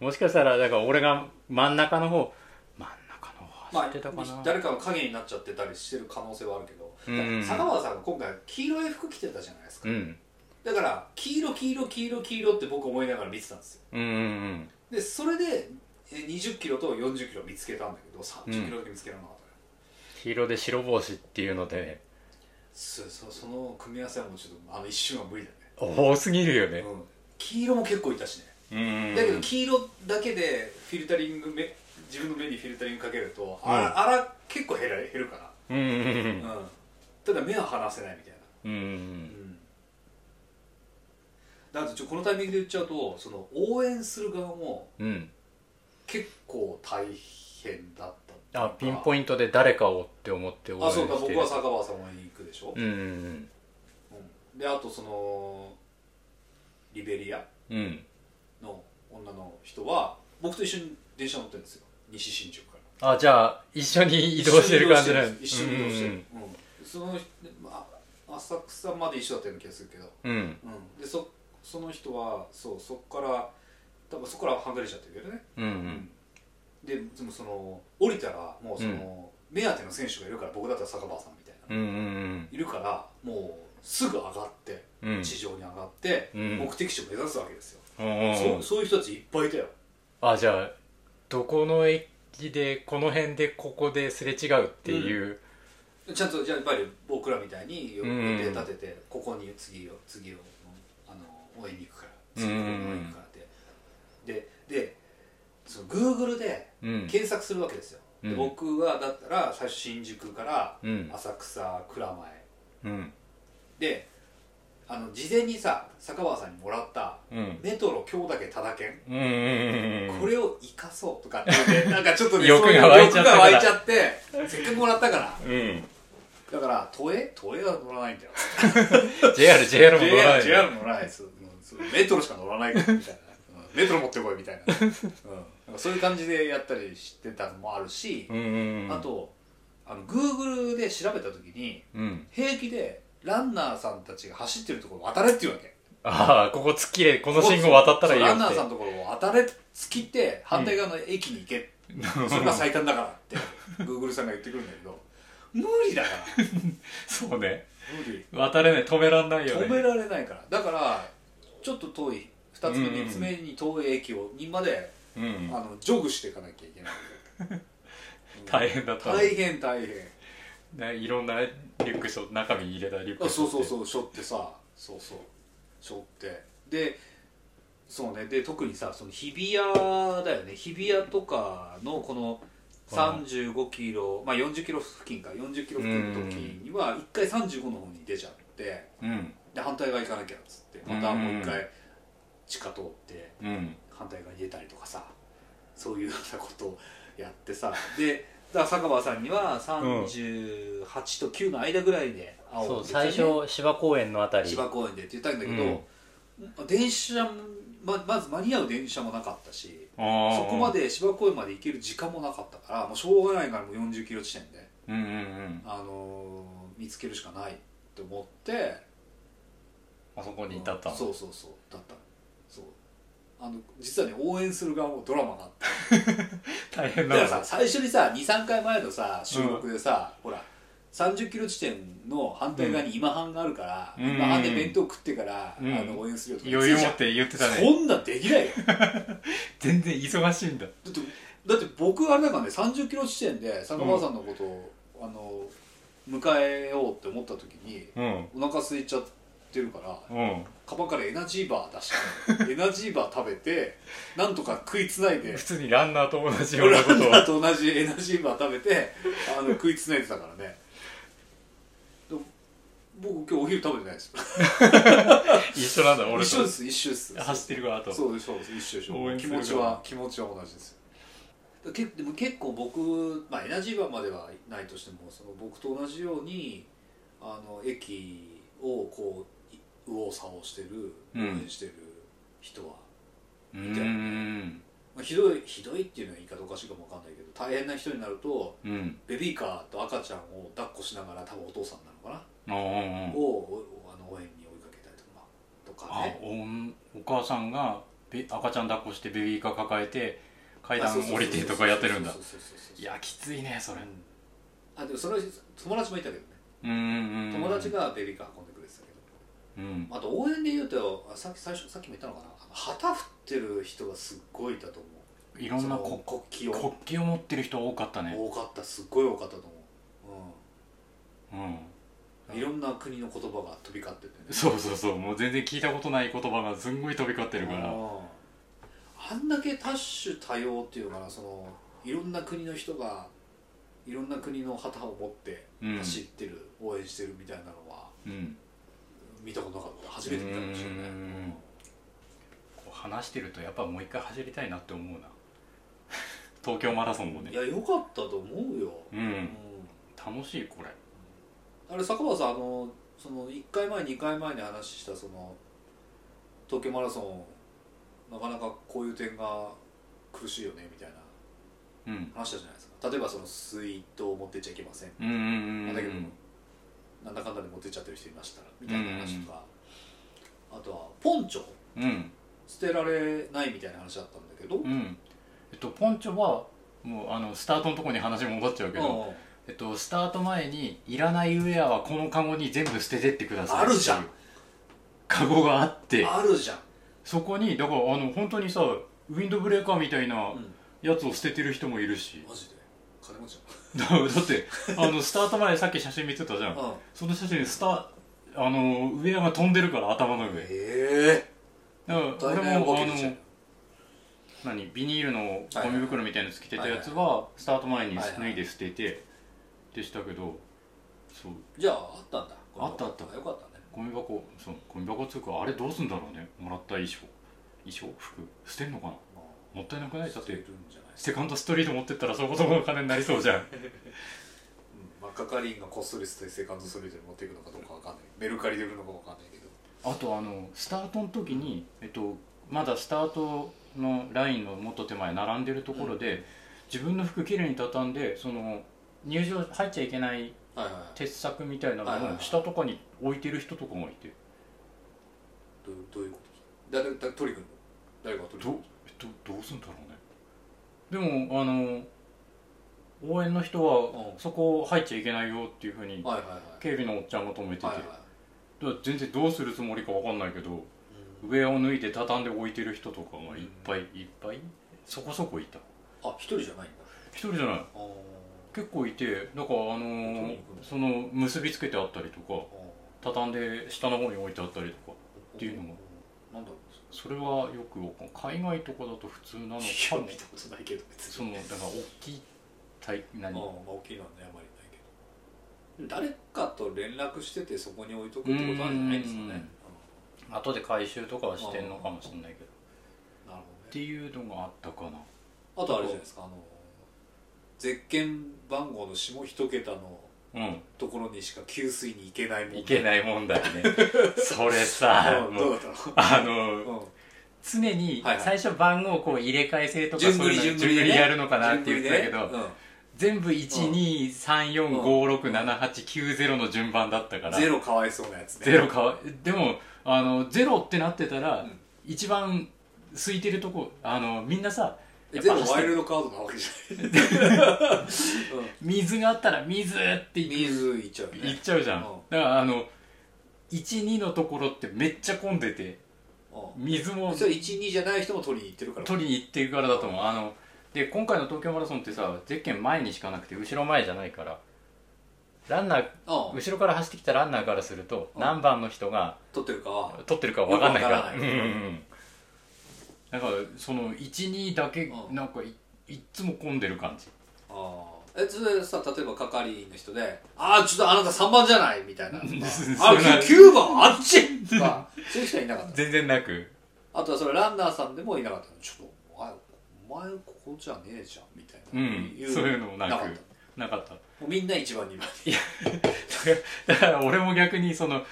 Speaker 4: もしかしたらだから俺が真ん中の方真ん中の方
Speaker 3: ま
Speaker 4: 走ってたかな、
Speaker 3: あ、誰かの影になっちゃってたりしてる可能性はあるけど、
Speaker 4: うんうんうん
Speaker 3: 坂場さんが今回黄色い服着てたじゃないですか、
Speaker 4: うん
Speaker 3: だから黄色黄色黄色黄色って僕思いながら見てたんですよ
Speaker 4: うんうん
Speaker 3: でそれでえー20キロと40キロ見つけたんだけど30キロだけ見つけられなかったね、
Speaker 4: 黄色で白帽子っていうので
Speaker 3: そそその組み合わせはもうちょっとあの一瞬は無理だね
Speaker 4: 多すぎるよね
Speaker 3: うん黄色も結構いたしね、
Speaker 4: うんうん
Speaker 3: だけど黄色だけでフィルタリングめ自分の目にフィルタリングかけると、あ
Speaker 4: うん
Speaker 3: らあら結構減ら減るか
Speaker 4: うんうんう
Speaker 3: ら、
Speaker 4: ん
Speaker 3: うんただ目は離せないみたいな、
Speaker 4: うんうん
Speaker 3: だってちょこのタイミングで言っちゃうとその応援する側も
Speaker 4: うん
Speaker 3: 結構大変だった
Speaker 4: あピンポイントで誰かをって思って応
Speaker 3: あ
Speaker 4: 援
Speaker 3: そうか
Speaker 4: して
Speaker 3: 僕
Speaker 4: る
Speaker 3: は坂場さんをに行くでしょ
Speaker 4: う、んうん
Speaker 3: うんであとそのリベリア
Speaker 4: うんうん
Speaker 3: の女の人は僕と一緒に電車乗ってるんですよ西新宿から
Speaker 4: あじゃあ一緒に移動してる感じなん
Speaker 3: 一緒に移動してる
Speaker 4: うん
Speaker 3: うんその人まあ浅草まで一緒だったような気がするけど、
Speaker 4: うんうん
Speaker 3: うん、でそその人はそうそこから多分そこからはぐれちゃってるけどね、
Speaker 4: うんうん
Speaker 3: ででもその降りたらもうその、目当ての選手がいるから僕だったら坂場さんみたいな、
Speaker 4: うんうん
Speaker 3: いるからもうすぐ上がって、
Speaker 4: うん
Speaker 3: 地上に上がって、
Speaker 4: うん
Speaker 3: 目的地を目指すわけですよ、
Speaker 4: うんうん
Speaker 3: そうそういう人たちいっぱいいたよ
Speaker 4: あじゃあどこの駅でこの辺でここですれ違うっていう、
Speaker 3: ちゃんとじゃあやっぱり僕らみたいに予
Speaker 4: うん
Speaker 3: 定立てて、ここに次を次をあの応援に行くから次ここに応援に行くからって、ででその Google で
Speaker 4: うん
Speaker 3: 検索するわけですよ、で
Speaker 4: うん
Speaker 3: 僕はだったら最初新宿から
Speaker 4: うん
Speaker 3: 浅草蔵前
Speaker 4: うん
Speaker 3: であの事前にさ坂川さんにもらった
Speaker 4: うん
Speaker 3: メトロ今日だけただけん
Speaker 4: うんうんうん
Speaker 3: これを生かそうとかっていう ねなんかちょっとね
Speaker 4: 欲
Speaker 3: そういう
Speaker 4: が湧いちゃっ
Speaker 3: 欲
Speaker 4: たか
Speaker 3: が
Speaker 4: ら
Speaker 3: 湧いちゃってせっかくもらったから
Speaker 4: うん
Speaker 3: だから都営都営は乗らないんだよ
Speaker 4: JR JR も乗ら
Speaker 3: JR,
Speaker 4: ないよ
Speaker 3: JR も乗らないですうんそうメトロしか乗らないからみたいな、うんメトロ持ってこいみたいな,、うん、なんかそういう感じでやったりしてたのもあるし
Speaker 4: う、んうんうん
Speaker 3: あとあの Google で調べた時に
Speaker 4: うん
Speaker 3: 平気でランナーさんたちが走ってるところを渡れって言うわけ
Speaker 4: ああここ突っ切れこの信号渡ったらいいよ
Speaker 3: そうラン
Speaker 4: っ
Speaker 3: ナー
Speaker 4: て
Speaker 3: さんのところを渡れつきって反対側の駅に行け、 それが最短だからって Google さんが言ってくるんだけど無理だから
Speaker 4: そうね
Speaker 3: 無理
Speaker 4: 渡れない止めらんないよね
Speaker 3: 止められないからだからちょっと遠い2つ目3つ目に遠い駅をにまで、
Speaker 4: うん
Speaker 3: あのジョグしていかなきゃいけない
Speaker 4: 大変だった
Speaker 3: 大変大変
Speaker 4: ねいろんなリュックしょ中身に入れたリュック
Speaker 3: あそうそう
Speaker 4: う
Speaker 3: そうしょってさそうそうしょってでそうねで特にさその日比谷だよね日比谷とかのこの35キロ、まあ、40キロ付近か40キロ付近の時には一回35の方に出ちゃって
Speaker 4: うん
Speaker 3: で反対側行かなきゃっつってまたもう一
Speaker 4: う
Speaker 3: 回地下通って
Speaker 4: うん
Speaker 3: 反対側に出たりとかさそういうようなことをやってさでだから坂場さんには38と9の間ぐらいで青
Speaker 4: そ
Speaker 3: を
Speaker 4: う
Speaker 3: 出たね
Speaker 4: 最初芝公園のあたり
Speaker 3: 芝公園でって言ったんだけど、電車もままず間に合う電車もなかったし
Speaker 4: そ
Speaker 3: そこま
Speaker 4: で
Speaker 3: で芝公園まで行ける時間もなかったからもうしょうがないからもう40キロ地点で、
Speaker 4: うんうんうん
Speaker 3: あのー見つけるしかないと思って
Speaker 4: あそこに至ったの
Speaker 3: そうそうそうだったのそうあの実はね応援する側もドラマがあって
Speaker 4: 大変
Speaker 3: だか
Speaker 4: だ
Speaker 3: らさ最初にさ23回前のさ収録でさ、ほら30キロ地点の反対側に今半があるから、
Speaker 4: うん
Speaker 3: 今半で弁当食ってから、
Speaker 4: うん
Speaker 3: あの応援するよとか言って
Speaker 4: 余
Speaker 3: たじ
Speaker 4: 裕持
Speaker 3: ゃん
Speaker 4: って言ってた
Speaker 3: そ
Speaker 4: ね
Speaker 3: んなんできないよだ
Speaker 4: 全然忙しいんだ
Speaker 3: ってだって僕あれだからね30キロ地点で坂川さんのことを、あの迎えようって思った時に
Speaker 4: うん
Speaker 3: お腹空いちゃってるから
Speaker 4: うん
Speaker 3: カバンからエナジーバー出してエナジーバー食べてなんとか食いつないで
Speaker 4: 普通にランナーと同じよう
Speaker 3: ラ
Speaker 4: なこ
Speaker 3: ンナーと
Speaker 4: と
Speaker 3: 同じエナジーバー食べてあの食いつないでたからねで僕今日お昼食べてないです
Speaker 4: 一緒なんだ俺
Speaker 3: 一緒
Speaker 4: と
Speaker 3: です一緒です
Speaker 4: 走ってる側と
Speaker 3: そうですそうです一緒一
Speaker 4: 応
Speaker 3: 緒
Speaker 4: 援
Speaker 3: 気
Speaker 4: する
Speaker 3: 持
Speaker 4: 側
Speaker 3: ちは気持ちは同じですよけでも結構僕、まあ、エナジーバーまではないとしてもその僕と同じようにあの駅をこうい右往左往してる応
Speaker 4: うん
Speaker 3: 援してる人は、
Speaker 4: うーん
Speaker 3: まあ、ひどいひどいっていうのは言い方おかしいかもわかんないけど大変な人になると
Speaker 4: うん
Speaker 3: ベビーカーと赤ちゃんを抱っこしながら多分お父さんなのか
Speaker 4: あー
Speaker 3: な、をおおあの応援に追いかけたりとか,、まあ、とか
Speaker 4: あ
Speaker 3: ね
Speaker 4: おんお母さんがべ赤ちゃん抱っこしてベビーカー抱えて階段降りてとかやってるんだ
Speaker 3: そうそうそうそうそうそうそう
Speaker 4: いやきついねそれ
Speaker 3: うんあでもその友達もいたけどね
Speaker 4: うんうんうん
Speaker 3: 友達がベビーカー運んでくれてたけど、
Speaker 4: うん
Speaker 3: あと応援で言うとあさっき最初さっきも言ったのかなあの旗振ってる人がすっごいいたと思う
Speaker 4: いろんな
Speaker 3: その
Speaker 4: こ
Speaker 3: 国旗
Speaker 4: 国
Speaker 3: を
Speaker 4: 旗を持ってる人多かったね
Speaker 3: 多かったすっごい多かったと思
Speaker 4: うん
Speaker 3: う、うん、いろんな国の言葉が飛び交っててね
Speaker 4: そうそうそうもう全然聞いたことない言葉がすんごい飛び交ってるから
Speaker 3: あーあんだけ多種多様っていうのかなそのいろんな国の人がいろんな国の旗を持って
Speaker 4: うん
Speaker 3: 走ってる、応援してるみたいなのは
Speaker 4: うん
Speaker 3: 見たことなかった初めて見たかもしれない、
Speaker 4: うんこう話してるとやっぱもう一回走りたいなって思うな 東京マラソンもね
Speaker 3: いや良かったと思うよ、
Speaker 4: う
Speaker 3: うんん、
Speaker 4: 楽しいこれ
Speaker 3: あれ坂本さんあのその1回前2回前に話したその東京マラソンなかなかこういう点が苦しいよねみたいな
Speaker 4: うん
Speaker 3: 話したじゃないですか例えばその水筒を持ってっちゃいけません、
Speaker 4: うんうんうんう
Speaker 3: だけど
Speaker 4: ん
Speaker 3: なんだかんだで持ってっちゃってる人いましたらみたいな話とか、あとはポンチョ
Speaker 4: うん
Speaker 3: 捨てられないみたいな話だったんだけど、
Speaker 4: うんえっとポンチョはもうあのスタートのとこに話戻っちゃうけど、
Speaker 3: うん
Speaker 4: えっと、スタート前にいらないウェアはこのカゴに全部捨ててってください
Speaker 3: あるじゃん
Speaker 4: っていうカゴがあって
Speaker 3: あるじゃん、
Speaker 4: そこにだからあの本当にさウィンドブレーカーみたいな
Speaker 3: うん
Speaker 4: やつを捨ててる人もいるし、
Speaker 3: マジで金持ち
Speaker 4: だだってあのスタート前さっき写真見てたじ
Speaker 3: だ
Speaker 4: ゃん、
Speaker 3: うん
Speaker 4: その写真スタあのウェアが飛んでるから頭の上だか
Speaker 3: え
Speaker 4: ら
Speaker 3: え
Speaker 4: 俺もあ
Speaker 3: 出ちゃう
Speaker 4: の何ビニールのゴミ袋みたいなのつけてたやつはスタート前に脱いで捨ててでしたけどそう
Speaker 3: じゃああったんだ
Speaker 4: あったあった
Speaker 3: よかったね
Speaker 4: ゴミ箱そうゴミ箱つうかあれどうすんだろうねもらった衣装衣装服捨てんのかな
Speaker 3: まあ
Speaker 4: もったいなくないだ
Speaker 3: 捨
Speaker 4: っ
Speaker 3: てる
Speaker 4: て
Speaker 3: んじゃないですか、
Speaker 4: セカンドストリート持ってったらそこそこの金になりそうじゃん
Speaker 3: うんまあ、係員がこっそり捨てセカンドストリートに持っていくのかどうかわかんないメルカリで売るのかわかんないけど
Speaker 4: あとあのスタートの時に、えっと、まだスタートのラインのもっと手前並んでるところで、自分の服きれいに畳んでその入場入っちゃいけない
Speaker 3: はいはいはい
Speaker 4: 鉄柵みたいな
Speaker 3: はいはい
Speaker 4: の
Speaker 3: は
Speaker 4: を
Speaker 3: い
Speaker 4: 下とかに置いてる人とかもいて
Speaker 3: どうどういうこと誰誰取りに来るの誰が取り
Speaker 4: ど
Speaker 3: に
Speaker 4: うえっとどうすんだろうねでもあの応援の人は
Speaker 3: うん
Speaker 4: そこ入っちゃいけないよっていうふうに
Speaker 3: 来るのはいはいはい
Speaker 4: 警備のおっちゃんが止めてて、
Speaker 3: はいはい
Speaker 4: だから全然どうするつもりかわかんないけど
Speaker 3: うん
Speaker 4: 上を脱いで畳んで置いてる人とかがいっぱいいっぱいそこそこいた
Speaker 3: あ一人じゃないんだ
Speaker 4: 一人じゃない
Speaker 3: あー
Speaker 4: 結構いてなんかあの
Speaker 3: 当に
Speaker 4: ー
Speaker 3: 行くの
Speaker 4: その結びつけてあったりと
Speaker 3: あ
Speaker 4: か
Speaker 3: ー
Speaker 4: 畳んで下の方に置いてあったりとかっていうのも
Speaker 3: なんだろう
Speaker 4: それはよくわかん海外とかだと普通なのか
Speaker 3: いや
Speaker 4: も
Speaker 3: 見たことないけど別
Speaker 4: そ
Speaker 3: に
Speaker 4: のだから大きい体
Speaker 3: あー
Speaker 4: 何
Speaker 3: まあ大きいのはねあまりないけど誰かと連絡しててそこに置いとくってことなんじゃないんですかね
Speaker 4: うん
Speaker 3: うん
Speaker 4: 後で回収とかはしてんのかもしれないけ
Speaker 3: なるほ
Speaker 4: ど
Speaker 3: どね
Speaker 4: っていうのがあったかな
Speaker 3: あとあれじゃないですかあのゼッケン番号の下一桁の
Speaker 4: う
Speaker 3: ところにしか給水に行けないもん
Speaker 4: んいけ
Speaker 3: い
Speaker 4: ない問題 ねそれさ
Speaker 3: うん、
Speaker 4: も
Speaker 3: どう
Speaker 4: う
Speaker 3: だった
Speaker 4: あの
Speaker 3: の、
Speaker 4: 常に
Speaker 3: はいはい
Speaker 4: 最初番号をこう入れ替え制と
Speaker 3: うん、
Speaker 4: かそういうの順繰りやるのかなって言ってたけ
Speaker 3: 順繰り
Speaker 4: ど
Speaker 3: ね
Speaker 4: 全部123456789の順番だったか
Speaker 3: うん
Speaker 4: ら
Speaker 3: ゼロかわいそうなやつね
Speaker 4: ゼロかわでもあのゼロってなってたら、
Speaker 3: うん
Speaker 4: 一番空いてるとこあのみんなさ
Speaker 3: え
Speaker 4: やっ
Speaker 3: ゼ
Speaker 4: ぱ
Speaker 3: ロ
Speaker 4: 走っ
Speaker 3: ワイ
Speaker 4: て
Speaker 3: ルドカードなわけじゃない
Speaker 4: 水があったら水っ て言
Speaker 3: 水行っちゃうね
Speaker 4: っちゃうじゃ
Speaker 3: う
Speaker 4: ん、
Speaker 3: ん
Speaker 4: だからあの12のところってめっちゃ混んでて
Speaker 3: う
Speaker 4: 水も
Speaker 3: んそれ12じゃない人も取りに行ってるから
Speaker 4: 取りに行ってるからだと思うあので今回の東京マラソンってさゼッケン前にしかなくて後ろ前じゃないからランナー
Speaker 3: うん
Speaker 4: 後ろから走ってきたランナーからすると
Speaker 3: うん
Speaker 4: 何番の人が
Speaker 3: 取ってるかは
Speaker 4: 撮ってるかわかんないから
Speaker 3: よくわからない
Speaker 4: うんうんうんなんかその12だけ
Speaker 3: うん
Speaker 4: なんかい,、っつも混んでる感じ
Speaker 3: ああえそれさ例えば係員の人で「ああちょっとあなた3番じゃない」み たいなとか「あ9番あっち!」とかそういう人はいなか った
Speaker 4: 全然なく
Speaker 3: あとはそれランナーさんでもいなかったのちょっとお前お前ここじゃねえじゃんみたいな、
Speaker 4: うんそういうのもなく
Speaker 3: かったも
Speaker 4: なかった
Speaker 3: うみんな一番二番
Speaker 4: だから俺も逆にその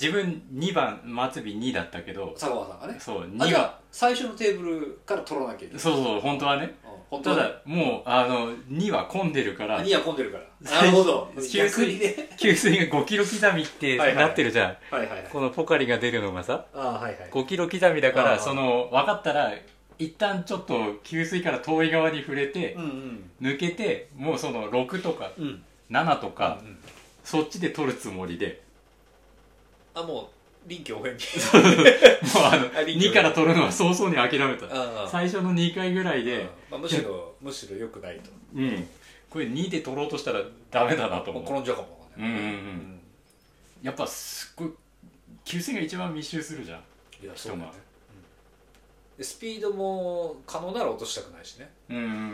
Speaker 4: 自分2番末尾2だったけど
Speaker 3: 佐川さんがね
Speaker 4: そう2
Speaker 3: あじゃ
Speaker 4: 番
Speaker 3: あ最初のテーブルから取らなきゃいけない
Speaker 4: そうそう本当はね
Speaker 3: うん本当
Speaker 4: た
Speaker 3: だ
Speaker 4: だもうあの2は混んでるから
Speaker 3: 2は混んでるからなるほど
Speaker 4: 最初
Speaker 3: 逆にね
Speaker 4: 給水が5キロ刻みって
Speaker 3: はいはい
Speaker 4: なってるじゃん、
Speaker 3: はいはいはい
Speaker 4: このポカリが出るのがさ
Speaker 3: ああはいはい
Speaker 4: 5キロ刻みだか
Speaker 3: あ
Speaker 4: ら
Speaker 3: あ
Speaker 4: その分かったら一旦ちょっと給水から遠い側に触れて
Speaker 3: うんうん
Speaker 4: 抜けてもうその6とか
Speaker 3: うん
Speaker 4: 7とか
Speaker 3: うんうん
Speaker 4: そっちで取るつもり で
Speaker 3: あもう臨機応 変に
Speaker 4: もうあの
Speaker 3: あリンク
Speaker 4: 2から取るのは早々に諦めた
Speaker 3: ああ
Speaker 4: 最初の2回ぐらいで
Speaker 3: まあ、むしろむしろ良くないと
Speaker 4: うんこれ2で取ろうとしたらダメだなと
Speaker 3: もう
Speaker 4: 思
Speaker 3: 転
Speaker 4: う
Speaker 3: んじゃうかもわかん
Speaker 4: う
Speaker 3: ない、
Speaker 4: んうんう
Speaker 3: うん
Speaker 4: やっぱすっごい給水が一番密集するじゃん
Speaker 3: いや
Speaker 4: 人が
Speaker 3: でスピードも可能なら落としたくないしね
Speaker 4: うんうんうん
Speaker 3: うん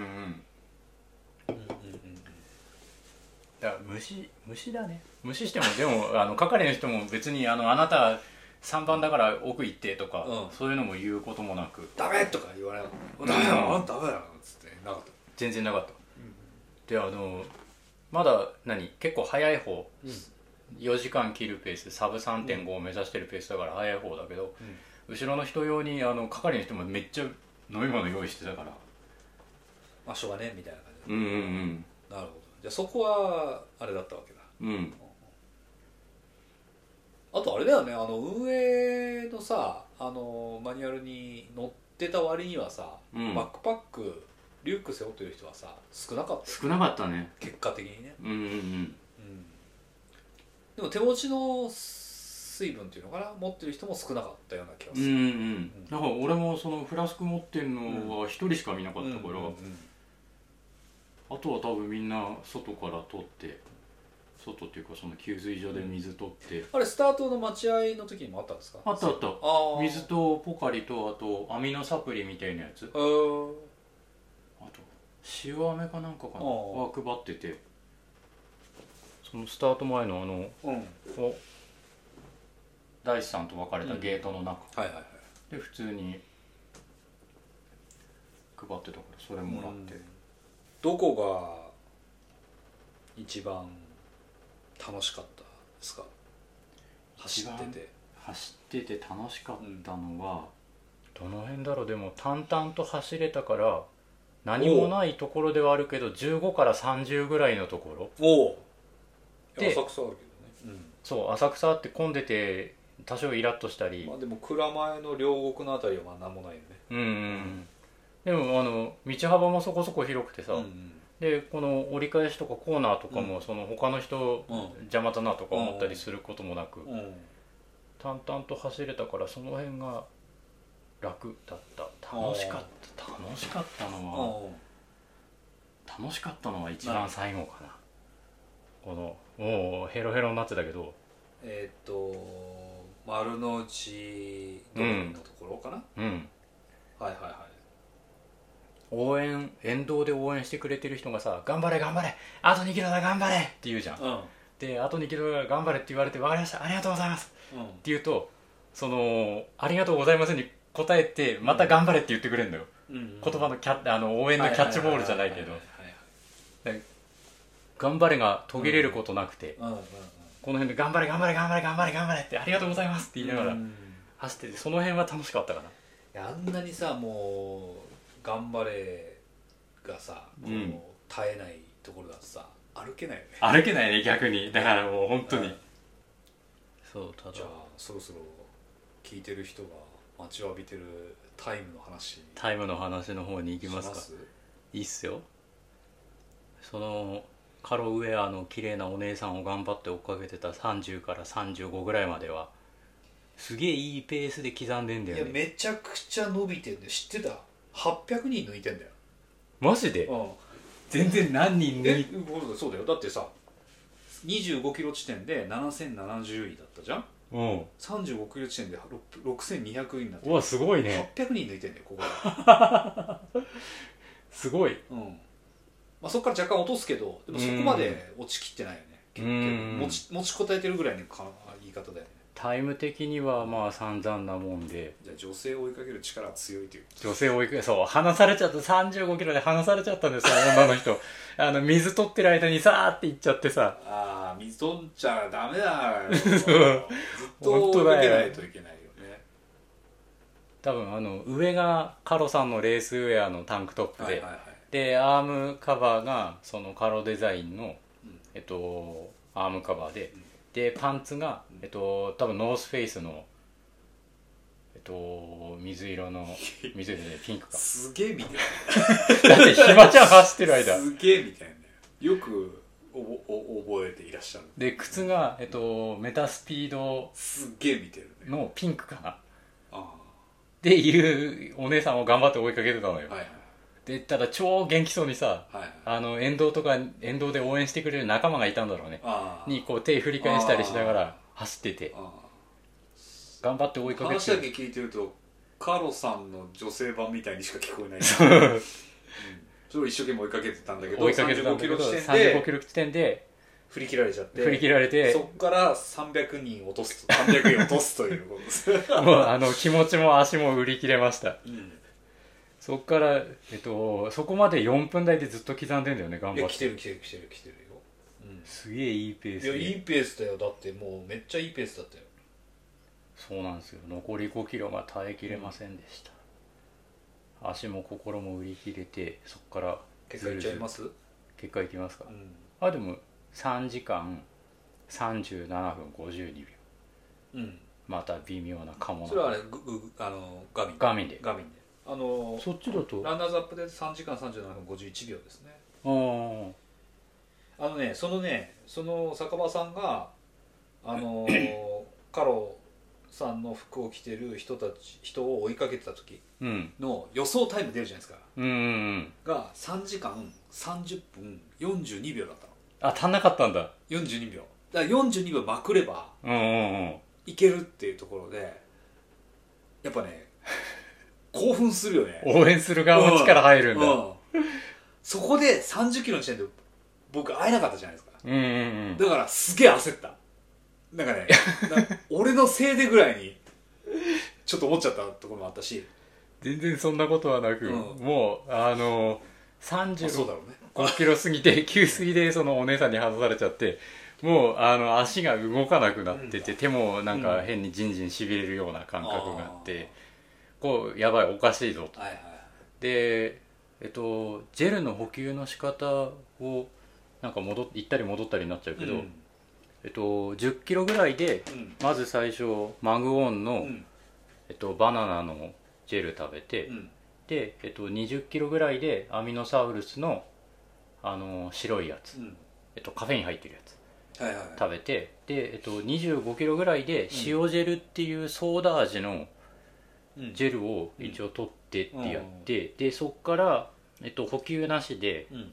Speaker 3: うん
Speaker 4: だから虫虫だね無視してもでもあ の係の人も別にあのあなた3番だから奥行ってとか、
Speaker 3: うん
Speaker 4: そういうのも言うこともなく
Speaker 3: ダメとか言われなかった
Speaker 4: うん
Speaker 3: ダメだよダメだよっつってなかった
Speaker 4: 全然なかった、であのまだ何結構早い方、4時間切るペースサブ3.5を目指してるペースだから早い方だけど、後ろの人用にあの係の人もめっちゃ飲み物用意してたから
Speaker 3: まあしょうがねえみたいな感じ
Speaker 4: うんうん
Speaker 3: でなるほどじゃあそこはあれだったわけだ
Speaker 4: うんうん
Speaker 3: あとあれだよねあの運営のさあのマニュアルに載ってた割にはさ、
Speaker 4: うん
Speaker 3: バックパックリュック背負ってる人はさ少なかった
Speaker 4: 少なかったね
Speaker 3: 結果的にね、
Speaker 4: うんうんうん
Speaker 3: うん、でも手持ちの水分っていうのかな持ってる人も少なかったような気が
Speaker 4: う
Speaker 3: す
Speaker 4: ん
Speaker 3: る、
Speaker 4: うんだから俺もそのフラスク持ってんのは一人しか見なかったから、
Speaker 3: うんうんうん
Speaker 4: あとは多分みんな外から取って外っていうかその給水所で水取って、
Speaker 3: あれスタートの待合の時にもあったんですか
Speaker 4: あったあった
Speaker 3: ああ
Speaker 4: 水とポカリとあとアミノサプリみたいなやつ
Speaker 3: うーん
Speaker 4: あと塩飴かなんかかな
Speaker 3: ああ
Speaker 4: は配っててそのスタート前のあの
Speaker 3: うん
Speaker 4: お大地さんと別れたゲートの中、
Speaker 3: はいはいはい
Speaker 4: で普通に配ってたからそれもらって、
Speaker 3: うんどこが一番楽しかったですか走
Speaker 4: 一番
Speaker 3: ってて
Speaker 4: 走ってて楽しかったのは、どの辺だろうでも淡々と走れたから何もないところではあるけど15から30ぐらいのところ
Speaker 3: おお
Speaker 4: で
Speaker 3: 浅草あるけどね、
Speaker 4: そう浅草って混んでて多少イラッとしたり
Speaker 3: まあ、でも蔵前の両国のあたりはまあ何もないよね
Speaker 4: うんうんうんでもあの道幅もそこそこ広くてさ、でこの折り返しとかコーナーとかも、その他の人
Speaker 3: うん
Speaker 4: 邪魔だなとか思ったりすることもなく、
Speaker 3: うんうん
Speaker 4: 淡々と走れたからその辺が楽だった楽しかった楽しかったのは、楽しかったのは一番最後かなこのもうヘロヘロになってたけど
Speaker 3: えーっと丸の内通りのところかな、
Speaker 4: うん
Speaker 3: はいはいはい
Speaker 4: 応援沿道で応援してくれてる人がさ「頑張れ頑張れあと2キロだ頑張れ!」って言うじゃん
Speaker 3: う
Speaker 4: であと2キロだ頑張れって言われて「分かりましたありがとうございます」
Speaker 3: んうん
Speaker 4: って言うとその「ありがとうございます」に答えてまた「頑張れ」って言ってくれるんだよ、
Speaker 3: うん
Speaker 4: 言葉のキャッあの応援のキャッチボールじゃないけど
Speaker 3: は
Speaker 4: 「頑張れ」が途切れることなくて、
Speaker 3: いはいはいはいはい
Speaker 4: この辺で「頑張れ頑張れ頑張れ頑張れ頑張れ」って「ありがとうございます」って言いなが
Speaker 3: う
Speaker 4: ら
Speaker 3: ん
Speaker 4: 走っててその辺は楽しかったかな
Speaker 3: うんあんなにさもう頑張れがさこう
Speaker 4: うん
Speaker 3: 絶えないところだとさ歩けないよね
Speaker 4: 歩けないね逆にだからもう本当に、
Speaker 3: うん
Speaker 4: そうた
Speaker 3: じゃあそろそろ聞いてる人が待ちわびてるタイムの話
Speaker 4: タイムの話の方に行き
Speaker 3: し
Speaker 4: ま
Speaker 3: ます
Speaker 4: か
Speaker 3: す
Speaker 4: いいっすよそのカロウェアの綺麗なお姉さんを頑張って追っかけてた30から35ぐらいまではすげえいいペースで刻んでんだ
Speaker 3: い
Speaker 4: よ
Speaker 3: や
Speaker 4: ね
Speaker 3: めちゃくちゃ伸びてんだよ知ってた800人抜いてんだよ
Speaker 4: マジで
Speaker 3: う
Speaker 4: 全然何
Speaker 3: ん
Speaker 4: 人抜
Speaker 3: え
Speaker 4: い
Speaker 3: そうだよだってさ25キロ地点で7070位だったじゃん
Speaker 4: うん
Speaker 3: 35キロ地点で6 6200位になって
Speaker 4: うわすごいね
Speaker 3: 800人抜いてんだよここが、
Speaker 4: すごい
Speaker 3: うんまあ、そこから若干落とすけどでもそこまで落ちきってないよね結
Speaker 4: うん
Speaker 3: 局持ち持ちこたえてるぐらいのか言い方だよね
Speaker 4: タイム的にはまあ散々なもんで
Speaker 3: じゃあ女性を追いかける力は強いという
Speaker 4: 女性を追いかけそう離されちゃった35キロで離されちゃったんですよ女の 人あの水取ってる間にさーって行っちゃってさ
Speaker 3: ああ水取っちゃダメだ ずっと
Speaker 4: 本
Speaker 3: 追
Speaker 4: 当
Speaker 3: いか
Speaker 4: だ
Speaker 3: け
Speaker 4: よ
Speaker 3: ないといけないよ ね
Speaker 4: 多分あの上がカロさんのレースウェアのタンクトップで、
Speaker 3: はいはいはい
Speaker 4: でアームカバーがそのカロデザインの、
Speaker 3: うん
Speaker 4: えっと、アームカバーで、
Speaker 3: うん
Speaker 4: でパンツが
Speaker 3: うん、
Speaker 4: えっと、多分ノースフェイスのえっと水 色の水色でピンクか
Speaker 3: すげえ見てる
Speaker 4: だってひまちゃん走ってる間
Speaker 3: すげえみたいなよくおぼお覚えていらっしゃる
Speaker 4: で靴が、えっと、メタスピード
Speaker 3: すげえ見てるね
Speaker 4: のピンクかなっ
Speaker 3: あ
Speaker 4: ていうお姉さんを頑張って追いかけてたのよ、
Speaker 3: あはいはい
Speaker 4: でただ超元気そうにさ
Speaker 3: はいはい
Speaker 4: あの沿道とか沿道で応援してくれる仲間がいたんだろうね
Speaker 3: ああ
Speaker 4: にこう手振り返したりしながら走ってて
Speaker 3: あ
Speaker 4: 頑張って追い
Speaker 3: あ
Speaker 4: かけ
Speaker 3: 話だ
Speaker 4: て
Speaker 3: け聞いてるとカロさんの女性版みたいにしか聞こえない、うんそれを一生懸命追いかけてたんだけど
Speaker 4: 追いかけてたんだけ
Speaker 3: 35
Speaker 4: ど
Speaker 3: キロ地点
Speaker 4: 35キ
Speaker 3: で
Speaker 4: ロ地点で
Speaker 3: 振り切られちゃって
Speaker 4: 振り切られて
Speaker 3: そこから300人落とすと300人落とすということです、
Speaker 4: もうあの気持ちも足も売り切れました
Speaker 3: うん
Speaker 4: そっから、えっと、そこまで4分台でずっと刻んでんだよね、頑
Speaker 3: い
Speaker 4: 張
Speaker 3: や
Speaker 4: っ
Speaker 3: 来
Speaker 4: て。
Speaker 3: てる来てる来てる来てるよ、う
Speaker 4: すげえいいペース
Speaker 3: ん、いや
Speaker 4: で。
Speaker 3: いいペースだよだってもうめっちゃいいペースだったよ
Speaker 4: そうなんですよ。残り5キロが耐えきれませんでした。足も心も売り切れて、そこから
Speaker 3: 結果いっちゃいます
Speaker 4: ずるずる結果いきますか
Speaker 3: う。ん
Speaker 4: あ、でも3時間37分52秒。
Speaker 3: うん
Speaker 4: また微妙なかも
Speaker 3: それはあ
Speaker 4: な。
Speaker 3: れグググあのガミン
Speaker 4: 画面で。
Speaker 3: ガミンであの
Speaker 4: そっちだと、あ
Speaker 3: ランナーズアップで3時間37分51秒ですね
Speaker 4: ー
Speaker 3: あのねそのねその酒場さんがあ のーカロさんの服を着てる人たち人を追いかけてた時
Speaker 4: うん。
Speaker 3: の予想タイム出るじゃないですか
Speaker 4: うんうんうん。
Speaker 3: が3時間30分42秒だったの
Speaker 4: あ、足んなかったんだ。
Speaker 3: 42秒だから42秒まくれば
Speaker 4: うんうんうん。
Speaker 3: いけるっていうところでやっぱ ね興奮するよね
Speaker 4: 応援する側も力入るんだ。
Speaker 3: うんそこで3 0キロの時点で僕会えなかったじゃないですか
Speaker 4: うんうんうん。
Speaker 3: だからすげえ焦ったなんかねな俺のせいでぐらいにちょっと思っちゃったところもあったし、
Speaker 4: 全然そんなことはなく、
Speaker 3: うん
Speaker 4: もうあの
Speaker 3: まあそうだ
Speaker 4: 35
Speaker 3: ろうね
Speaker 4: キロ過ぎて 急過ぎでそのお姉さんに外されちゃってもうあの足が動かなくなってて、手もなんか変にじんじんしびれるような感覚があって、こうやばいおかしいぞと
Speaker 3: はいはい
Speaker 4: でえっとジェルの補給の仕方をなんか戻っ行ったり戻ったりになっちゃうけど、
Speaker 3: うん
Speaker 4: えっと10キロぐらいで
Speaker 3: うん
Speaker 4: まず最初マグオン
Speaker 3: う
Speaker 4: の、
Speaker 3: ん
Speaker 4: えっと、バナナのジェル食べて、
Speaker 3: うん
Speaker 4: で、えっと、20キロぐらいでアミノサウルスの、あのー白いやつ、
Speaker 3: うん
Speaker 4: えっと、カフェイン入ってるやつ
Speaker 3: はいはいはい
Speaker 4: 食べてで、えっと、25キロぐらいで塩ジェルっていうソーダ味の
Speaker 3: うん
Speaker 4: ジェルを一応取ってってやって、でそっから、えっと、補給なしで
Speaker 3: うん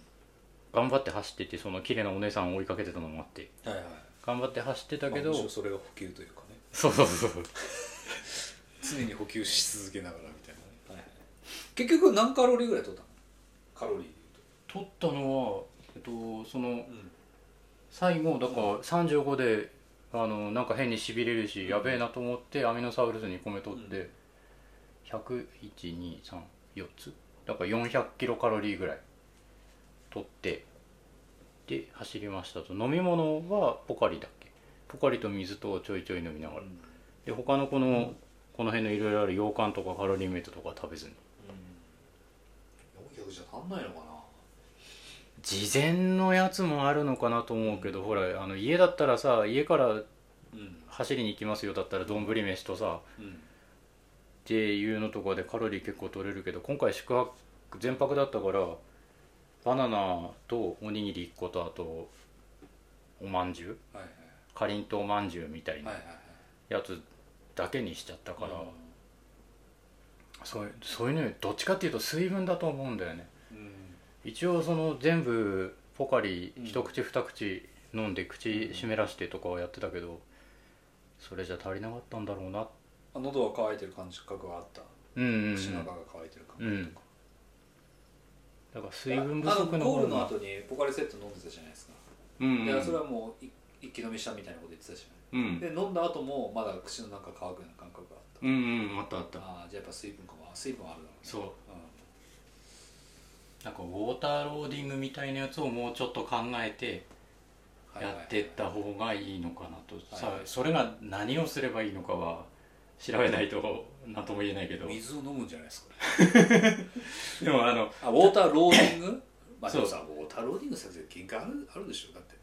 Speaker 4: 頑張って走っててその綺麗なお姉さんを追いかけてたのもあって
Speaker 3: はいはい
Speaker 4: 頑張って走ってたけど、
Speaker 3: まあむしろそれが補給というかね
Speaker 4: そうそうそうそう
Speaker 3: 常に補給し続けながらみたいなね、はいはい、結局何カロリーぐらい取ったのカロリーで
Speaker 4: 取ったのは、えっと、その
Speaker 3: 言うと、
Speaker 4: 最後だから35であのなんか変にしびれるし、やべえなと思ってアミノサウルス2個目取って、10123 4つだから400キロカロリーぐらい取ってで走りましたと飲み物はポカリだっけポカリと水とちょいちょい飲みながら、
Speaker 3: うん
Speaker 4: で他のこの、この辺のいろいろある羊羹とかカロリーメイトとか食べずに
Speaker 3: 400じゃ足んないのかな
Speaker 4: 事前のやつもあるのかなと思うけど、ほらあの家だったらさ家から
Speaker 3: うん
Speaker 4: 走りに行きますよだったら丼飯とさ
Speaker 3: うん
Speaker 4: っていうのとかでカロリー結構取れるけど今回宿泊全泊だったからバナナとおにぎり1個とあとおまんじゅう
Speaker 3: はいはい
Speaker 4: かりんとうまんじゅうみたいな
Speaker 3: はいはいはい
Speaker 4: やつだけにしちゃったから、
Speaker 3: うん
Speaker 4: そういうそういうのよりどっちかっていうと水分だと思うんだよね
Speaker 3: うん
Speaker 4: 一応その全部ポカリ一口二口飲んで口湿らしてとかはやってたけどそれじゃ足りなかったんだろうな
Speaker 3: あ喉は渇いてる感覚があった
Speaker 4: うんうん、うん、
Speaker 3: 口の中が乾いてる感
Speaker 4: うん
Speaker 3: 覚とか、
Speaker 4: だから水分不
Speaker 3: あ
Speaker 4: 足
Speaker 3: の
Speaker 4: の
Speaker 3: ゴール
Speaker 4: が
Speaker 3: の後にポカリセット飲んでたじゃないですか、
Speaker 4: うんうん
Speaker 3: いやそれはもうい一気飲みしたみたいなこと言ってたじ
Speaker 4: う
Speaker 3: ゃない、
Speaker 4: ん
Speaker 3: で飲んだ後もまだ口の中乾くような感覚があった、
Speaker 4: うんうんあったあった
Speaker 3: ああじゃあやっぱ水分かも水分あるだろ、
Speaker 4: そううなんかウォーターローディングみたいなやつをもうちょっと考えて
Speaker 3: うん
Speaker 4: やってった方がいいのかなと、
Speaker 3: はいはい
Speaker 4: さそれが何をすればいいのかは調べないと何とも言えないけど
Speaker 3: 水を飲むんじゃないですか
Speaker 4: でもあの
Speaker 3: あウォーターローディングまあで
Speaker 4: そう
Speaker 3: もさウォーターローディング先生限界あるあるでしょだって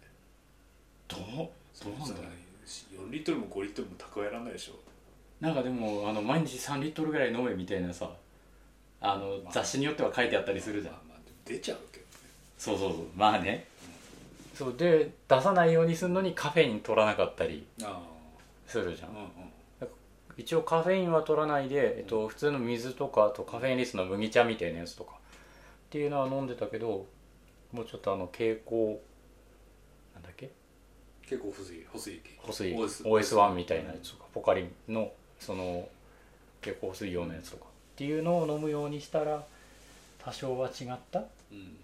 Speaker 4: どうどうなんだろうね
Speaker 3: 4リットルも5リットルも蓄えられないでしょ
Speaker 4: なんかでもあの毎日3リットルぐらい飲めみたいなさあの雑誌によっては書いてあったりするじゃん
Speaker 3: まあまあ出ちゃうけどね
Speaker 4: そうそうそうまあねそうで出さないようにするのにカフェイン取らなかったり
Speaker 3: あ
Speaker 4: するじゃ
Speaker 3: あ
Speaker 4: ん
Speaker 3: うんうん
Speaker 4: 一応カフェインは取らないで、えっと、普通の水とかあとカフェインレスの麦茶みたいなやつとかっていうのは飲んでたけどもうちょっとあの蛍光なんだっけ
Speaker 3: 結構細い細い液
Speaker 4: 補水
Speaker 3: OS
Speaker 4: OS1 みたいなやつとかポカリのその蛍光補水用のやつとかっていうのを飲むようにしたら多少は違った
Speaker 3: うん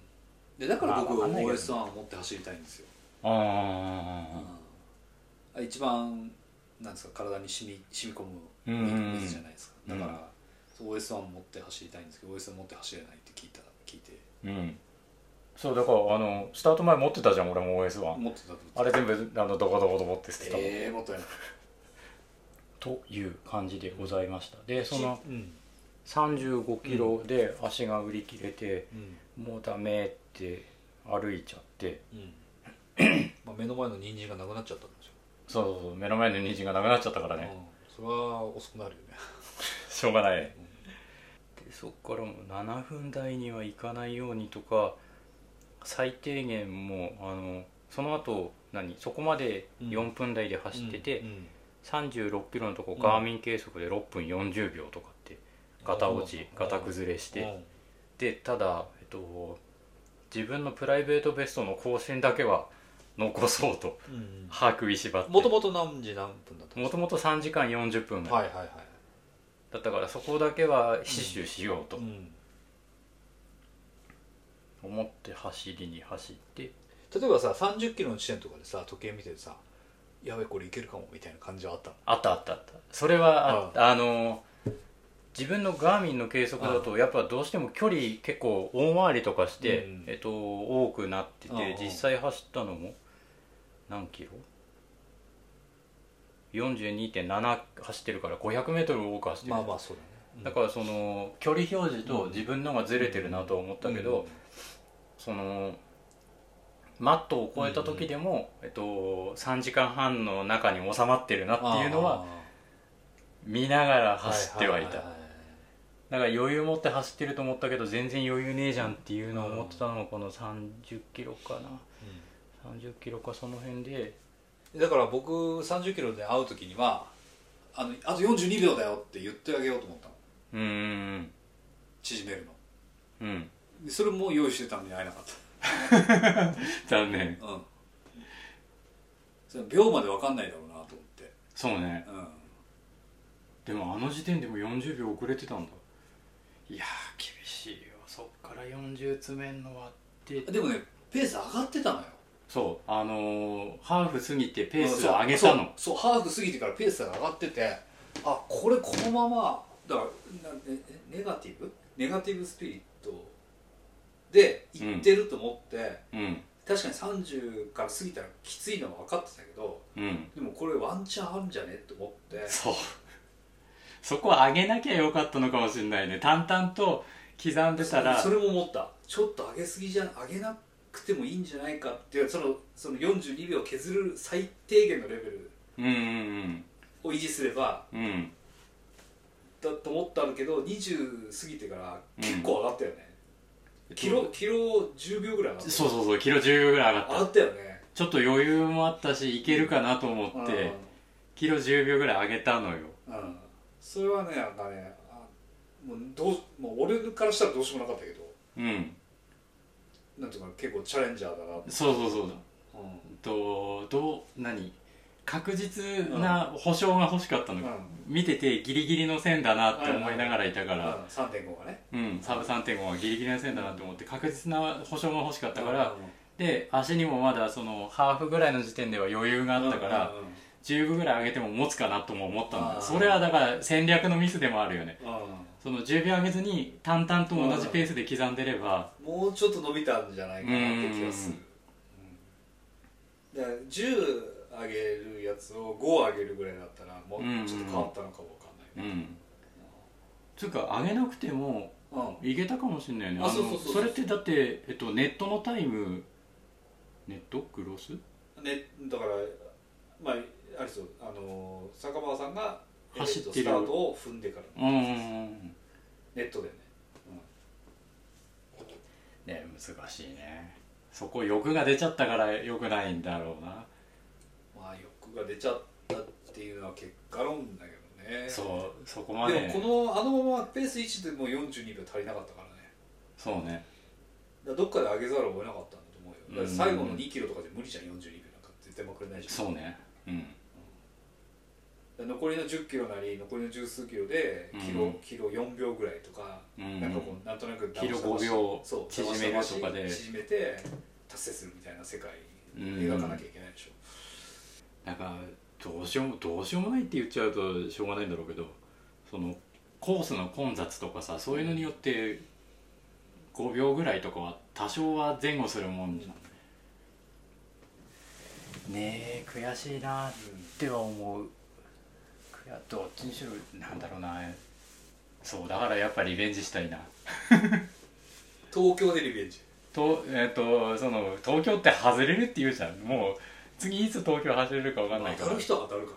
Speaker 3: でだから僕
Speaker 4: まあわかんないけどね
Speaker 3: OS1 を持って走りたいんですよ、
Speaker 4: あ
Speaker 3: あ一番なんですか体に染み染み込む
Speaker 4: うんうんうん
Speaker 3: 水じゃないですか、だから OS1 持って走りたいんですけど OS1 持って走れないって聞いた聞いて
Speaker 4: うんそうだからあのスタート前持ってたじゃん俺も OS1
Speaker 3: 持ってたと
Speaker 4: あれ全部あのどこどこどこって捨てたもん
Speaker 3: ええー、もったいない
Speaker 4: という感じでございましたでその
Speaker 3: うん
Speaker 4: 35キロで足が売り切れて、
Speaker 3: うん
Speaker 4: もうダメって歩いちゃって
Speaker 3: うん まあ目の前の人参がなくなっちゃったんでしょ
Speaker 4: そうそうそう目の前の人参がなくなっちゃったから
Speaker 3: う、
Speaker 4: ね、
Speaker 3: ん、それは遅くなるよね
Speaker 4: しょうがない、でそっからもう7分台にはいかないようにとか最低限もうあのその後何そこまで4分台で走ってて、
Speaker 3: うんうん
Speaker 4: 36キロのとこ
Speaker 3: うん
Speaker 4: ガーミン計測で6分40秒とかってガタ落ち
Speaker 3: うん
Speaker 4: ガタ崩れして、
Speaker 3: うん
Speaker 4: でただ、えっと、自分のプライベートベストの更新だけは残そうと
Speaker 3: うん
Speaker 4: 歯食いしばって
Speaker 3: もともと何時何分だったんで
Speaker 4: もともと3時間40分
Speaker 3: すかはいはいはい
Speaker 4: だったからそこだけは死守しようと
Speaker 3: うん
Speaker 4: 思って走りに走って
Speaker 3: 例えばさ3 0キロの地点とかでさ時計見ててさやべこれいけるかもみたいな感じはあったの
Speaker 4: あったあったあったそれはああの自分のガーミンの計測だとやっぱどうしても距離結構大回りとかして、
Speaker 3: うん
Speaker 4: えっと、多くなって
Speaker 3: うんう
Speaker 4: て
Speaker 3: ん
Speaker 4: 実際走ったのも何キロ ?42.7 走ってるから 500m 多く走ってる、
Speaker 3: まあまあそうだねうん
Speaker 4: だからその距離表示と自分のがずれてるなとは思ったけど、そのマットを超えた時でも、えっと、3時間半の中に収まってるなっていうのは見ながら走ってはいた、
Speaker 3: あー
Speaker 4: だから余裕持って走ってると思ったけど全然余裕ねえじゃんっていうのを思ってたのがこの3 0キロかな3 0キロかその辺で
Speaker 3: うんだから僕3 0キロで会う時にはあのあと42秒だよって言ってあげようと思ったの
Speaker 4: うーん
Speaker 3: 縮めるの
Speaker 4: うん
Speaker 3: でそれも用意してたのに会えなかっ
Speaker 4: 残念
Speaker 3: たうんそれ秒まで分かんないだろうなと思って
Speaker 4: そうね
Speaker 3: うん
Speaker 4: でもあの時点でも40秒遅れてたんだいやー厳しいよそっから40詰めんのはって
Speaker 3: でもねペース上がってたのよ
Speaker 4: そうあのーハーフ過ぎてペース
Speaker 3: うん
Speaker 4: を
Speaker 3: そう
Speaker 4: 上げたの
Speaker 3: そうそうハーフ過ぎてからペースが上がっててあこれこのままだからなねネガティブネガティブスピリットでいってると思って、
Speaker 4: うん
Speaker 3: 確かに30から過ぎたらきついのは分かってたけど
Speaker 4: うん
Speaker 3: でもこれワンチャンあるんじゃねと思って
Speaker 4: そう そこは上げなきゃよかったのかもしれないね淡々と刻んでたら
Speaker 3: それも思ったちょっと上げすぎじゃん上げなくてもいいんじゃないかっていうそのその42秒削る最低限のレベル
Speaker 4: うんうん
Speaker 3: を維持すれば
Speaker 4: うんうん
Speaker 3: だと思ったんだけど20過ぎてから結構上がったよね、
Speaker 4: ん
Speaker 3: キロキロ10秒ぐらい上がった
Speaker 4: そうそうそうキロ10秒ぐらい上
Speaker 3: 上
Speaker 4: が
Speaker 3: が
Speaker 4: った
Speaker 3: ったよね
Speaker 4: ちょっと余裕もあったしいけるかなと思って、キロ10秒ぐらい上げたのよ
Speaker 3: うん、うんそれはねなんかねあもうどうもう俺からしたらどうしようもなかったけど
Speaker 4: うん
Speaker 3: なんていうか結構チャレンジャーだなって、
Speaker 4: そうそうそうだ
Speaker 3: う
Speaker 4: とどう何確実な保証が欲しかったの、
Speaker 3: うん
Speaker 4: 見ててギリギリの線だなって思いながらいたか
Speaker 3: ん
Speaker 4: ら、
Speaker 3: 3.5がね
Speaker 4: うん、サブ3.5はギリギリの線だなと思って確実な保証が欲しかったから、
Speaker 3: うん
Speaker 4: で足にもまだそのハーフぐらいの時点では余裕があったから、
Speaker 3: うんうん
Speaker 4: 10分ぐらい上げても持つかなとも思ったんだ
Speaker 3: あ
Speaker 4: よ
Speaker 3: ー
Speaker 4: それはだから戦略のミスでもあるよね
Speaker 3: う
Speaker 4: その10秒上げずに淡々と同じペースで刻んでれば
Speaker 3: んもうちょっと伸びたんじゃないかなって気がする、うんだから10上げるやつを5上げるぐらいだったらもうちょっと変わったのかもわかんないね、
Speaker 4: うんつうか上げなくても
Speaker 3: うん
Speaker 4: いけたかもしれないよね
Speaker 3: あ
Speaker 4: の
Speaker 3: そうそうそうそう
Speaker 4: れってだって、えっと、ネットのタイムネットグロス
Speaker 3: ね、だから、まあ、あれですよ、あのー坂場さんがえー
Speaker 4: 走ってる
Speaker 3: スタートを踏んでから、
Speaker 4: うんうんうん
Speaker 3: ネットでね、
Speaker 4: ね難しいねそこ欲が出ちゃったから良くないんだろうな、
Speaker 3: まあ、欲が出ちゃったっていうのは結果論だけどね、
Speaker 4: そうそこま
Speaker 3: で
Speaker 4: で
Speaker 3: もこのあのままペース1でもう42秒足りなかったからね、
Speaker 4: そうね
Speaker 3: だからどっかで上げざるを得なかったんだと思うよ、だから最後
Speaker 4: う
Speaker 3: の
Speaker 4: ん
Speaker 3: 2キロとかで無理じゃん、42秒なんか絶対まくれないじゃん、
Speaker 4: そうねうん
Speaker 3: だから残りの10キロなり、残りの十数キロでキロ、
Speaker 4: うん
Speaker 3: キロ4秒ぐらいとか。
Speaker 4: うん
Speaker 3: なんかこうなんとなく
Speaker 4: キロ5秒
Speaker 3: そう
Speaker 4: 縮めるとかで
Speaker 3: 縮めて達成するみたいな世界
Speaker 4: うん
Speaker 3: 描かなきゃいけないでしょ、
Speaker 4: なんかどうしようもどうしようもないって言っちゃうとしょうがないんだろうけどそのコースの混雑とかさそういうのによって5秒ぐらいとかは多少は前後するもんじゃんねえ悔しいなっては思う悔やどっちにしろなんだろうなそうだからやっぱリベンジしたいな
Speaker 3: 東京でリベンジ
Speaker 4: とえっ、とその東京って外れるって言うじゃんもう次いつ東京走れるか分かんないか
Speaker 3: 当
Speaker 4: ら
Speaker 3: たる人は当たるからね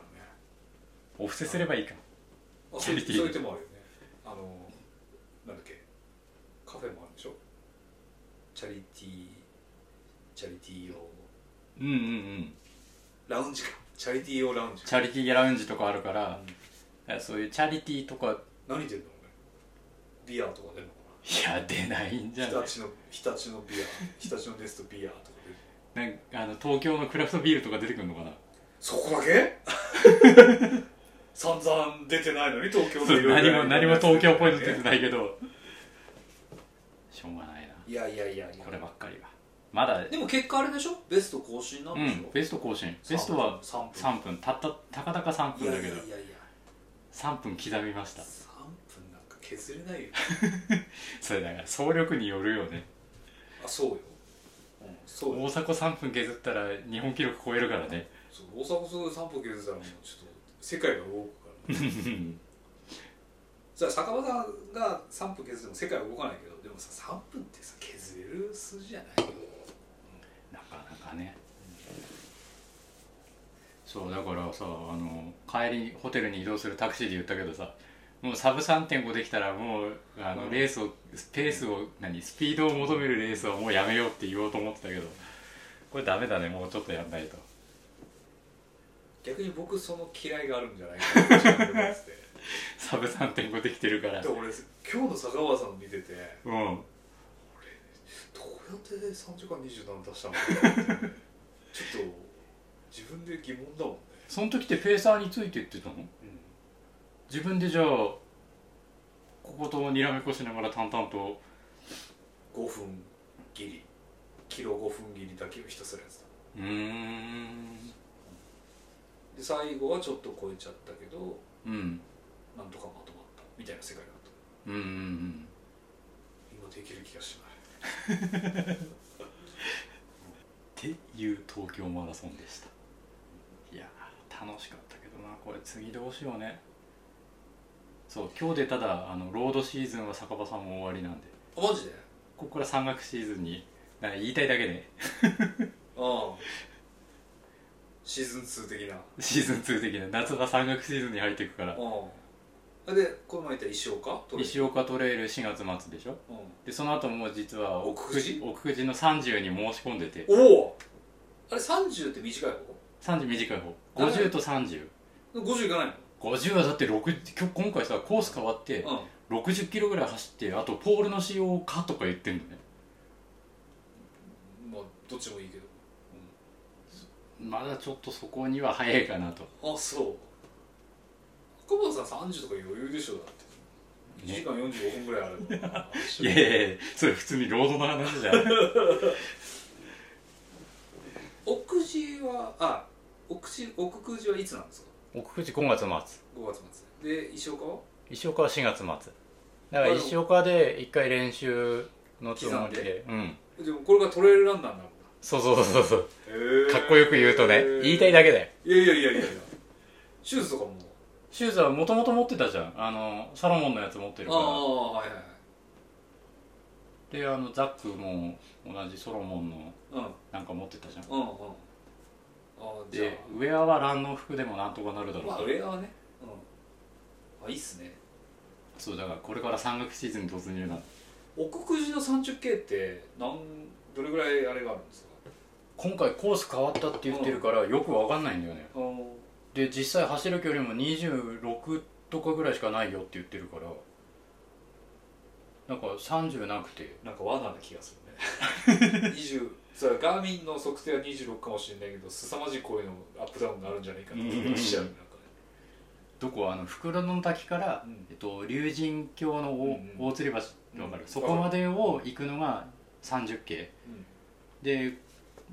Speaker 4: お布施すればいいか
Speaker 3: あ
Speaker 4: キ
Speaker 3: そうい
Speaker 4: ャリ
Speaker 3: う
Speaker 4: テ
Speaker 3: そ
Speaker 4: ィ
Speaker 3: ういう手もあるよねあのなんだっけカフェもあるでしょチャリティーチャリティー用
Speaker 4: うんうんうん
Speaker 3: ラウンジかチャリティー用ラウンジ
Speaker 4: チャリティーラウンジとかあるから、いやそういうチャリティーとか
Speaker 3: 何出るのこれビアとか出るのか
Speaker 4: いや出ないんじゃ
Speaker 3: な
Speaker 4: ない
Speaker 3: 日立の日立のビア 日立のデストビアとか出る
Speaker 4: なんかあの東京のクラフトビールとか出てくるのかな
Speaker 3: そこだけ 散々出てないのに東京の色々
Speaker 4: 何も何も東京っぽいの出て
Speaker 3: い
Speaker 4: ないけどしょうがないない
Speaker 3: やいやいやいや
Speaker 4: こればっかりはまだ
Speaker 3: でも結果あれでしょベスト更新なん
Speaker 4: う
Speaker 3: でし
Speaker 4: ん
Speaker 3: ょ、
Speaker 4: ベスト更新ベストは
Speaker 3: 3分
Speaker 4: 3分たったたかたか3
Speaker 3: い
Speaker 4: 分
Speaker 3: や
Speaker 4: だ
Speaker 3: い
Speaker 4: け
Speaker 3: やい
Speaker 4: ど
Speaker 3: やいや
Speaker 4: 3分刻みました
Speaker 3: 3分なんか削れ ないよ
Speaker 4: それだから総力によるよね
Speaker 3: あそうよ、うん、そうよ
Speaker 4: 大迫3分削ったら日本記録超えるからね
Speaker 3: そう大阪総散歩削ったらもうちょっと世界が動くからじゃあ坂場さんが3分削っても世界は動かないけどでもさ3分ってさ削れる数字じゃないよ
Speaker 4: なかなかねそうだからさあの帰りホテルに移動するタクシーで言ったけどさもうサブ3.5できたらもうあのレースをペースを何スピードを求めるレースはもうやめようって言おうと思ってたけどこれダメだねもうちょっとやんないと
Speaker 3: 逆に僕その嫌いがあるんじゃないかなって思ってて
Speaker 4: サブ3.5できてるから
Speaker 3: で俺今日の坂場さん見てて
Speaker 4: うん
Speaker 3: どうやって3時間27出したのかなってちょっと自分で疑問だもんね、
Speaker 4: その時ってペーサーについてってたの自分でじゃあこことにらめっこしながら淡々と
Speaker 3: 5分切りキロ5分切りだけをひたすらやってた
Speaker 4: うーん
Speaker 3: で最後はちょっと超えちゃったけど
Speaker 4: うん
Speaker 3: なんとかまとまったみたいな世界だった
Speaker 4: うんうんうん
Speaker 3: 今できる気がしない
Speaker 4: っていう東京マラソンでしたいやー楽しかったけどなこれ次どうしようねそう今日でただあのロードシーズンは酒場さんも終わりなんで
Speaker 3: あマジで
Speaker 4: ここから山岳シーズンになんか言いたいだけで
Speaker 3: ああシーズン2的なあ
Speaker 4: シーズン2的な夏は山岳シーズンに入っていくから
Speaker 3: あでこの前言った石岡と
Speaker 4: 石岡トレイル4月末でしょ
Speaker 3: うん、
Speaker 4: でその後もう実は
Speaker 3: 奥久慈
Speaker 4: 奥久慈の30に申し込んでて
Speaker 3: おおあれ30って短い
Speaker 4: 30短い方
Speaker 3: あれ
Speaker 4: 50と3050
Speaker 3: 方50いかない
Speaker 4: はだって6今日今回さコース変わって、
Speaker 3: のうん
Speaker 4: 60キロぐらい走ってあとポールの使用かとか言ってんのね
Speaker 3: まあどっちもいいけど
Speaker 4: まだちょっとそこには早いかなと
Speaker 3: あそう小林さん30とか余裕でしょだって1時間45分ぐ らいあるのかな
Speaker 4: いやいやいやそれ普通にロードの話じ ゃん
Speaker 3: 奥久慈はあ奥久慈奥久慈はいつなんですか
Speaker 4: 奥久慈今月末
Speaker 3: 5月末で石岡は
Speaker 4: 石岡は4月末だから石岡で一回練習のつもり
Speaker 3: 刻ん
Speaker 4: でうん
Speaker 3: でもこれがトレイルランナーにな
Speaker 4: そうそうそうそう
Speaker 3: るんだ
Speaker 4: かっこよく言うとね、言いたいだけだよ
Speaker 3: いやいやいやいやいやシューズとかも
Speaker 4: シューズはもともと持ってたじゃんあのサロモンのやつ持ってる
Speaker 3: あ
Speaker 4: から
Speaker 3: あはいはいはい
Speaker 4: であのザックも同じソロモンの
Speaker 3: うんうん
Speaker 4: なんか持ってたじゃん
Speaker 3: うんあーじゃ
Speaker 4: でウェアはランの服でもなんとかなるだ
Speaker 3: あ
Speaker 4: ろう
Speaker 3: ま
Speaker 4: と
Speaker 3: あ上側ねうんあいいっすね
Speaker 4: そうだからこれから山岳シーズンに突入なの
Speaker 3: 奥久慈の 30K ってなんどれぐらいあれがあるんですか
Speaker 4: 今回コース変わったって言ってるからよくわかんないんだよね
Speaker 3: あの
Speaker 4: で実際走る距離も26とかぐらいしかないよって言ってるからなんか30なくて
Speaker 3: なんか罠な気がする ね20それはガーミンの測定は26かもしれないけど凄まじい声のアップダウンがあるんじゃないかなって気がしちゃうなんかね
Speaker 4: どこあの袋の滝から、
Speaker 3: うん
Speaker 4: えっと、竜神峡の大,、
Speaker 3: うんうん
Speaker 4: 大吊り橋わかる、
Speaker 3: うん
Speaker 4: そこまでを行くのが30系で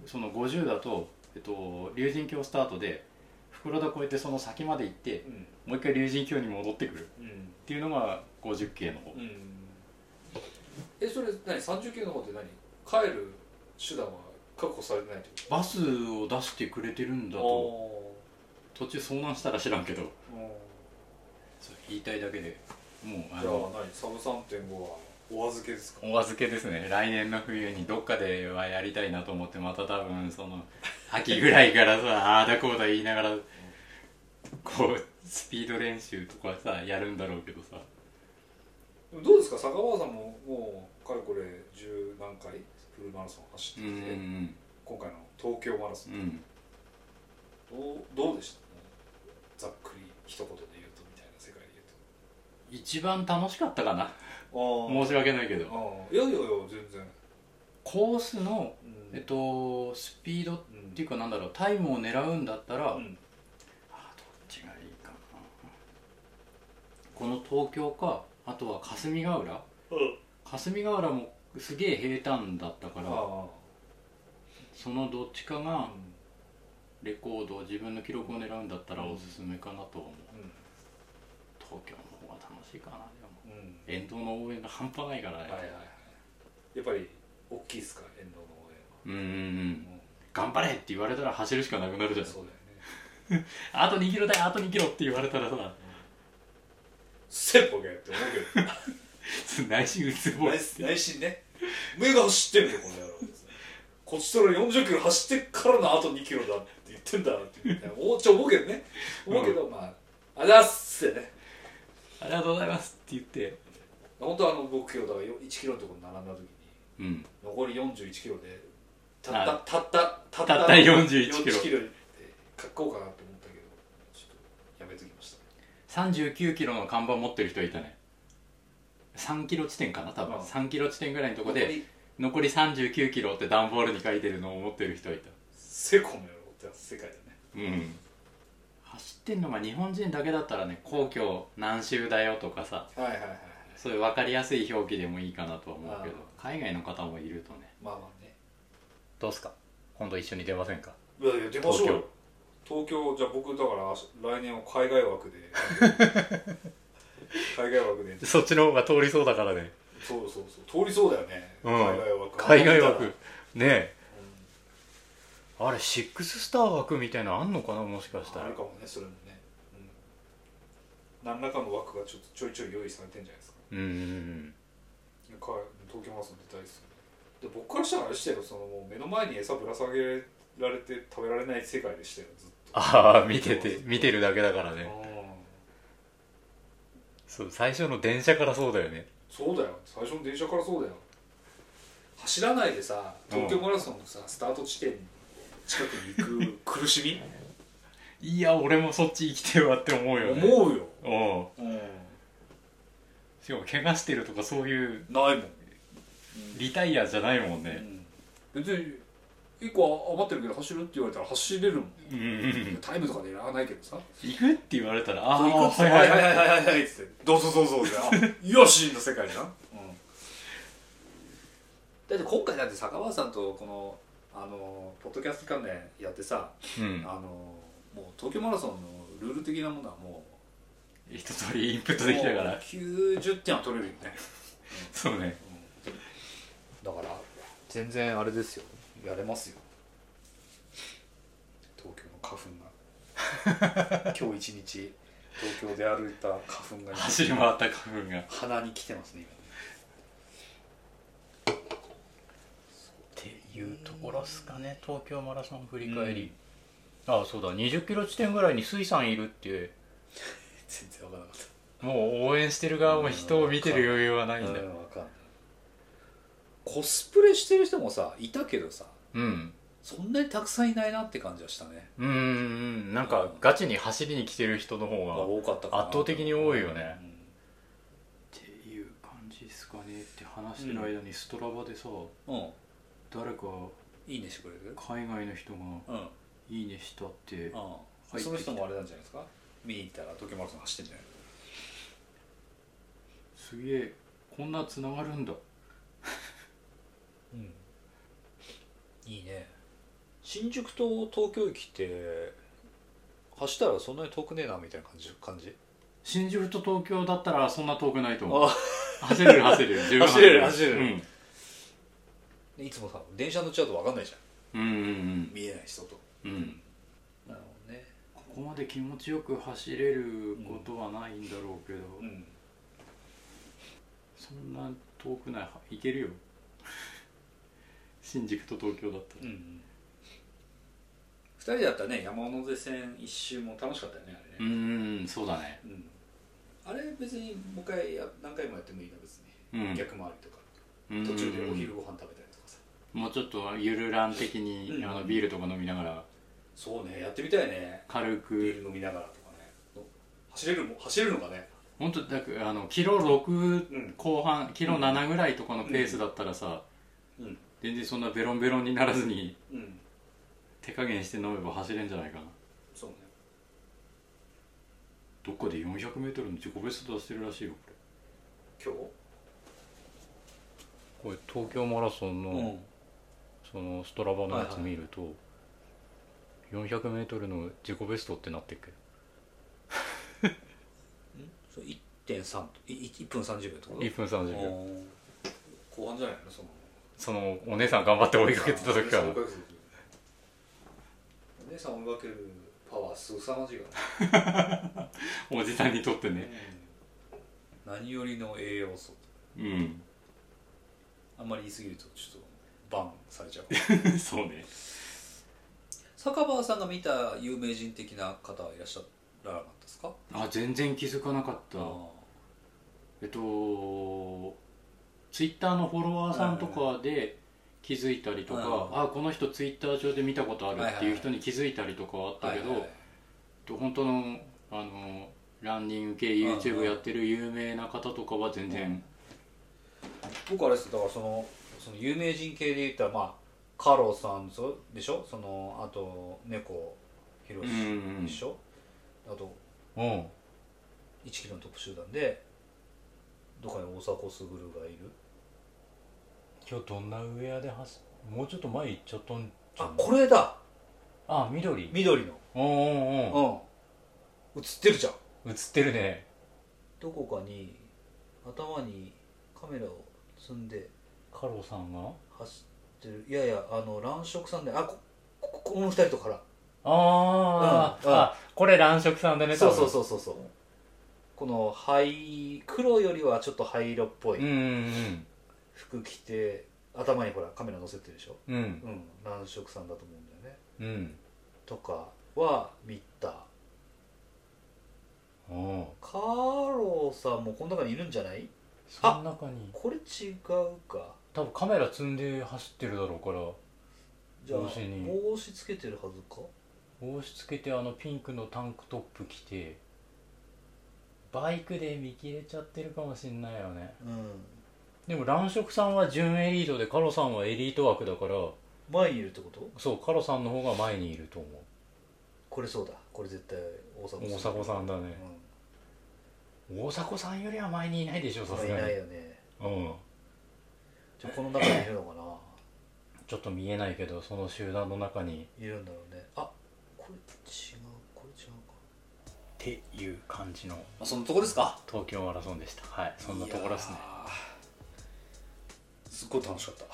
Speaker 4: その50だと、えっと、竜神峡スタートで袋田越えてその先まで行って
Speaker 3: うん
Speaker 4: もう一回竜神峡に戻ってくるっ
Speaker 3: うん
Speaker 4: ていうのが50系の方
Speaker 3: うんえそれ何30キロの方って何帰る手段は確保されてないってこ
Speaker 4: バスを出してくれてるんだと
Speaker 3: と
Speaker 4: 途中遭難したら知らんけど
Speaker 3: あーうん
Speaker 4: それ言いたいだけでもうあ
Speaker 3: じゃあ
Speaker 4: の
Speaker 3: 何サブ3.5はお預けですか
Speaker 4: お預けですね来年の冬にどっかではやりたいなと思ってまた多分その秋ぐらいからさ ああだこうだ言いながらこうスピード練習とかさやるんだろうけどさ
Speaker 3: どうですか坂川さんももうかれこれ十何回フルマラソン走
Speaker 4: う
Speaker 3: っ
Speaker 4: ん
Speaker 3: て
Speaker 4: う
Speaker 3: きて、
Speaker 4: ん
Speaker 3: 今回の東京マラソ
Speaker 4: う
Speaker 3: ン、
Speaker 4: んうん
Speaker 3: どうどうでしたざっくり一言で言うとみたいな世界で言う
Speaker 4: 一番楽しかったかな
Speaker 3: と
Speaker 4: 申し訳ないけ
Speaker 3: あ
Speaker 4: ど
Speaker 3: ーあーいやいやいや全然、
Speaker 4: コースの
Speaker 3: うん
Speaker 4: えっとスピードっていう
Speaker 3: か、
Speaker 4: かなんだろうタイムを狙うんだったら、
Speaker 3: うん
Speaker 4: あどっちがいいかなこの東京かあとは霞ヶ浦霞ヶ浦もすげえ平坦だったか
Speaker 3: あ
Speaker 4: ら
Speaker 3: あ
Speaker 4: そのどっちかが
Speaker 3: うん
Speaker 4: レコード自分の記録を狙うんだったらおすすめかなとは思う東京の方が楽しいかなでも
Speaker 3: うんうん
Speaker 4: 沿道の応援が半端ないからね、
Speaker 3: はいはいはいやっぱり大きいですか遠藤の応援
Speaker 4: うんうんうん
Speaker 3: は、
Speaker 4: 頑張れって言われたら走るしかなくなるじゃん
Speaker 3: そうだよね
Speaker 4: あと2キロだよあと2キロって言われたらさ
Speaker 3: 先方がやって思うけど
Speaker 4: 内心うつぼ
Speaker 3: 内心 内心ね目が走ってるよこの野郎こっちとら40キロ走ってっからのあと2キロだって言ってんだっておおちょ思うけどね思うけど、まあありがとうございますってね
Speaker 4: ありがとうございますって言って
Speaker 3: 本当はあの目標だから1キロのとこに並んだ時に
Speaker 4: うん
Speaker 3: 残り41キロでたっ
Speaker 4: あ
Speaker 3: たたったた
Speaker 4: たった41キロ
Speaker 3: 40キロで書こうかなと思ったけどちょっとやめときました
Speaker 4: 39キロの看板持ってる人いたね3キロ地点かな多分
Speaker 3: うん
Speaker 4: 3キロ地点ぐらいのとこ
Speaker 3: 残
Speaker 4: で
Speaker 3: り
Speaker 4: 残り39キロって段ボールに書いてるのを持ってる人いた
Speaker 3: セコの野郎って世界だね
Speaker 4: うん走ってんのが日本人だけだったらね皇居何周だよとかさ
Speaker 3: はいはいはいはい
Speaker 4: そういう分かりやすい表記でもいいかなとは思うけど
Speaker 3: うん
Speaker 4: 海外の方もいるとね
Speaker 3: まあまあね
Speaker 4: どうすか今度一緒に出ませんか
Speaker 3: いやいや出ましょうよ東京じゃあ僕だから来年は海外枠 で海外枠で
Speaker 4: そっちの方が通りそうだからね
Speaker 3: そうそうそう通りそうだよね、
Speaker 4: うん
Speaker 3: 海外枠
Speaker 4: 海外枠ねえあれシックススター枠みたいなのあんのかなもしかした
Speaker 3: あ
Speaker 4: ら
Speaker 3: るかもねそれもね、うん、何らかの枠がちょっとちょいちょい用意されてんじゃないですか
Speaker 4: うんうんうん
Speaker 3: いやか東京マラソン出たいですよねで僕からしたらあれでしたよそのもう目の前に餌ぶら下げられて食べられない世界でしたよずっと
Speaker 4: ああ見てて見てるだけだから
Speaker 3: うん
Speaker 4: ねそう最初の電車からそうだよね
Speaker 3: そうだよ最初の電車からそうだよ走らないでさ東京マラソンのさ、スタート地点近くに行 く苦し
Speaker 4: いや俺もそっち生きてるわって思う
Speaker 3: み
Speaker 4: よね
Speaker 3: 思うよ、
Speaker 4: おう
Speaker 3: うん、
Speaker 4: しかも怪我してるとかそういう
Speaker 3: ないもん、
Speaker 4: リタイアじゃないもん
Speaker 3: う
Speaker 4: ね
Speaker 3: ん別に1個余ってるけど走るって言われたら走れるもん、
Speaker 4: うんうんうん
Speaker 3: タイムとか狙わないけどさ
Speaker 4: 行くって言われたらああ
Speaker 3: そう行くっつって
Speaker 4: はいはいはい
Speaker 3: はいはいはいはいっつってどうぞどうぞであ よしの世界じゃん、だって今回だって坂川さんとこのあのポッドキャスト関連やってさ、
Speaker 4: うん
Speaker 3: あのもう東京マラソンのルール的なものはも
Speaker 4: 一通りインプッ
Speaker 3: う
Speaker 4: トできたか
Speaker 3: もう
Speaker 4: ら
Speaker 3: 90点は取れるよね
Speaker 4: そうね
Speaker 3: だから全然あれですよやれますよ東京の花粉が今日一日東京で歩いた花粉が
Speaker 4: 走り回った花粉が
Speaker 3: 鼻に来てますね今
Speaker 4: っていうところですかね東京マラソン振り返り、ああそうだ2 0キロ地点ぐらいに水さんいるって
Speaker 3: 全然わからなかっ
Speaker 4: もう応援してる側も人を見てる余裕はないんだ
Speaker 3: た
Speaker 4: よ
Speaker 3: かんないコスプレしてる人もさいたけどさ
Speaker 4: うん
Speaker 3: そんなにたくさんいないなって感じはしたね
Speaker 4: うんうんうんなんかガチに走りに来てる人の方
Speaker 3: が
Speaker 4: が
Speaker 3: 多かったかな
Speaker 4: 圧倒的に多いよね
Speaker 3: うん
Speaker 4: っていう感じですかねって話してる間にストラバでさ、
Speaker 3: うん
Speaker 4: 誰か
Speaker 3: いいねしてくれる
Speaker 4: 海外の人が
Speaker 3: うんうん
Speaker 4: 「いいね」したって入ってきて
Speaker 3: その人もあれなんじゃないですか見に行ったら時丸さん走ってんじゃない
Speaker 4: すげえこんなつながるんだ
Speaker 3: いいね新宿と東京駅って走ったらそんなに遠くねえなみたいな感じ感じ
Speaker 4: 新宿と東京だったらそんな遠くないと思う
Speaker 3: あ
Speaker 4: 走れる 走れる十分
Speaker 3: 走れる走れる
Speaker 4: うん
Speaker 3: でいつもさ電車乗っちゃうと分かんないじゃ
Speaker 4: うんうん
Speaker 3: ん見えない人と
Speaker 4: うんうん
Speaker 3: なるほどね
Speaker 4: ここまで気持ちよく走れることはないんだろうけど、
Speaker 3: うん
Speaker 4: そんな遠くない行けるよ 新宿と東京だったら
Speaker 3: うんうん2人だったらね山手線一周も楽しかったよねあ
Speaker 4: う
Speaker 3: れね、
Speaker 4: んうんそうだね
Speaker 3: うんあれ別にもう一回や何回もやってもいいな別に、
Speaker 4: うん
Speaker 3: 逆回りとか
Speaker 4: うん
Speaker 3: 途中でお昼ご飯食べたりとかさ、
Speaker 4: もうちょっとゆるらん的
Speaker 3: う
Speaker 4: に
Speaker 3: ん
Speaker 4: あのビールとか飲みながら
Speaker 3: そうねやってみたいね
Speaker 4: 軽
Speaker 3: ビ
Speaker 4: く
Speaker 3: ール飲みながらとかね走れるも走れるのかね
Speaker 4: 本当だからあのキロ6
Speaker 3: うん
Speaker 4: 後半キロ7ぐらいとかのペースだったらさ、
Speaker 3: うん
Speaker 4: 全然そんなベロンベロンにならずに
Speaker 3: うん
Speaker 4: 手加減して飲めば走れんじゃないかな
Speaker 3: そうね
Speaker 4: どっかで 400m の自己ベスト出してるらしいよ
Speaker 3: 今日
Speaker 4: これこれ東京マラソンの、
Speaker 3: うん
Speaker 4: そのストラバのやつ
Speaker 3: はいは
Speaker 4: 見ると、400m の自己ベストってなってっけ
Speaker 3: そう1.3い1分30秒とか
Speaker 4: 1分30
Speaker 3: あ
Speaker 4: 秒
Speaker 3: ー後半じゃないのその
Speaker 4: そのお姉さん頑張って追いかけてた時から
Speaker 3: お姉さんを追いかけるパワーすさまじいからね
Speaker 4: おじさんにとってね
Speaker 3: 何よりの栄養素
Speaker 4: うん
Speaker 3: あんまり言い過ぎるとちょっとバンされちゃう
Speaker 4: そうね
Speaker 3: 坂場さんが見た有名人的な方はいらっしゃらなかったですか
Speaker 4: あ全然気づかなかったえっとツイッターのフォロワーさんとかで気づいたりとか、
Speaker 3: うん
Speaker 4: あこの人ツイッター上で見たことあるっていう人に気づいたりとかはあったけ
Speaker 3: はい
Speaker 4: ど、
Speaker 3: はいはい
Speaker 4: えっと本当のあのランニング系
Speaker 3: うんう
Speaker 4: YouTube
Speaker 3: ん
Speaker 4: やってる有名な方とかは全然、
Speaker 3: 僕あれですだからそのその有名人系で言ったらまあカロさんそでしょそのあと猫ひろし
Speaker 4: うんうん
Speaker 3: でしょ、あと
Speaker 4: うん
Speaker 3: 1キロのトップ集団でどこかに大迫傑がいる
Speaker 4: 今日どんなウェアで走もうちょっと前行っちゃったんじ
Speaker 3: あこれだ
Speaker 4: あ緑
Speaker 3: 緑の
Speaker 4: おんおん
Speaker 3: うん映ってるじゃん
Speaker 4: 映ってるね
Speaker 3: どこかに頭にカメラを積んで
Speaker 4: カロさんが
Speaker 3: 走ってるいやいやあの乱食さんであこここの二人とから
Speaker 4: あ
Speaker 3: う
Speaker 4: ー、
Speaker 3: んうん
Speaker 4: あこれ乱食さんだね
Speaker 3: そうそう
Speaker 4: う
Speaker 3: そうそうそうこの灰黒よりはちょっと灰色っぽ
Speaker 4: うん
Speaker 3: い服着て、頭にほらカメラ乗せてるでしょ
Speaker 4: うんうん
Speaker 3: うん乱食さんだと思うんだよね
Speaker 4: うん
Speaker 3: とかは見た
Speaker 4: うんお
Speaker 3: カーローさんもこの中にいるんじゃない
Speaker 4: その中に
Speaker 3: これ違うか
Speaker 4: 多分カメラ積んで走ってるだろうから
Speaker 3: じゃあ
Speaker 4: 帽子に
Speaker 3: 帽子つけてるはずか
Speaker 4: 帽子つけてあのピンクのタンクトップ着てバイクで見切れちゃってるかもしんないよね
Speaker 3: うん
Speaker 4: でも乱食さんは準エリートでカロさんはエリート枠だから
Speaker 3: 前にいるってこと
Speaker 4: そうカロさんの方が前にいると思
Speaker 3: これそうだこれ絶対大迫
Speaker 4: う大迫さんだね大迫さんよりは前にいないでしょ
Speaker 3: う
Speaker 4: さ
Speaker 3: ん、
Speaker 4: す
Speaker 3: い
Speaker 4: が
Speaker 3: な
Speaker 4: に
Speaker 3: いよね
Speaker 4: うん
Speaker 3: じゃあこの中にいるのかな
Speaker 4: ちょっと見えないけどその集団の中に
Speaker 3: いるんだろうねあこれ違うこれ違うか
Speaker 4: っていう感じの
Speaker 3: あそのとこですか
Speaker 4: 東京マラソンでしたはいそんなところですね
Speaker 3: すっごい楽しかった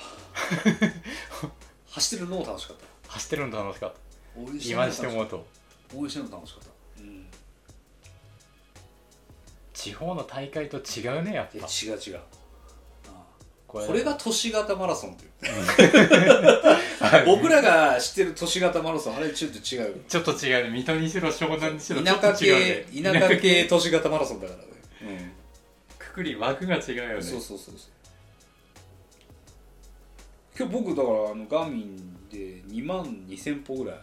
Speaker 3: 走ってるのも楽しかった
Speaker 4: 走ってるの楽しかった
Speaker 3: 応援
Speaker 4: 今にして思うと
Speaker 3: 応援してるの楽しかった、うん、い
Speaker 4: 地方の大会と違うねやっ
Speaker 3: や
Speaker 4: ぱ
Speaker 3: 違う違うあ
Speaker 4: こ
Speaker 3: これが都市型マラソンっていう 僕らが知ってる都市型マラソンあれちょっと違う
Speaker 4: ちょっと違うね水戸にしろ湘南にしろ
Speaker 3: 田舎
Speaker 4: ちょっと違
Speaker 3: 系
Speaker 4: うね
Speaker 3: 田舎系都市型マラソンだからね、
Speaker 4: くくり枠が違うよね
Speaker 3: そうそうそうそう今日僕だからあのガーミンで2万2000歩ぐらい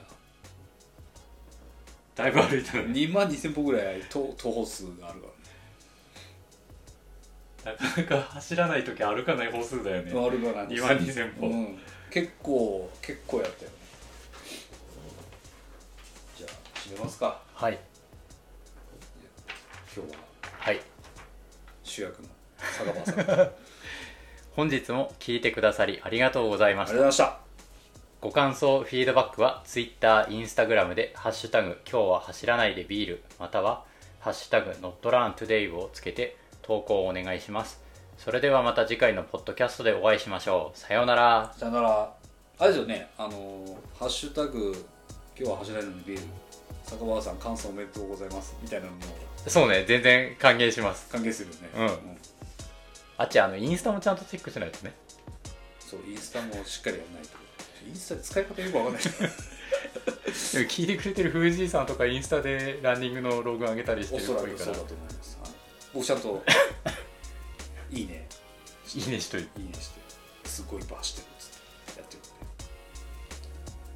Speaker 4: だいぶ歩いたのに
Speaker 3: 2万2000歩ぐらいと徒歩数があるか
Speaker 4: なかなか走らない時歩かない歩数だよ
Speaker 3: ら
Speaker 4: ね
Speaker 3: ねあるから
Speaker 4: 2万2000歩、
Speaker 3: うん、結構結構やったよねじゃあ閉めますか
Speaker 4: はい
Speaker 3: 今日は
Speaker 4: はい
Speaker 3: 主役の坂場さんありがとう
Speaker 4: 本日も聞いてくださりありがとうございました
Speaker 3: ございました
Speaker 4: ご感想、フィードバックは Twitter、Instagram で「ハッシュタグ今日は走らないでビール」または「ハッシュタグ #NotRunToday」をつけて投稿をお願いします。それではまた次回のポッドキャストでお会いしましょう。さようなら。
Speaker 3: さよならあれですよねあのーハッシュタグ今日は走らないのにビール坂川さん感想おめでとうございますみたいなのも
Speaker 4: そうね、全然歓迎します。
Speaker 3: 歓迎するよね
Speaker 4: うんあっち、あの、インスタもちゃんとチェックしないとね。
Speaker 3: そうインスタもしっかりやらないとインスタ使い方よくわかんない
Speaker 4: でも聞いてくれてる藤井さんとかインスタでランニングのログ上げたりして
Speaker 3: お
Speaker 4: るっ
Speaker 3: そら
Speaker 4: ぽい
Speaker 3: く
Speaker 4: か
Speaker 3: そう
Speaker 4: ら、
Speaker 3: だ
Speaker 4: い
Speaker 3: と思いますはい僕ちゃんといいね
Speaker 4: いねしといて。
Speaker 3: いいねしてすごいいっぱい走ってるっつってやってるん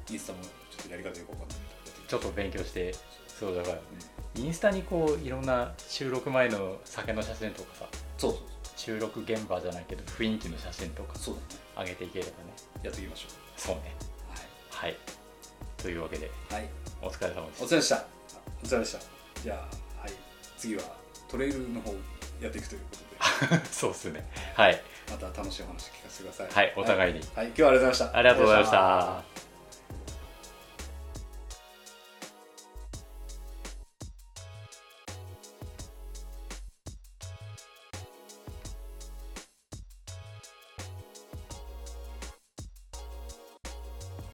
Speaker 3: でインスタもちょっとやり方よくわかんないけどやってみて
Speaker 4: ちょっと勉強して、そうだから、インスタにこう、いろんな収録前の酒の写真とかさ、
Speaker 3: そうそう
Speaker 4: 収録現場じゃないけど、雰囲気の写真とか
Speaker 3: そうそうだね
Speaker 4: 上げていければね。
Speaker 3: やっていきましょ
Speaker 4: そうね。
Speaker 3: う
Speaker 4: はい。というわけで、
Speaker 3: はい、はい、
Speaker 4: お疲れ様で
Speaker 3: お
Speaker 4: し
Speaker 3: 疲れでしたお疲れでしたじゃあはい次はトレイルの方やっていくという こと
Speaker 4: た。そうっすね。はい。
Speaker 3: でまた楽しいお話聞かせてください
Speaker 4: はいお互いに
Speaker 3: はい、はい今日はありがとうございました
Speaker 4: ありがとうございました。